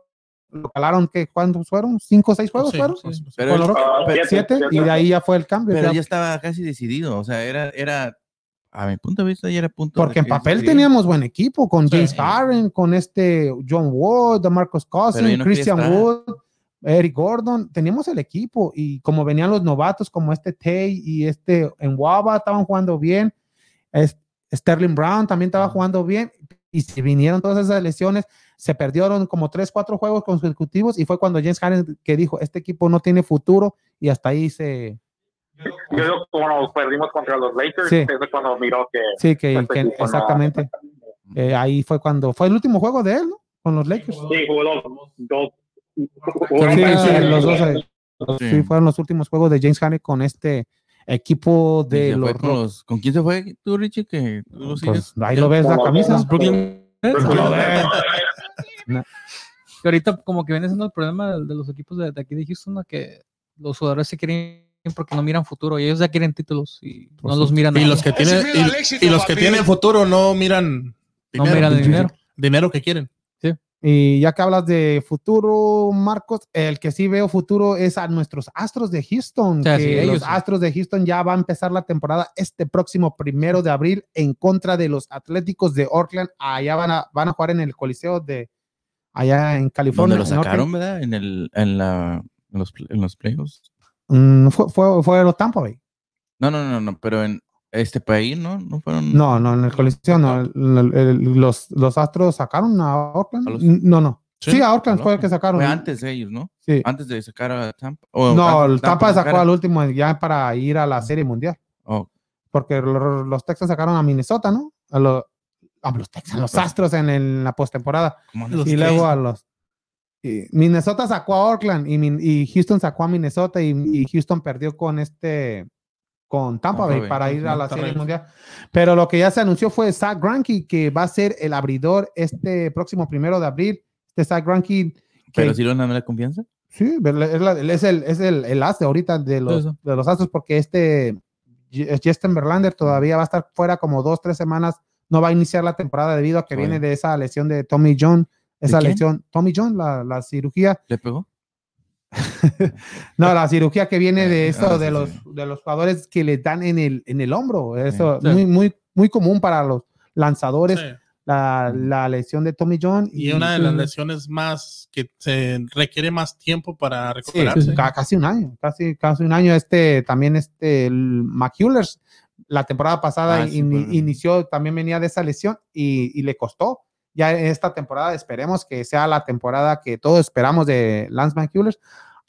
Speaker 1: lo calaron que cuántos fueron, cinco o seis juegos
Speaker 4: Sí,
Speaker 1: fueron,
Speaker 4: sí, sí.
Speaker 3: Pero
Speaker 1: con los
Speaker 3: él-
Speaker 1: Rockets,
Speaker 5: Ah,
Speaker 3: pero-
Speaker 1: siete, y de ahí ya fue el cambio.
Speaker 3: pero
Speaker 1: ya
Speaker 3: ya estaba casi decidido, o sea, era era a mi punto de vista ya era punto de
Speaker 1: Porque en
Speaker 3: que
Speaker 1: papel
Speaker 3: decidido.
Speaker 1: teníamos buen equipo con
Speaker 4: Sí.
Speaker 1: James Harden, con este John Ward, de Marcos
Speaker 3: Pero yo
Speaker 1: Cousins,
Speaker 3: no quería
Speaker 1: Christian
Speaker 3: estar.
Speaker 1: Wood, Eric Gordon. Teníamos el equipo y como venían los novatos como este Tay y este en Waba estaban jugando bien. Es- Sterling Brown también estaba jugando bien y se vinieron todas esas lesiones. Se perdieron como tres, cuatro juegos consecutivos y fue cuando James Harden que dijo, este equipo no tiene futuro y hasta ahí se...
Speaker 5: Yo digo que cuando perdimos contra los Lakers,
Speaker 1: Sí.
Speaker 5: eso es cuando miró que...
Speaker 1: Sí, que,
Speaker 5: este
Speaker 1: que-
Speaker 5: equipo no-
Speaker 1: exactamente. Eh, ahí fue cuando... Fue el último juego de él, ¿no? Con los Lakers.
Speaker 5: Sí, jugó dos. dos
Speaker 1: Sí,
Speaker 5: jugaron
Speaker 1: sí,
Speaker 5: para-
Speaker 1: los dos, eh, Los-
Speaker 3: Sí.
Speaker 1: sí, fueron los últimos juegos de James Harden con este equipo
Speaker 3: Y
Speaker 1: de
Speaker 3: se
Speaker 1: los
Speaker 3: fue con
Speaker 1: Rock-
Speaker 3: los- ¿Con quién se fue tú, Richie? Que tú lo
Speaker 1: Pues,
Speaker 3: sigues.
Speaker 1: ahí lo ves la camisa.
Speaker 3: ¿Los Brooklyn? Nets?
Speaker 1: Lo ves.
Speaker 2: Que ahorita como que viene siendo el problema de, de los equipos de, de aquí de Houston, ¿no? que los jugadores se quieren ir porque no miran futuro y ellos ya quieren títulos y no
Speaker 1: sí.
Speaker 2: los miran.
Speaker 4: Pues Y
Speaker 2: ahora.
Speaker 4: los que
Speaker 7: Ese
Speaker 4: tienen,
Speaker 7: mira el éxito,
Speaker 4: y, y los que
Speaker 7: papi.
Speaker 4: tienen futuro no miran
Speaker 2: no miran el dinero.
Speaker 4: dinero que quieren.
Speaker 1: Y ya que hablas de futuro, Marcos, el que sí veo futuro es a nuestros Astros de Houston.
Speaker 2: O sea,
Speaker 1: que
Speaker 2: sí, ellos
Speaker 1: los
Speaker 2: sí.
Speaker 1: Astros de Houston ya va a empezar la temporada este próximo primero de abril en contra de los Atléticos de Oakland. Allá van a, van a jugar en el Coliseo de allá en California.
Speaker 3: Donde lo
Speaker 1: en Oakland.
Speaker 3: sacaron, ¿verdad? En, el, en, la, en, los, pl- en los playoffs.
Speaker 1: Mm, fue, fue, fue los Tampa Bay.
Speaker 3: No, no, no, no, pero en este país, ¿no? No fueron.
Speaker 1: No, no, en el Coliseo no. El- el- los, los Astros sacaron a Oakland.
Speaker 3: A los-
Speaker 1: no, no. Sí,
Speaker 4: Sí,
Speaker 1: a Oakland fue el que sacaron.
Speaker 3: Fue antes de ellos, ¿no?
Speaker 1: Sí.
Speaker 3: Antes de sacar a Tampa.
Speaker 1: No, el Tampa sacó al último ya para ir a la Serie Mundial.
Speaker 3: Oh,
Speaker 1: porque lo- los Texans sacaron a Minnesota, ¿no? A, lo- a los Texans, los Astros en, el- la postemporada.
Speaker 4: Los
Speaker 1: Y luego a los. y Minnesota sacó a Oakland y, Min- y Houston sacó a Minnesota y, y Houston perdió con este con Tampa
Speaker 3: Tampa
Speaker 1: Bay
Speaker 3: Bay,
Speaker 1: para
Speaker 3: ajá,
Speaker 1: ir a la
Speaker 4: está
Speaker 1: Serie
Speaker 4: bien.
Speaker 1: Mundial. Pero lo que ya se anunció fue Zach Granke, que va a ser el abridor este próximo primero de abril. Este Zach Granke,
Speaker 3: Pero
Speaker 1: que-
Speaker 3: sí le van a dar la confianza.
Speaker 1: Sí, pero es, la- él es el, es el, el as de ahorita de los,
Speaker 2: Sí, sí.
Speaker 1: de los Astros, porque este J- Justin Verlander todavía va a estar fuera como dos, tres semanas. No va a iniciar la temporada debido a que
Speaker 3: Oye.
Speaker 1: viene de esa lesión de Tommy John. Esa
Speaker 3: quién?
Speaker 1: lesión, Tommy John, la, la cirugía.
Speaker 3: ¿Le pegó?
Speaker 1: No, la cirugía que viene de
Speaker 3: Eh,
Speaker 1: eso,
Speaker 3: ah,
Speaker 1: de,
Speaker 3: sí,
Speaker 1: los,
Speaker 3: sí.
Speaker 1: de los jugadores que le dan en el, en el hombro. Eso
Speaker 2: Sí.
Speaker 1: muy, muy, muy común para los lanzadores,
Speaker 4: Sí.
Speaker 1: la, la lesión de Tommy John.
Speaker 4: Y una de las lesiones más que se requiere más tiempo para
Speaker 1: Sí,
Speaker 4: recuperarse.
Speaker 1: pues, ca- casi un año, casi, casi un año. Este también, este el McCullers, la temporada pasada
Speaker 3: Ah, sí,
Speaker 1: in-
Speaker 3: pues.
Speaker 1: inició, también venía de esa lesión y, y le costó. Ya esta temporada esperemos que sea la temporada que todos esperamos de Lance McCullers,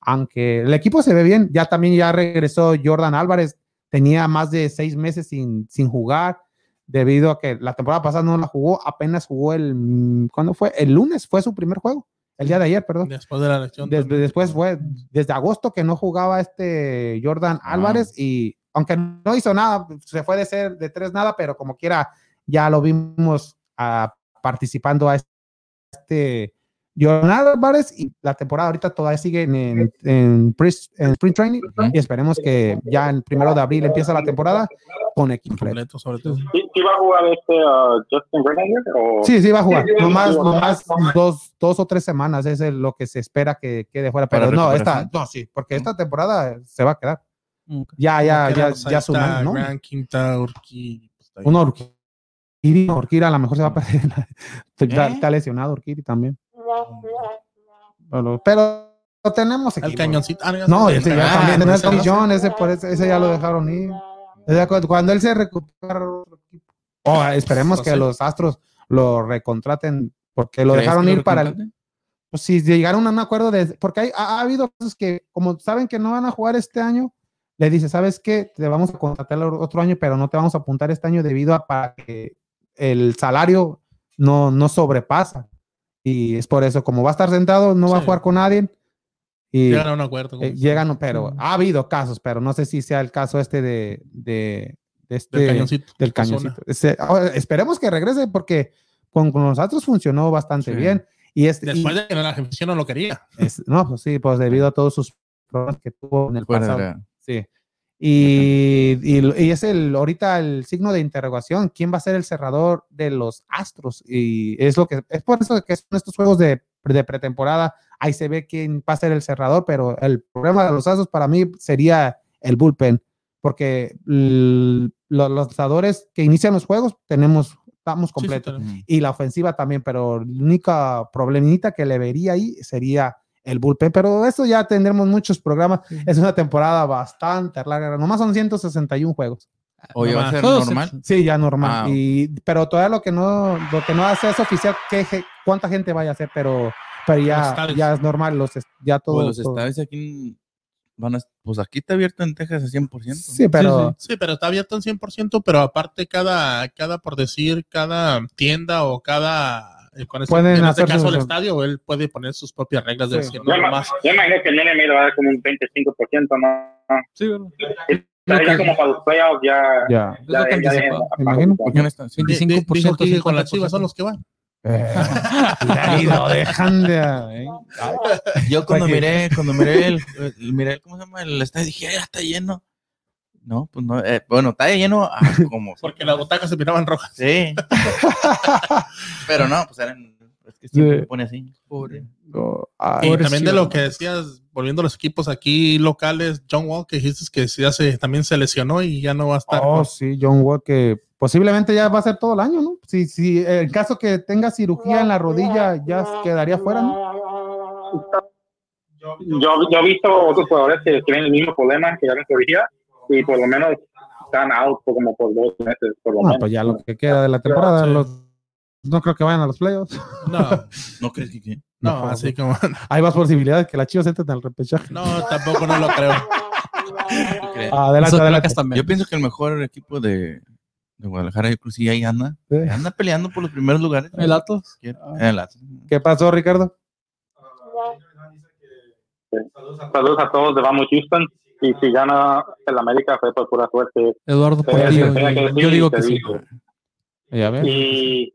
Speaker 1: aunque el equipo se ve bien. Ya también ya regresó Jordan Álvarez, tenía más de seis meses sin, sin jugar debido a que la temporada pasada no la jugó, apenas jugó el, mm, ¿cuándo fue? El lunes fue su primer juego, el día de ayer, perdón.
Speaker 4: Después de la lesión.
Speaker 1: Des-
Speaker 4: también.
Speaker 1: después fue desde agosto que no jugaba este Jordan
Speaker 3: Ah.
Speaker 1: Álvarez y aunque no hizo nada, se fue de ser de tres nada, pero como quiera ya lo vimos ah, participando a este Jordan Álvarez y la temporada ahorita todavía sigue en, en, en pre- en sprint training
Speaker 3: Ujú.
Speaker 1: y esperemos que ya el primero de abril empieza la temporada con equipo. completo.
Speaker 4: Completo, sobre todo.
Speaker 5: ¿Sí, sí va a jugar este ah, Justin Verlander? O...
Speaker 1: Sí, sí va a jugar.
Speaker 5: Sí, sí va a
Speaker 1: Nomás,
Speaker 5: jugar.
Speaker 1: nomás dos, dos o tres semanas es el- lo que se espera que quede fuera. Pero
Speaker 3: Para
Speaker 1: no,
Speaker 3: recuperación.
Speaker 1: esta, no, sí, porque esta temporada se va a quedar.
Speaker 2: Ok.
Speaker 1: Ya, ya, ya,
Speaker 4: Quedados, pues, ahí
Speaker 1: ya
Speaker 4: está
Speaker 1: suman, ¿no?
Speaker 4: Gran Quinta, Urquí, pues, está bien.
Speaker 1: Un Urquiri, Urquiri a lo mejor se va a perder. Está,
Speaker 3: ¿Eh?
Speaker 1: está lesionado Urquiri también. Pero, pero tenemos
Speaker 4: El
Speaker 1: equipo.
Speaker 4: cañoncito. ah, ya
Speaker 1: No,
Speaker 4: está.
Speaker 1: ese
Speaker 4: Ah,
Speaker 1: ya también
Speaker 4: no,
Speaker 1: tenemos
Speaker 4: ese no.
Speaker 1: John, ese, por ese, ese ya lo dejaron ir. Es de acuerdo, Cuando él se recupera, otro equipo. Oh, esperemos
Speaker 4: No
Speaker 1: que
Speaker 4: sé.
Speaker 1: los Astros lo recontraten porque lo
Speaker 3: ¿Crees
Speaker 1: dejaron
Speaker 3: que lo
Speaker 1: ir para el,
Speaker 3: recontraten?
Speaker 1: pues, si llegaron a un acuerdo de, porque hay- ha, ha habido cosas que como saben que no van a jugar este año, le dice, ¿sabes qué? Te vamos a contratar el otro año, pero no te vamos a apuntar este año debido a para que el salario no, no sobrepasa. Y es por eso, como va a estar sentado, no va a
Speaker 4: Sí.
Speaker 1: jugar con nadie. Y
Speaker 4: Llegan a un acuerdo.
Speaker 1: eh, llegan, pero ha habido casos, pero no sé si sea el caso este de, de, de este,
Speaker 4: Del cañoncito. pues,
Speaker 1: del
Speaker 4: Ozuna.
Speaker 1: cañoncito. Ese- ahora, esperemos que regrese porque con, con los Astros funcionó bastante
Speaker 3: Sí.
Speaker 1: bien. Y este, y-
Speaker 4: Después de que la afición no lo quería.
Speaker 1: es- no, pues sí, pues debido a todos sus problemas que tuvo en el
Speaker 3: Fuera de
Speaker 1: pasado.
Speaker 3: la-
Speaker 1: Sí. Y, y- y es el ahorita el signo de interrogación, ¿quién va a ser el cerrador de los Astros? Y es lo que es por eso que son estos juegos de, de pretemporada, ahí se ve quién va a ser el cerrador, pero el problema de los Astros para mí sería el bullpen, porque l- los lanzadores que inician los juegos tenemos estamos
Speaker 4: Sí, sí,
Speaker 1: completos
Speaker 4: pero-
Speaker 3: Mm.
Speaker 1: y la ofensiva también, pero la única problemita que le vería ahí sería el bullpen, pero eso ya tendremos muchos programas. Es una temporada bastante larga, nomás son 161 juegos.
Speaker 3: Oye, va a ser
Speaker 2: Todos-
Speaker 3: normal.
Speaker 1: Sí, ya normal.
Speaker 3: Ah,
Speaker 1: y, pero todavía lo que no lo que no hace es oficial que, je- cuánta gente vaya a hacer, pero pero
Speaker 4: Los
Speaker 1: ya,
Speaker 4: estadios.
Speaker 1: ya es normal los est- ya todo.
Speaker 3: Pues los
Speaker 1: todo.
Speaker 3: estadios aquí van a. Pues aquí está abierto en Texas a 100%.
Speaker 1: Sí, pero
Speaker 4: Sí, pero está abierto al 100%, pero aparte cada, cada por decir, cada tienda o cada eh, con ese-
Speaker 1: Pueden
Speaker 4: en este
Speaker 1: hacer
Speaker 4: caso
Speaker 1: su-
Speaker 4: el estadio, él puede poner sus propias reglas de
Speaker 1: Sí.
Speaker 4: decir,
Speaker 5: Yo,
Speaker 4: no
Speaker 5: ima-
Speaker 4: más.
Speaker 5: yo imagino que el NMI le va a dar como un 25%, ¿no?
Speaker 2: Sí, ¿verdad?
Speaker 5: Ya
Speaker 2: Lo que-
Speaker 5: como para los playoffs, ya.
Speaker 1: Ya.
Speaker 2: Es lo que
Speaker 5: ya- ya-
Speaker 2: anticipaba.
Speaker 5: ya-
Speaker 1: Me imagino.
Speaker 3: ¿Por qué no están? Sí.
Speaker 4: Di- di- dijo
Speaker 2: 25%,
Speaker 4: que con las
Speaker 2: 50%.
Speaker 4: chivas son los que van.
Speaker 1: Eh, y lo dejan de. eh.
Speaker 3: Yo
Speaker 1: Para
Speaker 3: cuando
Speaker 1: que-
Speaker 3: miré, cuando miré el, el- miré el- ¿cómo se llama? El estadio, dije, ya está lleno. No, pues no, eh, bueno, está lleno ah, como.
Speaker 4: Porque las butacas se miraban rojas.
Speaker 3: Sí. Pero no, pues eran. Es que siempre
Speaker 1: Sí.
Speaker 3: se pone así.
Speaker 2: Pobre.
Speaker 1: No, ay,
Speaker 4: Y
Speaker 2: Pobre
Speaker 4: también de
Speaker 2: Ciudad.
Speaker 4: lo que decías, volviendo a los equipos aquí locales, John Wall, que dijiste que sí hace- también se lesionó y ya no va a estar.
Speaker 1: Oh, sí, John Wall, que posiblemente ya va a ser todo el año, ¿no? Si, si el caso que tenga cirugía en la rodilla ya quedaría fuera, ¿no?
Speaker 5: Yo, yo he visto otros jugadores que tienen el mismo problema, que ya les corrigía, y por lo menos están out por como por dos meses, por lo
Speaker 1: Ah,
Speaker 5: menos.
Speaker 1: pues ya lo que queda de la temporada, los- no creo que vayan a los playoffs.
Speaker 4: No,
Speaker 3: ¿No crees que qué?
Speaker 4: no,
Speaker 1: No,
Speaker 4: así como.
Speaker 1: Hay más posibilidades que las chivas entren al repechaje.
Speaker 4: No, tampoco no lo creo.
Speaker 3: ¿Tú crees?
Speaker 1: Adelante,
Speaker 2: Eso creo que
Speaker 1: adelante.
Speaker 2: hasta me-
Speaker 3: Ah, Yo pienso que el mejor equipo de, de Guadalajara, yo creo que sí, ahí anda.
Speaker 1: Sí. Ah.
Speaker 3: Anda peleando por los primeros lugares.
Speaker 2: El Atlas.
Speaker 3: Quiero- el Atlas.
Speaker 1: ¿Qué pasó, Ricardo?
Speaker 5: Saludos a todos de Vamos Houston. Y si gana el América fue por pura suerte.
Speaker 2: Eduardo
Speaker 1: Pues
Speaker 5: Pero es
Speaker 2: Portillo.
Speaker 5: que tenía que
Speaker 2: Yo,
Speaker 5: decir,
Speaker 2: digo
Speaker 5: te
Speaker 2: que sí.
Speaker 5: digo.
Speaker 1: Ya ves.
Speaker 5: Y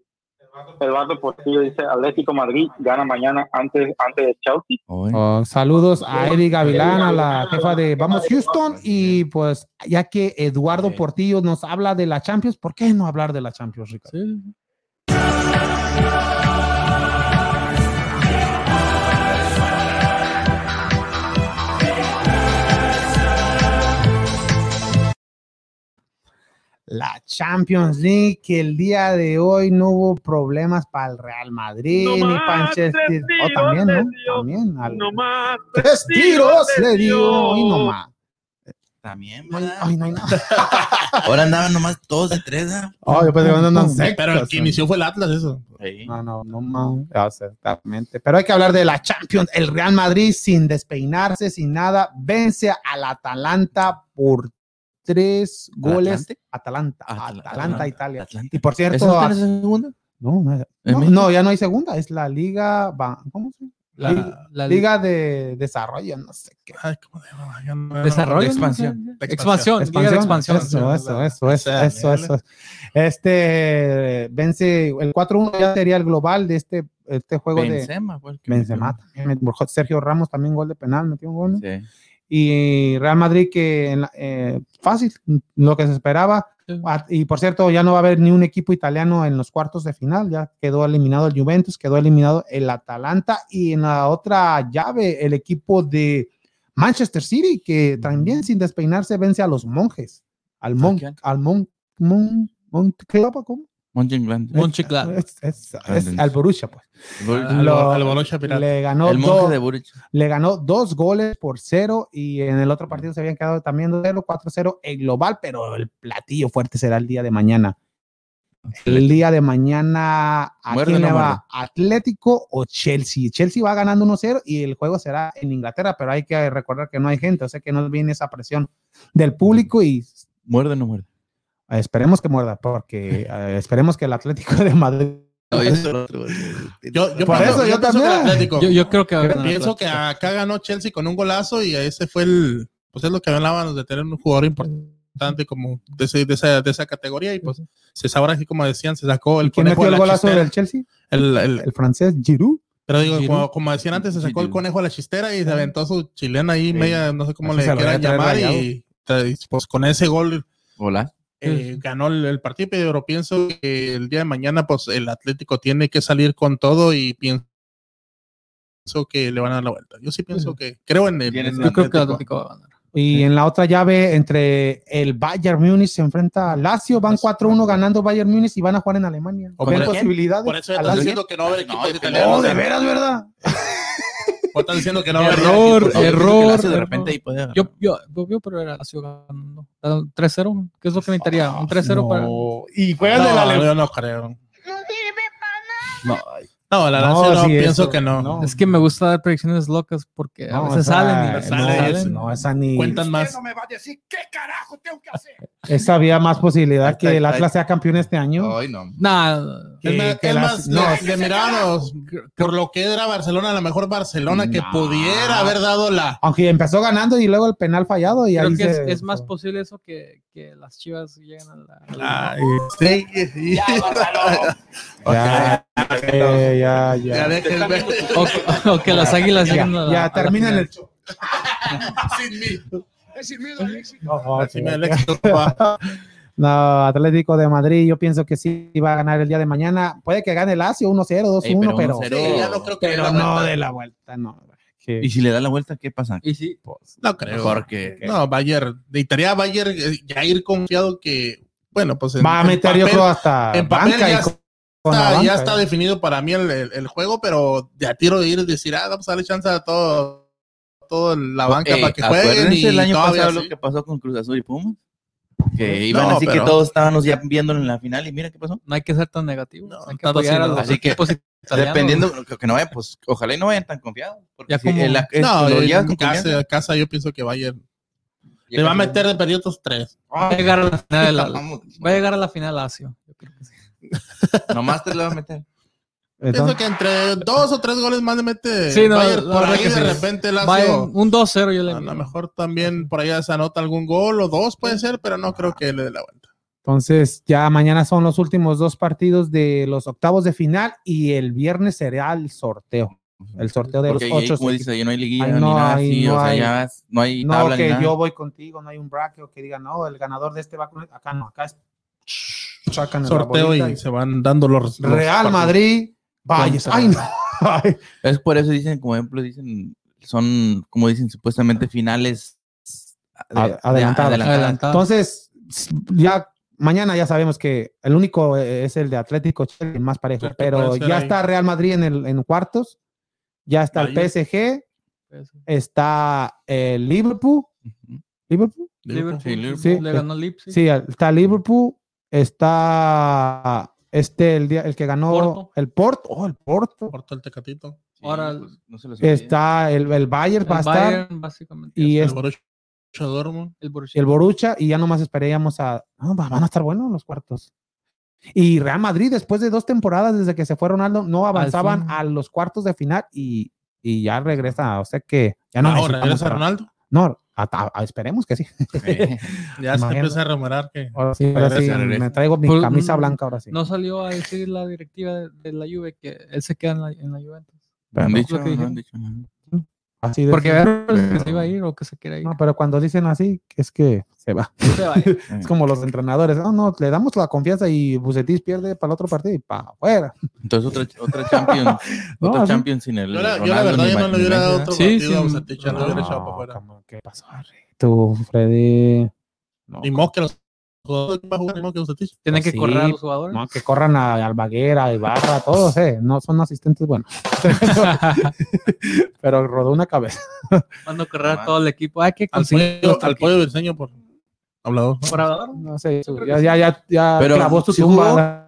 Speaker 5: Eduardo Portillo dice, Atlético Madrid gana mañana antes, antes de Chelsea.
Speaker 3: Hoy.
Speaker 1: Oh, saludos a Eri Gavilán, a la jefa de Vamos Houston. Y pues, ya que Eduardo
Speaker 3: Sí.
Speaker 1: Portillo nos habla de la Champions, ¿por qué no hablar de la Champions, Ricardo?
Speaker 2: Sí.
Speaker 1: la Champions League, que el día de hoy no hubo problemas para el Real Madrid ni
Speaker 7: Nomás
Speaker 1: para Manchester.
Speaker 7: tres
Speaker 1: Oh, también,
Speaker 7: tiros
Speaker 1: ¿no?
Speaker 7: le dio.
Speaker 1: También. al-
Speaker 7: Nomás.
Speaker 1: tres tiros
Speaker 7: tiros
Speaker 1: le
Speaker 7: le
Speaker 1: dio
Speaker 7: dio.
Speaker 1: y nomás.
Speaker 3: También,
Speaker 1: No hay-
Speaker 3: ¿verdad?
Speaker 1: Ay, no hay nada.
Speaker 3: Ahora andaban nomás todos de tres, ¿ah?
Speaker 1: Ay, yo pensé que andan
Speaker 4: Pero el
Speaker 1: sectos,
Speaker 4: que inició fue el Atlas, eso.
Speaker 3: Sí.
Speaker 1: No, no, no, no. Exactamente. Pero hay que hablar de la Champions. El Real Madrid, sin despeinarse, sin nada, vence al Atalanta por tres goles.
Speaker 3: Atlante?
Speaker 1: Atalanta,
Speaker 3: Atla-
Speaker 1: Atalanta,
Speaker 3: Atlanta,
Speaker 1: Italia.
Speaker 3: Atlanta.
Speaker 1: Y por
Speaker 3: ¿Eso
Speaker 1: cierto,
Speaker 3: no
Speaker 1: a-
Speaker 3: tiene segunda?
Speaker 1: No, no,
Speaker 3: ¿En
Speaker 1: no,
Speaker 3: México?
Speaker 1: no, ya no hay segunda, es la liga, ba- ¿cómo se llama?
Speaker 2: La, la
Speaker 1: Liga de desarrollo, no sé qué.
Speaker 4: Ay, ¿cómo se llama? Ya no-
Speaker 2: Desarrollo.
Speaker 3: De expansión.
Speaker 2: ¿no? Expansión. Liga de expansión.
Speaker 1: Eso, eso, eso, eso,
Speaker 4: Esa,
Speaker 1: eso, eso. Este vence el 4-1 ya sería el global de este, este juego de
Speaker 3: Benzema, fue el que
Speaker 1: Benzema. también, metió- Sergio Ramos también gol de penal, metió un gol. ¿no?
Speaker 3: metió. Sí.
Speaker 1: Y Real Madrid que en la- eh, fácil, lo que se esperaba.
Speaker 2: Sí.
Speaker 1: Ah, Y por cierto, ya no va a haber ni un equipo italiano en los cuartos de final. Ya quedó eliminado el Juventus, quedó eliminado el Atalanta. Y en la otra llave, el equipo de Manchester City, que también sin despeinarse vence a los monjes. Al Mon,
Speaker 3: quién?
Speaker 1: al Mon, Mon, Monclova, ¿cómo?
Speaker 3: Mönchengladbach.
Speaker 2: Monchengladbach.
Speaker 1: Es, es- es al Borussia, pues.
Speaker 4: Al-
Speaker 1: Lo-
Speaker 4: al Borussia Pirata.
Speaker 1: Le ganó
Speaker 3: el monje
Speaker 1: dos,
Speaker 3: de Burich.
Speaker 1: le ganó dos goles por cero y en el otro partido se habían quedado también 2-0, 4-0 en global, pero el platillo fuerte será el día de mañana. El día de mañana, ¿a
Speaker 3: Muerde,
Speaker 1: quién
Speaker 3: no
Speaker 1: le
Speaker 3: muerde.
Speaker 1: va? ¿Atlético o Chelsea? Chelsea va ganando 1-0 y el juego será en Inglaterra, pero hay que recordar que no hay gente, o sea que no viene esa presión del público y
Speaker 3: Muerde o no muerde.
Speaker 1: esperemos que muerda, porque eh, esperemos que el Atlético de Madrid.
Speaker 4: Yo, yo
Speaker 1: Por
Speaker 4: pienso-
Speaker 1: eso, yo
Speaker 4: pienso que el
Speaker 1: también.
Speaker 4: Atlético.
Speaker 2: Yo, yo creo que va a
Speaker 4: Yo
Speaker 2: ganar
Speaker 4: pienso que
Speaker 2: Atlas.
Speaker 4: acá ganó Chelsea con un golazo y ese fue el, pues es lo que hablábamos de tener un jugador importante como de, ese- de esa, de esa categoría y pues se sabrá así como decían, se sacó el
Speaker 1: ¿Quién
Speaker 4: conejo
Speaker 1: metió
Speaker 4: de
Speaker 1: el
Speaker 4: la
Speaker 1: golazo
Speaker 4: chistera.
Speaker 1: del Chelsea?
Speaker 4: El- el-
Speaker 1: El francés Giroud.
Speaker 4: pero digo,
Speaker 2: Giroud.
Speaker 4: como, como decían antes, se sacó el
Speaker 3: Giroud.
Speaker 4: conejo de la chistera y se aventó su chilena ahí, media, no sé cómo
Speaker 1: Así
Speaker 4: le
Speaker 1: se lo voy a
Speaker 4: quieran
Speaker 1: traer
Speaker 4: llamar
Speaker 1: rayado.
Speaker 4: y y, pues con ese gol
Speaker 3: Hola.
Speaker 4: eh, ganó el, el partido, pero pienso que el día de mañana, pues el Atlético tiene que salir con todo y pienso que le van a dar la vuelta. Yo sí pienso que creo en el.
Speaker 3: Tienes-
Speaker 4: en el
Speaker 2: Yo creo que el
Speaker 4: Atlético.
Speaker 2: Atlético va a ganar.
Speaker 1: Y en la otra llave, entre el Bayern Múnich se enfrenta a Lazio, van 4-1 ganando Bayern Múnich y van a jugar en Alemania.
Speaker 4: Hombre,
Speaker 1: ¿Ven
Speaker 4: ¿quién?
Speaker 1: posibilidades?
Speaker 4: Por eso
Speaker 1: a
Speaker 4: estás
Speaker 1: Lazio?
Speaker 4: diciendo que no va a haber equipos
Speaker 3: No,
Speaker 4: italianos.
Speaker 1: Oh, de veras, ¿verdad?
Speaker 4: Por estás diciendo que no va a haber
Speaker 2: Error,
Speaker 4: equipos.
Speaker 2: error.
Speaker 3: de repente ahí puede
Speaker 2: Yo, yo, yo, yo pero era Lazio ganando. Ganando 3-0, ¿qué es lo que
Speaker 5: Ah,
Speaker 2: necesitaría? Un 3-0 para.
Speaker 1: Y
Speaker 4: No,
Speaker 1: juegan en
Speaker 4: no,
Speaker 1: Alemania.
Speaker 4: yo no creo.
Speaker 3: No,
Speaker 4: No, la verdad sí, no,
Speaker 1: sí,
Speaker 4: pienso
Speaker 1: eso,
Speaker 4: que no.
Speaker 2: Es que me gusta dar predicciones locas porque a
Speaker 1: No,
Speaker 2: veces
Speaker 1: esa-
Speaker 2: salen.
Speaker 1: no,
Speaker 2: y-
Speaker 4: salen.
Speaker 1: esa- No, esa ni.
Speaker 4: Cuentan
Speaker 7: Usted
Speaker 4: más.
Speaker 7: no me va a decir qué carajo tengo que hacer.
Speaker 1: Esa había más posibilidad que
Speaker 3: Ay,
Speaker 1: el
Speaker 3: ay,
Speaker 1: Atlas sea campeón este año.
Speaker 3: Ay, no.
Speaker 2: Nah,
Speaker 1: que-
Speaker 4: es más,
Speaker 1: que
Speaker 4: es
Speaker 1: las-
Speaker 4: más,
Speaker 1: no,
Speaker 4: le-
Speaker 1: es-
Speaker 4: le miraban los- por lo que era Barcelona, a lo mejor Barcelona que
Speaker 1: Nah.
Speaker 4: pudiera haber dado la.
Speaker 1: Aunque empezó ganando y luego el penal fallado y
Speaker 2: creo
Speaker 1: ahí
Speaker 2: que es,
Speaker 1: se-
Speaker 2: es más posible eso que, que las chivas lleguen a la. a la-
Speaker 4: Ay, sí, sí.
Speaker 7: Ya, Gonzalo.
Speaker 1: Ya, eh, ya, ya.
Speaker 4: Ya dejen ver.
Speaker 2: O, que- o que las águilas
Speaker 1: Ya,
Speaker 2: lleguen a la.
Speaker 1: ya,
Speaker 2: a la
Speaker 1: terminan
Speaker 2: final.
Speaker 1: el show.
Speaker 4: Sin mí.
Speaker 7: Es sin miedo al éxito.
Speaker 1: No, no,
Speaker 4: Sin
Speaker 1: sí.
Speaker 4: mí, Alex, papá.
Speaker 1: No, Atlético de Madrid, yo pienso que sí va a ganar el día de mañana. Puede que gane el Lazio 1-0, 2-1,
Speaker 3: Ey, pero
Speaker 1: pero,
Speaker 3: 1-0.
Speaker 4: Sí, ya no creo que
Speaker 1: pero
Speaker 4: le da
Speaker 1: no
Speaker 4: vuelta.
Speaker 1: de la vuelta, no. Que-
Speaker 3: ¿Y si le da la vuelta, qué pasa?
Speaker 2: Y sí,
Speaker 4: No creo.
Speaker 3: Mejor que.
Speaker 4: No, Bayern. De Italia, Bayern, eh, ya ir confiado que. Bueno, pues. en-
Speaker 1: va a
Speaker 4: en
Speaker 1: meter yo
Speaker 4: papel-
Speaker 1: creo hasta
Speaker 4: en papel
Speaker 1: banca y
Speaker 4: ya
Speaker 1: con- con la
Speaker 4: está, ya
Speaker 1: banca,
Speaker 4: está
Speaker 1: eh.
Speaker 4: definido para mí el, el- el juego, pero de a tiro de ir y decir, ah, vamos a darle chance a todo, todo la banca
Speaker 3: Ey,
Speaker 4: para que jueguen.
Speaker 3: eh, acuérdense
Speaker 4: Y
Speaker 3: el año
Speaker 4: todavía
Speaker 3: pasado
Speaker 4: sí.
Speaker 3: lo que pasó con Cruz Azul y Pumas. Que iban
Speaker 4: No,
Speaker 3: así
Speaker 4: pero-
Speaker 3: que todos estábamos ya viéndolo en la final y mira qué pasó.
Speaker 2: no hay que ser tan negativo. hay que
Speaker 4: tanto
Speaker 2: apoyar
Speaker 4: sí,
Speaker 2: a
Speaker 4: no.
Speaker 2: los
Speaker 3: Así que,
Speaker 2: equipos italianos.
Speaker 3: Dependiendo lo que no vayan, pues ojalá y no vayan tan confiados. Porque
Speaker 2: Ya
Speaker 3: si
Speaker 2: como-
Speaker 3: el- la-
Speaker 1: este,
Speaker 3: es-
Speaker 4: No,
Speaker 3: lo llevas
Speaker 4: en
Speaker 3: con confianza,
Speaker 4: casa, casa yo pienso que Bayern le
Speaker 3: llegas
Speaker 4: va a
Speaker 3: con-
Speaker 4: meter de perdido otros tres.
Speaker 2: Va a llegar a la final. de la-
Speaker 3: Vamos,
Speaker 2: va a llegar a la final Lazio. Yo creo que sí.
Speaker 3: Nomás te lo va a meter.
Speaker 1: Entonces-
Speaker 4: Pienso que entre dos o tres goles más le mete
Speaker 2: Sí, no,
Speaker 4: Bayern.
Speaker 2: la
Speaker 4: Por
Speaker 2: verdad
Speaker 4: ahí
Speaker 2: que
Speaker 4: de
Speaker 2: sí.
Speaker 4: repente Lazio,
Speaker 2: Bayern, un 2-0 yo le
Speaker 4: a lo
Speaker 2: miro.
Speaker 4: mejor también por ahí se anota algún gol o dos puede ser, pero no creo que le dé la vuelta.
Speaker 1: Entonces, ya mañana son los últimos dos partidos de los octavos de final y el viernes será el sorteo. El sorteo de
Speaker 3: Porque ahí,
Speaker 1: los ocho.
Speaker 3: como
Speaker 1: equipos.
Speaker 3: dice, ahí no hay liguilla
Speaker 1: Ahí
Speaker 3: ni
Speaker 1: no
Speaker 3: nada
Speaker 1: hay-
Speaker 3: así,
Speaker 1: no
Speaker 3: o sea,
Speaker 1: hay-
Speaker 3: ya es- no hay
Speaker 1: no
Speaker 3: tabla ni
Speaker 1: que
Speaker 3: nada.
Speaker 1: yo voy contigo, no hay un bracket o que diga, no, el ganador de este va con acá no, acá es sacan el
Speaker 4: Sorteo y se van dando los. los
Speaker 1: Real
Speaker 4: partidos.
Speaker 1: Madrid, vaya,
Speaker 4: Contra-
Speaker 1: ay no. Ay.
Speaker 3: Es por eso dicen, como ejemplo, dicen, son, como dicen, supuestamente finales de-
Speaker 1: A-
Speaker 3: de-
Speaker 1: adelantadas.
Speaker 2: Adelantado.
Speaker 1: Entonces, s- ya mañana ya sabemos que el único eh, es el de Atlético Chelsea, el más parejo,
Speaker 4: Sí, que
Speaker 1: pero
Speaker 4: puede ser
Speaker 1: ya
Speaker 4: ahí.
Speaker 1: está Real Madrid en el en cuartos, ya está el
Speaker 4: Ahí.
Speaker 1: PSG,
Speaker 2: Pues,
Speaker 1: está el Liverpool,
Speaker 3: Ujú.
Speaker 1: Liverpool,
Speaker 2: Liverpool,
Speaker 3: Sí, Liverpool.
Speaker 1: Sí.
Speaker 2: le ganó Lipsi.
Speaker 1: sí, está Liverpool, está este el día- el que ganó
Speaker 2: Porto.
Speaker 1: el Porto, oh, el Porto.
Speaker 4: Corta el tecatito.
Speaker 3: Sí,
Speaker 2: Ahora-
Speaker 3: pues, no se los olvide.
Speaker 1: Está el, el Bayern, va a
Speaker 2: el
Speaker 1: estar,
Speaker 2: Bayern, básicamente.
Speaker 1: y
Speaker 2: es
Speaker 1: es
Speaker 4: El Borussia Dortmund.
Speaker 2: el Borussia.
Speaker 1: el Borucha, y ya nomás esperaríamos a. no, va- van a estar buenos los cuartos. Y Real Madrid, después de dos temporadas desde que se fue Ronaldo, no avanzaban
Speaker 2: fin.
Speaker 1: a los cuartos de final y, y ya regresa. O sea que ya no.
Speaker 4: Ahora
Speaker 1: necesitamos
Speaker 4: regresa
Speaker 1: a-
Speaker 4: Ronaldo.
Speaker 1: No, a- a- esperemos que sí.
Speaker 3: Eh,
Speaker 4: Ya se
Speaker 1: Imagínate.
Speaker 4: empieza a rumorar que.
Speaker 1: Ahora sí, ahora sí,
Speaker 3: Regresa, regresa.
Speaker 1: me traigo mi
Speaker 2: Pues,
Speaker 1: camisa
Speaker 2: mm,
Speaker 1: blanca ahora sí.
Speaker 2: No salió a decir la directiva de, de la Juve que él se queda en la, en la Juventus.
Speaker 3: ¿no han
Speaker 1: Pero-
Speaker 3: dicho?
Speaker 2: lo que
Speaker 3: ¿No
Speaker 2: dije.
Speaker 3: han dicho nada?
Speaker 1: así de-
Speaker 2: Porque ver que se iba a ir o que se quiere ir.
Speaker 1: No, pues, pero cuando dicen así, es que se va.
Speaker 2: Se va a ir.
Speaker 1: Es como los entrenadores. No, no, le damos la confianza y Bucetis pierde para el otro partido y para afuera.
Speaker 3: Entonces otra, otra Champions,
Speaker 1: No,
Speaker 3: otra
Speaker 1: así-
Speaker 3: Champions sin el
Speaker 4: Yo la, yo la
Speaker 3: Ronaldo
Speaker 4: verdad
Speaker 3: ni
Speaker 4: yo no
Speaker 3: Ma-
Speaker 4: le
Speaker 3: ni
Speaker 4: hubiera dado
Speaker 3: Messi,
Speaker 4: otro
Speaker 2: Sí,
Speaker 4: partido
Speaker 2: sí,
Speaker 4: a Bucetich, ya lo hubiera
Speaker 1: No,
Speaker 4: echado para afuera.
Speaker 1: ¿cómo? ¿Qué pasó, Harry? Tú, Freddy. No,
Speaker 4: Ni modo que los jugadores van a jugar, ni modo que Bucetich.
Speaker 2: Tienen que
Speaker 1: Sí.
Speaker 2: correr a los jugadores.
Speaker 1: no, que corran a Albaguera, Ibarra, a todos, eh. No son asistentes buenos. Pero rodó una cabeza.
Speaker 2: Van a correr a todo el equipo. Hay que
Speaker 4: Al
Speaker 2: conseguir
Speaker 4: pollo, al pollo briseño por hablador. ¿no?
Speaker 2: por ahora.
Speaker 1: No sé, ya, ya, ya, ya
Speaker 3: Pero,
Speaker 1: clavó su
Speaker 3: ¿sí
Speaker 1: tumba.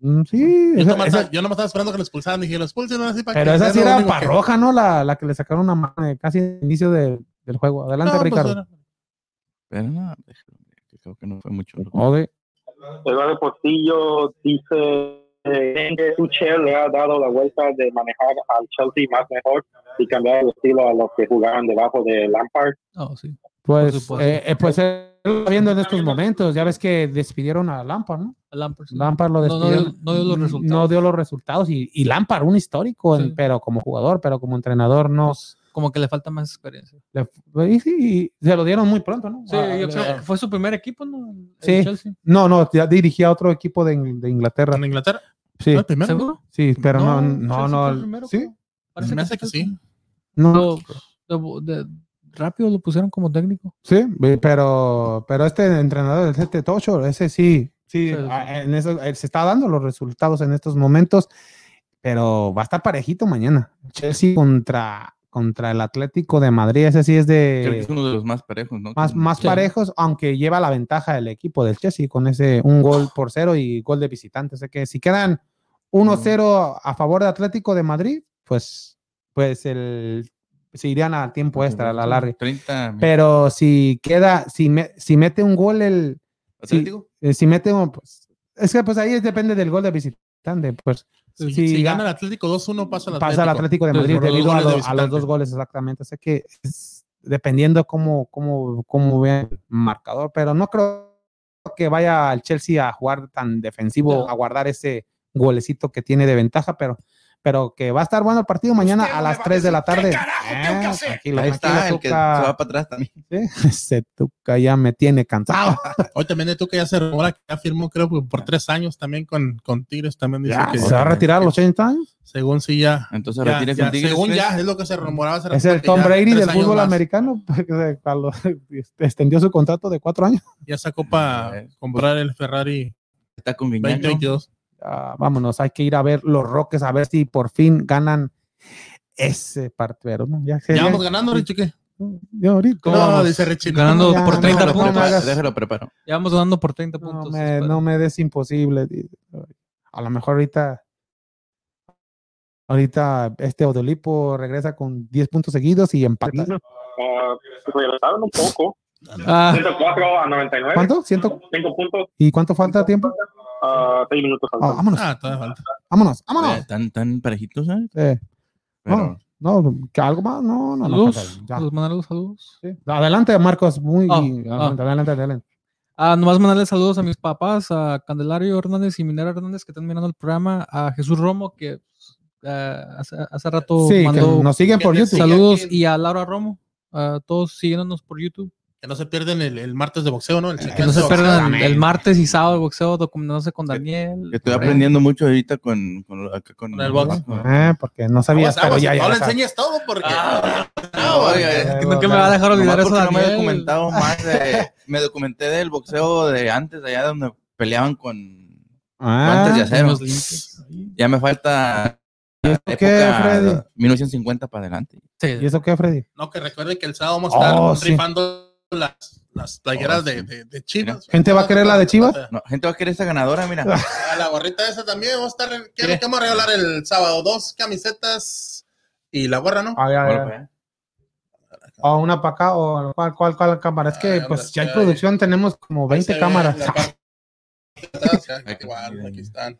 Speaker 1: Mm, Sí,
Speaker 4: Yo
Speaker 1: esa-
Speaker 4: nomás,
Speaker 1: esa-
Speaker 4: yo nomás estaba esperando que lo expulsaran. Dije, lo expulsen ahora sí para
Speaker 1: pero
Speaker 4: que.
Speaker 1: esa
Speaker 4: sea
Speaker 1: sí
Speaker 4: lo
Speaker 1: era
Speaker 4: único que-
Speaker 1: parroja, ¿no? La, la que le sacaron una mano eh, casi al inicio de- del juego.
Speaker 4: No,
Speaker 1: Adelante,
Speaker 4: pues,
Speaker 1: Ricardo.
Speaker 4: era-
Speaker 3: Pero no, déjalo, que creo que no fue mucho.
Speaker 1: Ode.
Speaker 5: Eduardo Portillo dice eh, que Tuchel le ha dado la vuelta de manejar al Chelsea más mejor y cambiar el estilo a los que jugaban debajo de Lampard.
Speaker 2: No, sí.
Speaker 1: Pues,
Speaker 2: supuesto.
Speaker 1: eh, eh, pues eh, lo está viendo en estos momentos. Ya ves que despidieron a Lampard, ¿no?
Speaker 2: Lampard, sí.
Speaker 1: Lampard lo
Speaker 2: No, no
Speaker 1: despidieron.
Speaker 2: dio- no dio los resultados.
Speaker 1: No dio los resultados. Y, y Lampard, un histórico, en-
Speaker 2: Sí.
Speaker 1: pero como jugador, pero como entrenador, no.
Speaker 2: Como que le falta más experiencia.
Speaker 1: le- y sí, y se lo dieron muy pronto, ¿no?
Speaker 2: Sí,
Speaker 1: Ah,
Speaker 2: yo
Speaker 1: le-
Speaker 2: creo que fue su primer equipo, ¿no? El
Speaker 1: Sí.
Speaker 2: Chelsea.
Speaker 1: No, no, ya dirigía a otro equipo de, In- de Inglaterra.
Speaker 4: ¿En Inglaterra?
Speaker 1: Sí,
Speaker 4: ¿No, el primero?
Speaker 2: ¿Seguro?
Speaker 1: sí, pero no,
Speaker 2: Chelsea
Speaker 1: no,
Speaker 2: fue
Speaker 1: no.
Speaker 2: el primero,
Speaker 1: sí,
Speaker 2: creo. Parece
Speaker 4: Me hace que sí.
Speaker 1: no,
Speaker 2: Lo- lo- pues, de- rápido lo pusieron como técnico.
Speaker 1: sí, ve- pero, pero este entrenador, este Tocho, ese sí, sí,
Speaker 2: Sí, sí.
Speaker 1: a- en eso, eh, se está dando los resultados en estos momentos, pero va a estar parejito mañana. Chelsea contra, contra el Atlético de Madrid, ese sí es
Speaker 3: Creo que es
Speaker 1: de
Speaker 3: uno de los más parejos, ¿no?
Speaker 1: más, más
Speaker 2: Sí.
Speaker 1: parejos, aunque lleva la ventaja el equipo del Chelsea con ese un gol por cero y gol de visitante. O sea que si quedan 1-0 a favor de Atlético de Madrid, pues, pues el, se irían a tiempo extra, pues, a la larga.
Speaker 3: 30 mi-
Speaker 1: Pero si queda, si, me- si mete un gol el,
Speaker 3: Atlético.
Speaker 1: eh, si mete un, pues, es que pues ahí depende del gol de visitante, pues
Speaker 4: Si,
Speaker 1: Sí,
Speaker 4: si
Speaker 1: ya.
Speaker 4: gana el Atlético 2-1, pasa el Atlético.
Speaker 1: pasa al Atlético de
Speaker 4: Por
Speaker 1: Madrid
Speaker 4: los
Speaker 1: debido a,
Speaker 4: goles de
Speaker 1: lo- a los dos
Speaker 4: visitante.
Speaker 1: goles exactamente. Sé que es dependiendo cómo, cómo, cómo vean el marcador, pero no creo que vaya al Chelsea a jugar tan defensivo,
Speaker 2: No.
Speaker 1: a guardar ese golecito que tiene de ventaja, pero, pero que va a estar bueno el partido mañana
Speaker 7: Usted
Speaker 1: a
Speaker 7: no
Speaker 1: las
Speaker 7: me va a
Speaker 1: 3 de la
Speaker 7: decir,
Speaker 1: tarde. Ah,
Speaker 7: "¿Qué carajo tengo que hacer?"
Speaker 1: tranquilo,
Speaker 3: Ahí está,
Speaker 1: tranquilo,
Speaker 3: el que se
Speaker 1: Tuca.
Speaker 3: va para atrás también.
Speaker 1: Ese Tuca ya me tiene cansado.
Speaker 7: Ah,
Speaker 4: Hoy también de tú que ya se rumora que ya firmó, creo que por tres años también con, con Tigres. También dice
Speaker 1: Ya,
Speaker 4: que
Speaker 1: se va a retirar a los 80 años.
Speaker 4: según sí ya.
Speaker 3: Entonces
Speaker 4: ya-
Speaker 3: retires
Speaker 4: ya,
Speaker 3: con Tigres.
Speaker 4: según
Speaker 3: ¿crees?
Speaker 4: ya, es lo que se rumoraba. hace
Speaker 1: Es
Speaker 4: rato,
Speaker 1: el
Speaker 4: que
Speaker 1: Tom
Speaker 4: ya
Speaker 1: Brady
Speaker 4: tres
Speaker 1: del
Speaker 4: años
Speaker 1: fútbol
Speaker 4: más.
Speaker 1: americano. porque a lo- Extendió su contrato de cuatro años.
Speaker 4: Ya sacó para comprar el Ferrari
Speaker 3: Está con Guiñac, ¿no?
Speaker 4: 2022.
Speaker 1: Ah, vámonos, hay que ir a ver los Roques a ver si por fin ganan ese partido. ¿no? Ya,
Speaker 4: Ya
Speaker 1: ya-
Speaker 4: vamos ganando,
Speaker 1: sí.
Speaker 4: Richie, ¿qué?
Speaker 1: Ya ahorita.
Speaker 4: No,
Speaker 2: ¿Cómo vamos?
Speaker 4: dice Richie. no,
Speaker 2: Ganando
Speaker 1: ya,
Speaker 2: por
Speaker 1: no,
Speaker 2: 30
Speaker 1: no,
Speaker 3: Déjalo,
Speaker 1: no,
Speaker 2: puntos.
Speaker 1: me
Speaker 3: preparo,
Speaker 1: hagas-
Speaker 3: déjalo, preparo.
Speaker 2: Ya vamos ganando por 30
Speaker 1: No
Speaker 2: puntos.
Speaker 1: me, no me des imposible. di- A lo mejor ahorita, ahorita este Odolipo regresa con 10 puntos seguidos y empata.
Speaker 5: Ah, regresaron un poco.
Speaker 2: Ah,
Speaker 5: 104 a 99.
Speaker 1: ¿Cuánto? ¿Ciento?
Speaker 5: 5 puntos.
Speaker 1: ¿Y cuánto falta tiempo?
Speaker 5: 6 minutos. al
Speaker 1: Ah,
Speaker 5: final.
Speaker 1: vámonos,
Speaker 4: Ah, todavía falta.
Speaker 1: vámonos, vámonos.
Speaker 3: Tan, tan parejitos, ¿eh?
Speaker 1: Eh,
Speaker 3: Pero-
Speaker 1: no, no, que algo más, no, no, no.
Speaker 2: saludos.
Speaker 1: ya.
Speaker 2: Los mandarles saludos.
Speaker 1: Sí. Adelante, Marcos, muy
Speaker 2: Ah,
Speaker 1: adelante, adelante, adelante.
Speaker 2: Ah, nomás mandarles saludos a mis papás, a Candelario Hernández y Minera Hernández que están mirando el programa, a Jesús Romo que ah, hace, hace rato
Speaker 1: Sí, que
Speaker 2: mandó
Speaker 1: nos siguen
Speaker 4: que
Speaker 1: por
Speaker 4: te
Speaker 1: YouTube.
Speaker 4: siga.
Speaker 2: saludos
Speaker 4: aquí.
Speaker 2: y a Laura Romo, a todos siguiéndonos por YouTube.
Speaker 4: Que no se pierden el, el martes de boxeo, ¿no? El
Speaker 2: Que
Speaker 4: chequeo
Speaker 2: no
Speaker 4: de
Speaker 2: se
Speaker 4: boxeo.
Speaker 2: pierdan el, el martes y sábado el boxeo documentándose con Daniel.
Speaker 3: Que estoy aprendiendo mucho ahorita con, con, acá con,
Speaker 4: Con el box.
Speaker 1: Ah, porque no sabías,
Speaker 4: Aguas, aguas,
Speaker 1: pero ya, ya. Ah.
Speaker 4: no le
Speaker 1: lo sabes.
Speaker 4: enseñes todo porque.
Speaker 3: No, oye,
Speaker 2: Creo que me va a dejar olvidar
Speaker 3: nomás
Speaker 2: eso
Speaker 3: porque no me he
Speaker 2: Daniel.
Speaker 3: documentado más de- me documenté del boxeo de antes, de allá donde peleaban con
Speaker 1: Ah,
Speaker 3: guantes de acero.
Speaker 2: Los linces.
Speaker 3: Ya me falta la
Speaker 1: qué,
Speaker 3: época
Speaker 1: Freddy?
Speaker 3: 1950 para adelante.
Speaker 2: Sí.
Speaker 1: ¿Y eso qué, Freddy?
Speaker 4: No, que recuerde que el sábado vamos a estar
Speaker 1: Oh, sí.
Speaker 4: rifando las, las playeras
Speaker 3: Oh, sí.
Speaker 4: de, de, de Chivas.
Speaker 1: ¿Gente va a querer la de Chivas?
Speaker 3: No, gente va a querer esa ganadora, mira.
Speaker 4: A la gorrita esa también. Vamos a estar. ¿Qué vamos a regalar el sábado? Dos camisetas y la gorra, ¿no?
Speaker 1: Ah, ya,
Speaker 3: Bueno,
Speaker 1: ya.
Speaker 3: pues,
Speaker 1: O una para acá, o cuál, cuál, cuál cámara. Es que
Speaker 4: Ah,
Speaker 1: pues
Speaker 4: anda,
Speaker 1: ya en
Speaker 4: ya,
Speaker 1: producción tenemos como
Speaker 4: Ahí se
Speaker 1: 20
Speaker 4: ve
Speaker 1: cámaras.
Speaker 4: la parte de atrás, ya,
Speaker 3: Ay, qué
Speaker 4: Igual,
Speaker 3: chido.
Speaker 4: aquí están.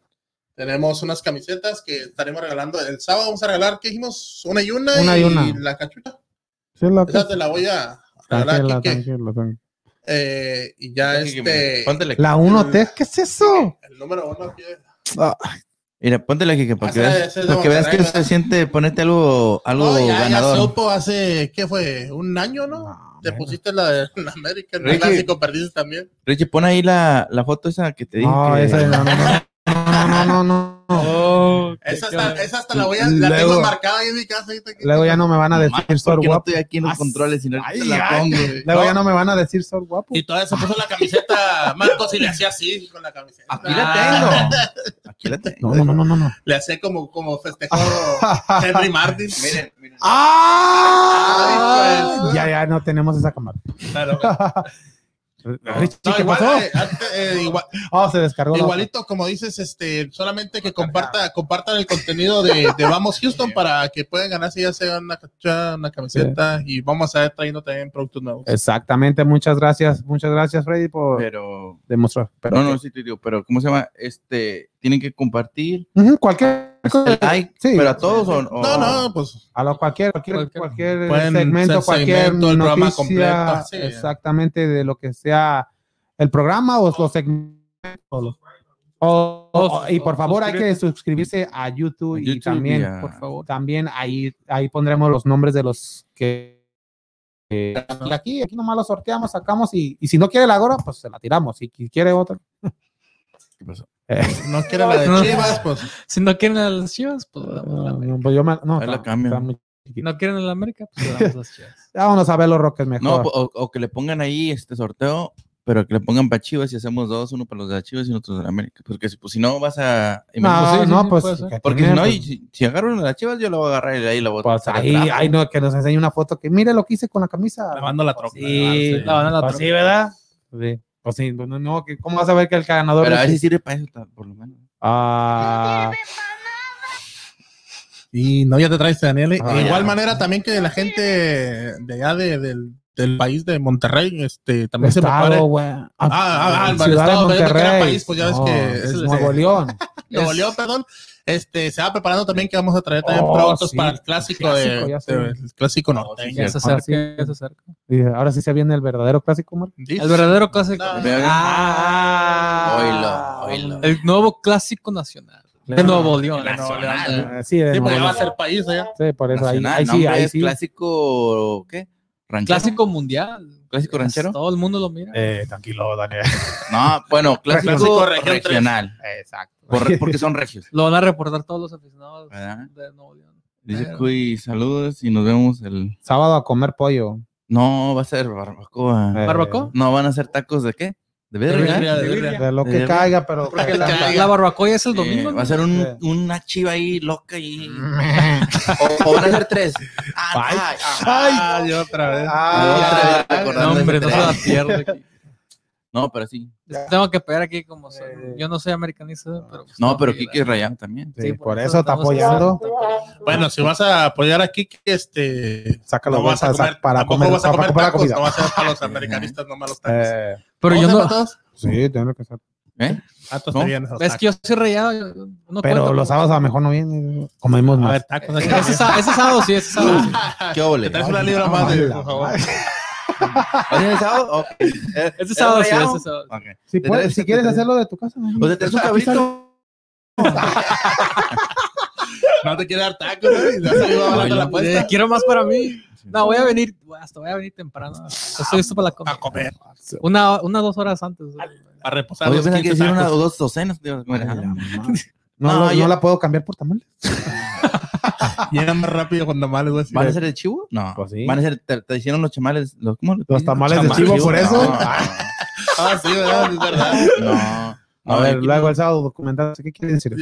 Speaker 4: Tenemos unas camisetas que estaremos regalando. El sábado vamos a regalar, ¿qué dijimos? Una y una.
Speaker 1: Una y una.
Speaker 4: la cachucha.
Speaker 1: Sí, la-
Speaker 4: Esa te la voy a regalar.
Speaker 1: tranquila,
Speaker 4: Quique.
Speaker 1: tranquila, tranquila.
Speaker 4: Eh, y ya
Speaker 3: Aquí,
Speaker 4: este.
Speaker 3: mira, Póntele.
Speaker 1: La 1T, ¿qué es eso?
Speaker 4: El número uno aquí.
Speaker 3: Mira, póntele aquí que para que
Speaker 4: Ah, esa-
Speaker 3: veas,
Speaker 4: esa es de
Speaker 3: para que veas que
Speaker 4: Monterrey,
Speaker 3: se
Speaker 4: ¿verdad?
Speaker 3: siente ponerte algo, algo
Speaker 4: No, ya, ya
Speaker 3: ganador.
Speaker 4: supo hace, ¿qué fue? ¿Un año, no?
Speaker 1: No,
Speaker 4: Te
Speaker 1: mira.
Speaker 4: pusiste la de la América, el
Speaker 3: Ricky.
Speaker 4: clásico perdiste también.
Speaker 3: Richie, pon ahí la, la foto esa que te dije.
Speaker 1: No,
Speaker 3: que-
Speaker 1: Ah, esa no, no, no, no, no, no, no.
Speaker 2: Oh, qué
Speaker 4: Esa
Speaker 2: cabrón.
Speaker 4: hasta, esa hasta la voy a, la
Speaker 1: Luego-
Speaker 4: tengo marcada ahí en mi casa. ahorita que-
Speaker 1: Luego ya no me van a
Speaker 3: Nomás
Speaker 1: decir sor
Speaker 3: porque no
Speaker 1: guapo.
Speaker 3: estoy aquí en los
Speaker 4: Ah,
Speaker 1: As-
Speaker 3: controles, si no ahorita
Speaker 1: Ay,
Speaker 3: la
Speaker 1: ay.
Speaker 3: pongo.
Speaker 1: Luego ya no me van a decir sor guapo.
Speaker 4: Y todavía se puso la camiseta Marcos y le hacía así con la camiseta.
Speaker 1: Ah,
Speaker 4: Ah,
Speaker 3: Aquí la tengo. Aquí la tengo.
Speaker 1: No, no, no, no, no.
Speaker 4: Le hacía como, como festejó Henry Martin. Miren, miren.
Speaker 1: ¡Ah!
Speaker 4: Ay, pues.
Speaker 1: Ya, ya no tenemos esa cámara.
Speaker 4: Claro.
Speaker 1: Richie,
Speaker 4: No,
Speaker 1: ¿qué
Speaker 4: igual,
Speaker 1: pasó?
Speaker 4: eh, antes, eh, igual-
Speaker 1: Oh, se descargó. la
Speaker 4: Igualito, como dices, este, solamente que comparta, compartan el contenido de, de Vamos Houston para que puedan ganarse ya sea una, cachucha, una camiseta y vamos a estar trayendo también productos nuevos.
Speaker 1: otra. Exactamente, muchas gracias, muchas gracias, Freddy, por
Speaker 3: Pero.
Speaker 1: demostrar. Pero,
Speaker 3: no, no, sí te digo, pero ¿cómo se llama? Este, tienen que compartir,
Speaker 1: Ujú, cualquier,
Speaker 3: hacer like,
Speaker 1: sí.
Speaker 3: pero a todos o, o-
Speaker 4: No, no, pues
Speaker 1: a lo cualquier, cualquier,
Speaker 2: Cualquier-
Speaker 1: cualquier
Speaker 4: pueden
Speaker 1: segmento,
Speaker 4: ser
Speaker 1: cualquier
Speaker 4: segmento, el programa
Speaker 1: noticia,
Speaker 4: completo, sí.
Speaker 1: exactamente de lo que sea el programa o los segmentos. o los- o- o- y por favor, hay que suscribirse a YouTube,
Speaker 3: A
Speaker 1: y
Speaker 3: YouTube
Speaker 1: también,
Speaker 3: y a-
Speaker 1: por favor, también ahí, ahí pondremos los nombres de los que. que- y aquí, aquí nomás los sorteamos, sacamos y, y si no quiere la gorra, pues se la tiramos. Si quiere otra,
Speaker 3: ¿Qué pasó?
Speaker 4: no quieren la
Speaker 2: No.
Speaker 4: de Chivas, pues
Speaker 2: Si no quieren a las chivas, pues le damos a la
Speaker 1: no,
Speaker 2: América.
Speaker 1: pues yo me- no,
Speaker 3: Ahí la
Speaker 1: está-
Speaker 3: cambio.
Speaker 1: está muy-
Speaker 2: Si no quieren a la América, pues le damos a las chivas.
Speaker 1: Vámonos a ver los Rockets
Speaker 3: No, pues,
Speaker 1: mejor.
Speaker 3: po- o, o que le pongan ahí este sorteo, pero que le pongan para Chivas y hacemos dos, uno para los de Chivas y otro de la América. Porque si, pues, si no vas a.
Speaker 1: no,
Speaker 2: sí, sí,
Speaker 1: no,
Speaker 2: sí,
Speaker 1: pues.
Speaker 2: puede ser.
Speaker 1: que
Speaker 3: Porque si
Speaker 1: tiene,
Speaker 3: no,
Speaker 1: pues,
Speaker 3: y si, si agarro una de las Chivas, yo la voy a agarrar y ahí la voy a
Speaker 1: Pues
Speaker 3: pasar
Speaker 1: ahí,
Speaker 3: atrás.
Speaker 1: ahí no, que nos enseñe una foto que mire lo que hice con la camisa.
Speaker 4: lavando la troca.
Speaker 1: Sí,
Speaker 2: La van a la
Speaker 1: Pues
Speaker 2: otra.
Speaker 1: sí, ¿verdad? Sí. Pues sí, pues, no, no, no, que ¿cómo vas a ver que el ganador
Speaker 3: Pero a
Speaker 1: es-
Speaker 3: ver si sirve para eso, ta- por lo menos.
Speaker 7: Ah,
Speaker 4: Y no, ya te traes, Daniel.
Speaker 7: Ah,
Speaker 4: de
Speaker 7: ya.
Speaker 4: igual manera también que la gente de allá de- del, del país de Monterrey, este, también se
Speaker 7: estado,
Speaker 4: prepare.
Speaker 7: güey. Ah,
Speaker 4: ah, ah, el
Speaker 7: Ciudad de
Speaker 4: estado, pero yo te quería
Speaker 7: Monterrey.
Speaker 4: país, pues ya ves que
Speaker 7: es
Speaker 4: es el-
Speaker 7: Nuevo León.
Speaker 4: Nuevo
Speaker 2: Es-
Speaker 4: León, perdón. Este, se va preparando también que vamos a traer también
Speaker 7: Oh,
Speaker 4: productos
Speaker 7: sí,
Speaker 4: para el clásico, de,
Speaker 7: clásico, ya sé.
Speaker 4: de- el clásico norteño.
Speaker 2: Ya se acerca, ya se acerca.
Speaker 7: Y ahora sí se viene el verdadero clásico, Marco.
Speaker 2: El verdadero clásico.
Speaker 4: No,
Speaker 7: Ah,
Speaker 3: Oilo, oilo.
Speaker 2: El nuevo clásico nacional. De Nuevo León. de Nuevo León.
Speaker 7: Ah, Sí, de
Speaker 4: Sí, porque
Speaker 7: Nuevo
Speaker 4: va a
Speaker 7: León.
Speaker 4: ser país allá.
Speaker 7: Sí, por eso ahí,
Speaker 3: Nacional,
Speaker 7: ahí sí,
Speaker 3: nombre
Speaker 7: ahí
Speaker 3: es
Speaker 7: sí.
Speaker 3: clásico, ¿qué? ¿Ranchero?
Speaker 2: Clásico mundial.
Speaker 3: ¿Clásico ranchero?
Speaker 2: Todo el mundo lo mira.
Speaker 7: Eh, tranquilo, Daniel.
Speaker 3: No, bueno, clásico,
Speaker 4: Clásico región tres.
Speaker 3: regional.
Speaker 7: Exacto.
Speaker 3: por- porque son regios.
Speaker 2: Lo van a reportar todos los aficionados
Speaker 3: ¿Verdad?
Speaker 2: de Nuevo León.
Speaker 3: Dice
Speaker 2: Pero-
Speaker 3: Cuy, saludos y nos vemos el.
Speaker 7: Sábado a comer pollo.
Speaker 3: No, va a ser barbacoa.
Speaker 7: Eh,
Speaker 2: ¿Barbacoa?
Speaker 3: No, van a ser tacos de qué? De verga.
Speaker 4: birria, de birria.
Speaker 7: De lo que
Speaker 3: Eh,
Speaker 7: caiga, pero.
Speaker 4: porque la-
Speaker 2: La, la barbacoa es el domingo.
Speaker 3: va a ser un,
Speaker 7: Sí.
Speaker 3: una chiva ahí loca y. o, o van a ser tres. Ah,
Speaker 7: Ay.
Speaker 3: ay, ah,
Speaker 4: Ay, otra
Speaker 3: otra
Speaker 4: vez.
Speaker 3: vez
Speaker 7: Ah,
Speaker 2: No,
Speaker 3: acordándome
Speaker 2: hombre,
Speaker 3: de
Speaker 2: no se
Speaker 3: tres.
Speaker 2: la pierde. aquí.
Speaker 3: No, pero sí.
Speaker 2: Tengo que pegar aquí como soy.
Speaker 7: Eh.
Speaker 2: Yo no soy americanista, pero. pues,
Speaker 3: No,
Speaker 2: tengo
Speaker 3: pero
Speaker 2: que ir.
Speaker 3: Kiki Rayán también.
Speaker 7: Sí, por eso está
Speaker 2: estamos-
Speaker 7: apoyando.
Speaker 4: Bueno, si vas a apoyar aquí, que este.
Speaker 7: Saca los
Speaker 4: No vas a
Speaker 7: bolsas
Speaker 4: comer,
Speaker 7: para
Speaker 4: tampoco
Speaker 7: comer,
Speaker 4: vas a
Speaker 7: para
Speaker 4: comer
Speaker 7: comprar
Speaker 4: tacos,
Speaker 7: comida.
Speaker 4: no vas a ser para los americanistas, no malos tacos.
Speaker 7: Eh,
Speaker 2: Pero yo
Speaker 4: ¿Vamos a
Speaker 2: no.
Speaker 4: para todos?
Speaker 7: sí, tengo que ser.
Speaker 3: ¿Eh?
Speaker 4: Ah, tú
Speaker 3: ¿No?
Speaker 4: estás bien, esos
Speaker 2: Es que yo soy rayado. yo no
Speaker 7: Pero
Speaker 2: cuento.
Speaker 7: los sábados a lo mejor no vienen. Comemos
Speaker 4: tacos. A
Speaker 7: más.
Speaker 4: ver, tacos. ahí
Speaker 2: Ese,
Speaker 4: también.
Speaker 2: sa- ese sábado sí, ese sábado sí.
Speaker 3: ¿Qué
Speaker 4: Te
Speaker 3: ole?
Speaker 4: traes una libra
Speaker 7: no,
Speaker 4: más, de,
Speaker 7: la
Speaker 4: por favor.
Speaker 3: ¿Oye, sábado? Ok. ¿Eh,
Speaker 2: Ese sábado sí,
Speaker 3: Rayán?
Speaker 2: ese sábado.
Speaker 3: Ok.
Speaker 7: Si, puedes, si quieres hacerlo de tu casa.
Speaker 3: O sea, Pues, te traes un cabrito.
Speaker 4: No te quiere dar tacos, ¿eh? güey. Ya se iba hablando la apuesta.
Speaker 2: Eh, Quiero más para mí. No, voy a venir. Hasta voy a venir temprano. Estoy listo para la comida.
Speaker 4: A comer,
Speaker 2: Una, una dos horas antes.
Speaker 4: a reposar.
Speaker 3: Oye,
Speaker 4: los
Speaker 3: pensaba que
Speaker 4: 15
Speaker 3: decir una o
Speaker 7: Pues,
Speaker 4: tacos.
Speaker 3: dos docenas. Digo, mira,
Speaker 7: Ay, la
Speaker 3: no.
Speaker 7: mamá. No,
Speaker 3: No,
Speaker 7: no,
Speaker 3: yo-
Speaker 7: no la puedo cambiar por tamales.
Speaker 4: Llegan más rápido cuando mal, güey.
Speaker 3: ¿Van a ser de chivo? No.
Speaker 7: Pues sí.
Speaker 3: Van a ser, te, te hicieron los chamales. Los, ¿cómo le
Speaker 7: Los
Speaker 3: dicen?
Speaker 7: tamales de
Speaker 3: Chamales.
Speaker 7: chivo, por eso.
Speaker 4: Ah, sí, ¿verdad? Es verdad.
Speaker 3: No. no.
Speaker 7: A ver, luego el sábado documentarse. ¿Qué quiere decir?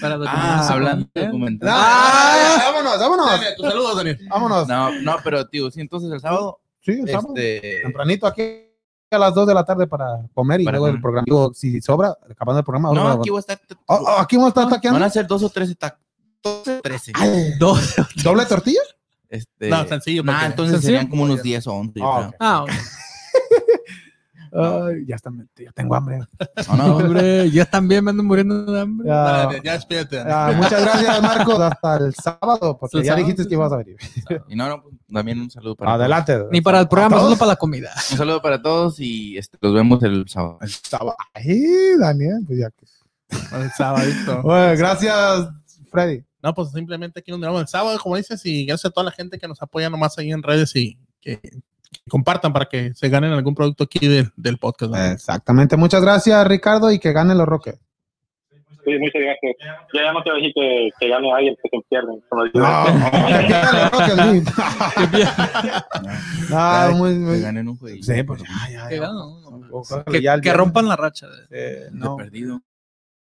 Speaker 2: Para
Speaker 3: Ah, hablando de documental.
Speaker 7: ¿eh? Ah, vámonos, vámonos.
Speaker 4: Daniel, tus saludos, Daniel.
Speaker 7: Vámonos.
Speaker 3: No, no, pero tío, sí, entonces el sábado,
Speaker 7: Sí, el sábado.
Speaker 3: este,
Speaker 7: tempranito aquí a las 2 de la tarde para comer y
Speaker 3: Para
Speaker 7: luego el
Speaker 3: comer.
Speaker 7: programa. Digo, si sobra, acabando el programa.
Speaker 3: no,
Speaker 7: ahora-
Speaker 3: aquí voy a estar,
Speaker 7: Oh, oh, aquí vamos a estar
Speaker 3: van
Speaker 7: taqueando.
Speaker 3: a ser dos o tres tacos, dos o trece,
Speaker 2: Dos.
Speaker 7: ¿Doble tortilla?
Speaker 3: este,
Speaker 4: No, sencillo.
Speaker 3: nah,
Speaker 4: porque-
Speaker 3: entonces
Speaker 2: ¿Sencillo?
Speaker 3: serían como unos diez o once, yo
Speaker 7: Ah,
Speaker 3: creo.
Speaker 7: ok.
Speaker 2: Ah,
Speaker 7: Ay, ya está, ya tengo hambre.
Speaker 3: No,
Speaker 7: Oh,
Speaker 3: no,
Speaker 2: hombre, yo también me ando muriendo de hambre.
Speaker 7: Ah,
Speaker 4: Dale, Ya despídete. Daniel.
Speaker 7: ah, muchas gracias, Marcos. Hasta el sábado, porque
Speaker 2: El
Speaker 7: ya
Speaker 2: sábado,
Speaker 7: dijiste que
Speaker 2: sí.
Speaker 7: ibas a venir.
Speaker 3: y no, no, también un saludo para
Speaker 7: Adelante.
Speaker 2: Ni para el programa,
Speaker 7: ¿A todos?
Speaker 2: solo para la comida.
Speaker 3: todos. un saludo para todos y este, los vemos el sábado.
Speaker 7: Sábado. Ay, Daniel. pues ya que-
Speaker 4: El sabadito.
Speaker 7: Bueno, gracias, Freddy.
Speaker 4: No, pues simplemente aquí nos miramos el sábado, como dices, y gracias a toda la gente que nos apoya nomás ahí en redes y que, que compartan para que se ganen algún producto aquí del, del podcast. ¿no?
Speaker 7: Eh, Exactamente. Muchas gracias, Ricardo, y que gane los Rockets.
Speaker 5: Sí, muchas gracias. Ya, ya no te voy a decir que, que gane alguien que se pierden. como digo.
Speaker 7: Que gane los Rockets, sí. Ah,
Speaker 3: Ya,
Speaker 7: muy, muy-
Speaker 3: Que ganen un jueguito.
Speaker 7: Sí, pues ya, ya,
Speaker 2: Que,
Speaker 7: ya.
Speaker 2: ganan, ¿no?
Speaker 7: Ojalá
Speaker 2: Que-
Speaker 7: ya el
Speaker 2: que
Speaker 7: viernes.
Speaker 2: rompan la racha.
Speaker 7: Eh,
Speaker 3: De
Speaker 7: no.
Speaker 3: perdido.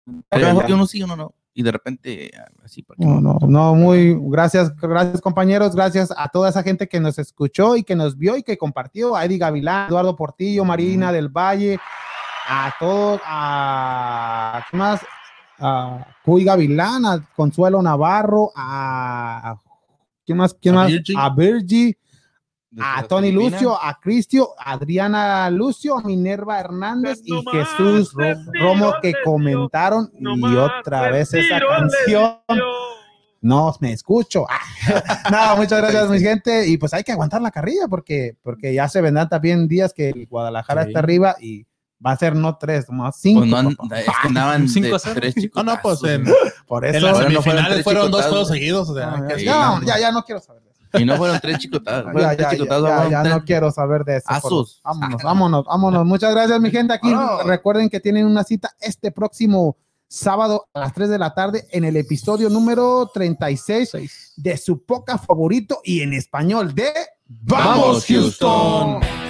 Speaker 7: Ya,
Speaker 3: A lo mejor
Speaker 7: ya. Mm.
Speaker 3: que uno sí, uno no, y de repente, así, para que
Speaker 7: No, no, no, muy gracias, gracias compañeros, gracias a toda esa gente que nos escuchó y que nos vio y que compartió, a Eddie Gavilán, Eduardo Portillo, Marina del Valle, a todos, a ¿qué más? A Cuy Gavilán, a Consuelo Navarro, a ¿quién más? ¿Quién
Speaker 4: A
Speaker 7: más?
Speaker 4: Virgi.
Speaker 7: A Virgi,
Speaker 3: desde
Speaker 7: a
Speaker 3: las
Speaker 7: Ah, Tony
Speaker 3: Filipinas.
Speaker 7: Lucio, a Cristio, a Adriana Lucio, a Minerva Hernández
Speaker 4: Pues
Speaker 7: y Jesús Ro- Romo que comentaron y otra vez esa canción. No me escucho. Ah. No, muchas gracias, mi gente. Y pues hay que aguantar la carrilla porque, porque ya se vendrán también días que el Guadalajara
Speaker 4: Sí.
Speaker 7: está arriba y va a ser no tres, más cinco.
Speaker 3: Pues no, an-
Speaker 7: papá.
Speaker 3: es que andaban
Speaker 2: Cinco
Speaker 3: de
Speaker 2: a cero.
Speaker 3: tres chicos.
Speaker 4: No, no, pues en,
Speaker 7: Por
Speaker 4: en
Speaker 7: eso.
Speaker 4: las
Speaker 3: ahora no fueron
Speaker 4: semifinales
Speaker 3: tres
Speaker 4: fueron dos
Speaker 3: chicotazos.
Speaker 4: juegos seguidos. O sea,
Speaker 7: Ah,
Speaker 4: que-
Speaker 7: ya, ya, ya no quiero saber de eso.
Speaker 3: Y no fueron tres chicotadas. Fueron
Speaker 7: Ya,
Speaker 3: tres
Speaker 7: ya, ya,
Speaker 3: chicotadas.
Speaker 7: ya,
Speaker 3: fueron
Speaker 7: ya
Speaker 3: tres-
Speaker 7: no quiero saber de eso. por-
Speaker 3: Asos.
Speaker 7: Vámonos, vámonos, vámonos. Muchas gracias, mi gente. Aquí recuerden que tienen una cita este próximo sábado a las 3 de la tarde en el episodio número 36 de su poca favorito y en español de
Speaker 3: Vamos, Houston.